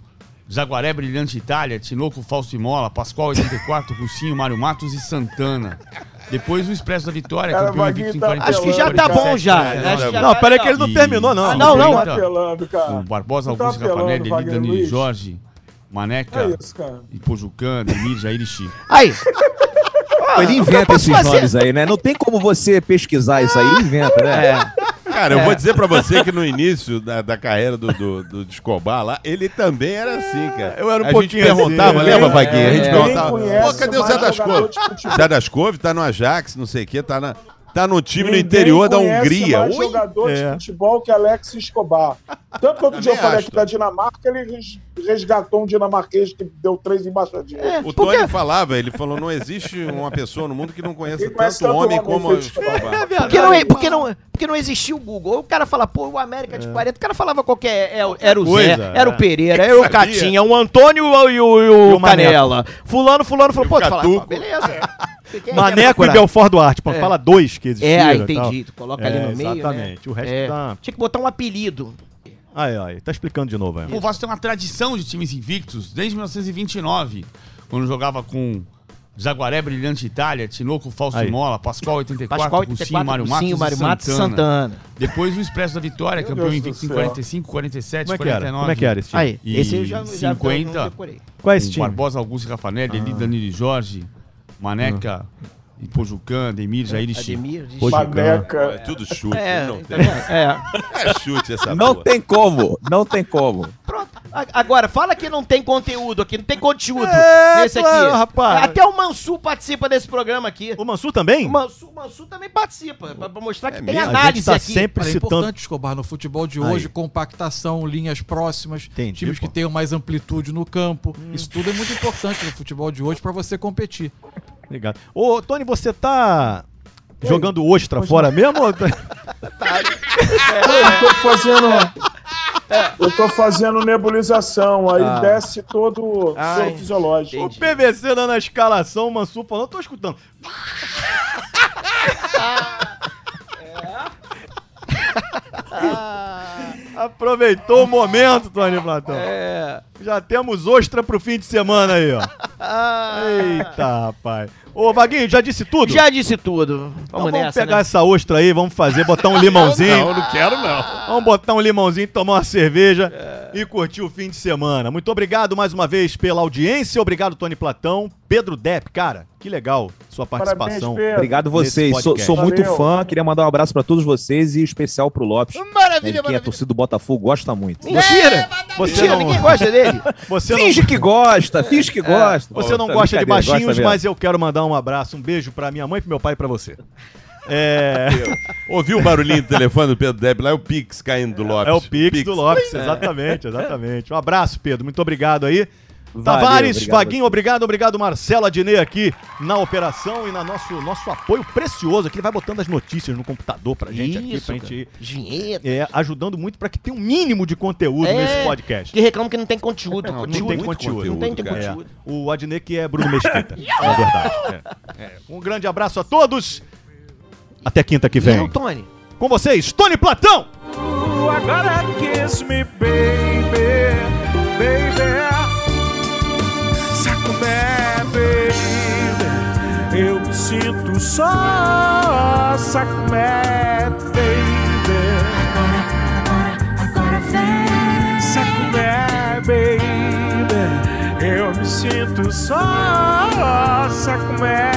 Speaker 12: Jaguaré, Brilhante Itália, Tinoco, Falso e Mola, Pascoal 84, Rucinho, Mário Matos e Santana. Depois o Expresso da
Speaker 5: É,
Speaker 12: Vitória,
Speaker 3: Cara,
Speaker 12: campeão
Speaker 3: Vaguinho
Speaker 12: invicto em
Speaker 3: tá
Speaker 12: 48,
Speaker 6: Acho que já tá bom
Speaker 12: 47,
Speaker 6: já.
Speaker 12: né?
Speaker 6: Acho que já
Speaker 2: Não,
Speaker 6: tá
Speaker 2: peraí que ele
Speaker 6: legal.
Speaker 2: não terminou, não.
Speaker 6: Ah, não, não.
Speaker 3: Tá apelando, cara.
Speaker 12: Com Barbosa,
Speaker 3: Não tá
Speaker 12: Augusto,
Speaker 3: apelando,
Speaker 12: Rafanelli,
Speaker 3: Wagner
Speaker 12: Elidani,
Speaker 3: Luiz.
Speaker 12: Jorge,
Speaker 3: É
Speaker 12: Maneca,
Speaker 3: isso, cara.
Speaker 12: Ipojucan, Demir, Jair e Chico.
Speaker 6: Aí.
Speaker 7: Pô, Ele inventa
Speaker 6: posso
Speaker 7: esses
Speaker 6: fazer.
Speaker 7: nomes aí, né? Não tem como você pesquisar isso aí, ele inventa, né?
Speaker 5: Cara, eu vou dizer pra você que no início da, da carreira do, do, do Escobar lá, ele também era assim, cara.
Speaker 2: eu era um
Speaker 5: a
Speaker 2: pouquinho
Speaker 5: gente perguntava,
Speaker 2: assim, né?
Speaker 5: lembra, Vaguinho? A gente
Speaker 6: É.
Speaker 5: perguntava,
Speaker 3: Ninguém conhece,
Speaker 5: pô, cadê o
Speaker 3: mas
Speaker 5: Zé das
Speaker 3: jogador
Speaker 5: Couve?
Speaker 3: de futebol.
Speaker 5: Zé das Couve tá no Ajax, não sei o quê, tá, na, tá no time
Speaker 3: Ninguém
Speaker 5: no interior da
Speaker 3: conhece
Speaker 5: Hungria.
Speaker 3: Mais
Speaker 5: Ui,
Speaker 3: jogador
Speaker 2: É.
Speaker 3: de futebol que Alex Escobar. Tanto que outro dia eu
Speaker 5: Também
Speaker 3: falei
Speaker 5: acho.
Speaker 3: aqui da Dinamarca, ele res- resgatou um dinamarquês que deu três embaixadinhas.
Speaker 6: É,
Speaker 5: O
Speaker 6: porque-
Speaker 5: Tony falava, ele falou, não existe uma pessoa no mundo que não conheça
Speaker 3: Ele conhece
Speaker 5: tanto homem
Speaker 3: tanto homem
Speaker 5: como
Speaker 3: que
Speaker 5: o
Speaker 3: o
Speaker 5: Escobar.
Speaker 6: Porque não, é, porque, não, porque não existia o Google. Ou o cara fala, pô, o América de 40. O cara falava qualquer. é- Era o Zé,
Speaker 2: É. Coisa,
Speaker 6: era
Speaker 2: é.
Speaker 6: o Pereira, era o
Speaker 5: Sabia.
Speaker 6: Catinha, o Antônio e o, e o- e o
Speaker 2: E o Maneco.
Speaker 6: Canela. Fulano, fulano, fulano.
Speaker 5: o
Speaker 6: Pô, tu fala,
Speaker 5: Catuco.
Speaker 6: pô, beleza. Quem é que vai
Speaker 2: Maneco e
Speaker 6: procurar?
Speaker 2: Belfort Duarte. Pô,
Speaker 6: É.
Speaker 2: Fala dois que existiram.
Speaker 6: É, ah,
Speaker 2: e tal.
Speaker 6: entendi. Tu coloca ali
Speaker 2: É,
Speaker 6: no meio.
Speaker 2: Exatamente. O
Speaker 6: né?
Speaker 2: resto
Speaker 6: É.
Speaker 2: tá.
Speaker 6: Tinha que botar um apelido.
Speaker 2: Aí, aí. Tá explicando de novo, aí.
Speaker 12: O Vasco tem uma tradição de times invictos desde 1929, quando jogava com Jaguaré, Brilhante Itália, Tinoco, Falso
Speaker 2: Aí.
Speaker 12: e Mola, Pascoal 84,
Speaker 6: Pascoal
Speaker 12: Rucinho,
Speaker 6: 84,
Speaker 12: Mário Matos,
Speaker 6: Lucinho,
Speaker 12: e
Speaker 6: Mário Matos e
Speaker 12: Santana.
Speaker 6: Santana.
Speaker 12: Depois o Expresso da Vitória,
Speaker 3: Meu
Speaker 12: campeão
Speaker 3: Deus
Speaker 12: invicto
Speaker 3: do
Speaker 12: em
Speaker 3: céu.
Speaker 12: 45, 47,
Speaker 2: Como é que era?
Speaker 12: 49.
Speaker 2: Como é que era esse time?
Speaker 6: Aí,
Speaker 12: E
Speaker 6: esse eu já, já
Speaker 12: 50.
Speaker 6: não decorei.
Speaker 2: Qual é esse
Speaker 12: Com
Speaker 2: time?
Speaker 12: Barbosa, Augusto e Rafanelli, Eli, Danilo e Jorge, Maneca, Ipojucan, Demir, Jair e Chico.
Speaker 6: Ademir, de-
Speaker 2: Hoje-
Speaker 5: É
Speaker 3: Maneca.
Speaker 5: tudo chute,
Speaker 6: É,
Speaker 5: não
Speaker 6: tá
Speaker 5: tem.
Speaker 6: vendo? é.
Speaker 5: É chute essa
Speaker 7: Não
Speaker 5: porra.
Speaker 7: tem como, não tem como.
Speaker 6: Pronto. A- Agora, fala que não tem conteúdo aqui, não tem conteúdo
Speaker 2: É,
Speaker 6: nesse aqui.
Speaker 2: claro, rapaz.
Speaker 6: Até o Mansu participa desse programa aqui.
Speaker 2: O Mansur também?
Speaker 6: O Mansu, o Mansu também participa, pra, pra mostrar que
Speaker 5: É
Speaker 6: tem
Speaker 5: mesmo?
Speaker 2: A gente
Speaker 6: análise
Speaker 2: tá
Speaker 6: aqui.
Speaker 2: sempre
Speaker 11: Cara, é
Speaker 2: citando.
Speaker 11: importante, Escobar, no futebol de
Speaker 2: Aí.
Speaker 11: hoje, compactação, linhas próximas,
Speaker 2: Entendi,
Speaker 11: times que
Speaker 2: pô. Hum.
Speaker 11: tenham mais amplitude no campo. Isso tudo é muito importante no futebol de hoje pra você competir.
Speaker 2: Obrigado. Ô, Tony, você tá jogando ostra fora mesmo? ou tá-
Speaker 3: Eu
Speaker 8: É.
Speaker 3: tô fazendo. Eu tô fazendo nebulização, aí desce todo o soro fisiológico.
Speaker 2: O PVC dando a escalação, o Mansur falando, eu tô escutando. Aproveitou o momento, Tony Platão.
Speaker 6: É.
Speaker 2: Já temos ostra pro fim de semana aí, ó. Eita, rapaz. Ô, Vaguinho, já disse tudo?
Speaker 6: Já disse tudo. Vamos
Speaker 2: Então vamos
Speaker 6: nessa.
Speaker 2: pegar
Speaker 6: né?
Speaker 2: essa ostra aí, vamos fazer, botar um limãozinho.
Speaker 5: Não, não quero não.
Speaker 2: Vamos botar um limãozinho, tomar uma cerveja
Speaker 7: É.
Speaker 2: e curtir o fim de semana. Muito obrigado mais uma vez pela audiência. Obrigado, Tony Platão. Pedro Depp, cara, que legal sua participação.
Speaker 3: Pedro.
Speaker 7: Obrigado vocês.
Speaker 2: Nesse
Speaker 7: Sou,
Speaker 2: podcast.
Speaker 7: sou muito
Speaker 3: Valeu.
Speaker 7: fã, queria mandar um abraço pra todos vocês e especial pro Lopes.
Speaker 6: Maravilha,
Speaker 7: né, quem é
Speaker 6: maravilha. É.
Speaker 7: torcida do Botafogo gosta muito.
Speaker 6: Mentira!
Speaker 2: Você
Speaker 6: Mentira,
Speaker 2: não,
Speaker 6: ninguém gosta dele.
Speaker 2: você não,
Speaker 7: Finge que gosta, finge que gosta.
Speaker 2: você não
Speaker 7: Tá,
Speaker 2: gosta de
Speaker 7: brincadeira, gosta
Speaker 2: baixinhos,
Speaker 7: mesmo.
Speaker 2: mas eu quero mandar um abraço, um beijo pra minha mãe, pro meu pai e pra você. É,
Speaker 5: Ouviu o barulhinho do telefone do Pedro Deb lá? É o Pix caindo do Lopes.
Speaker 2: é o Pix do Lopes, exatamente, exatamente. Um abraço, Pedro, muito obrigado aí.
Speaker 7: Valeu,
Speaker 2: Tavares,
Speaker 7: obrigado a
Speaker 2: Vaguinho, obrigado, obrigado, Marcelo Adnet aqui na operação e na nosso, nosso apoio precioso aqui. Ele vai botando as notícias no computador pra gente aqui, pra gente ir
Speaker 6: cara. Vinheta.
Speaker 2: é, ajudando muito pra que tenha um mínimo de conteúdo
Speaker 6: É.
Speaker 2: nesse podcast.
Speaker 6: Que reclama que não tem conteúdo.
Speaker 5: Não,
Speaker 2: Não
Speaker 6: conteúdo.
Speaker 2: tem
Speaker 5: muito
Speaker 2: conteúdo.
Speaker 5: conteúdo,
Speaker 6: Não tem, tem
Speaker 5: cara.
Speaker 6: conteúdo.
Speaker 2: O Adnet que é Bruno Mesquita, na verdade. É. É. Um grande abraço a todos. Até quinta que
Speaker 6: E aí, o
Speaker 2: É. vem.
Speaker 6: Tony?
Speaker 2: Com vocês, Tony Platão.
Speaker 8: Agora é kiss me, baby, baby. Sacomé.
Speaker 11: sinto só
Speaker 8: é?
Speaker 11: Sacumete, baby Agora, agora, agora vem Sacumete, baby Eu me sinto só Sacumete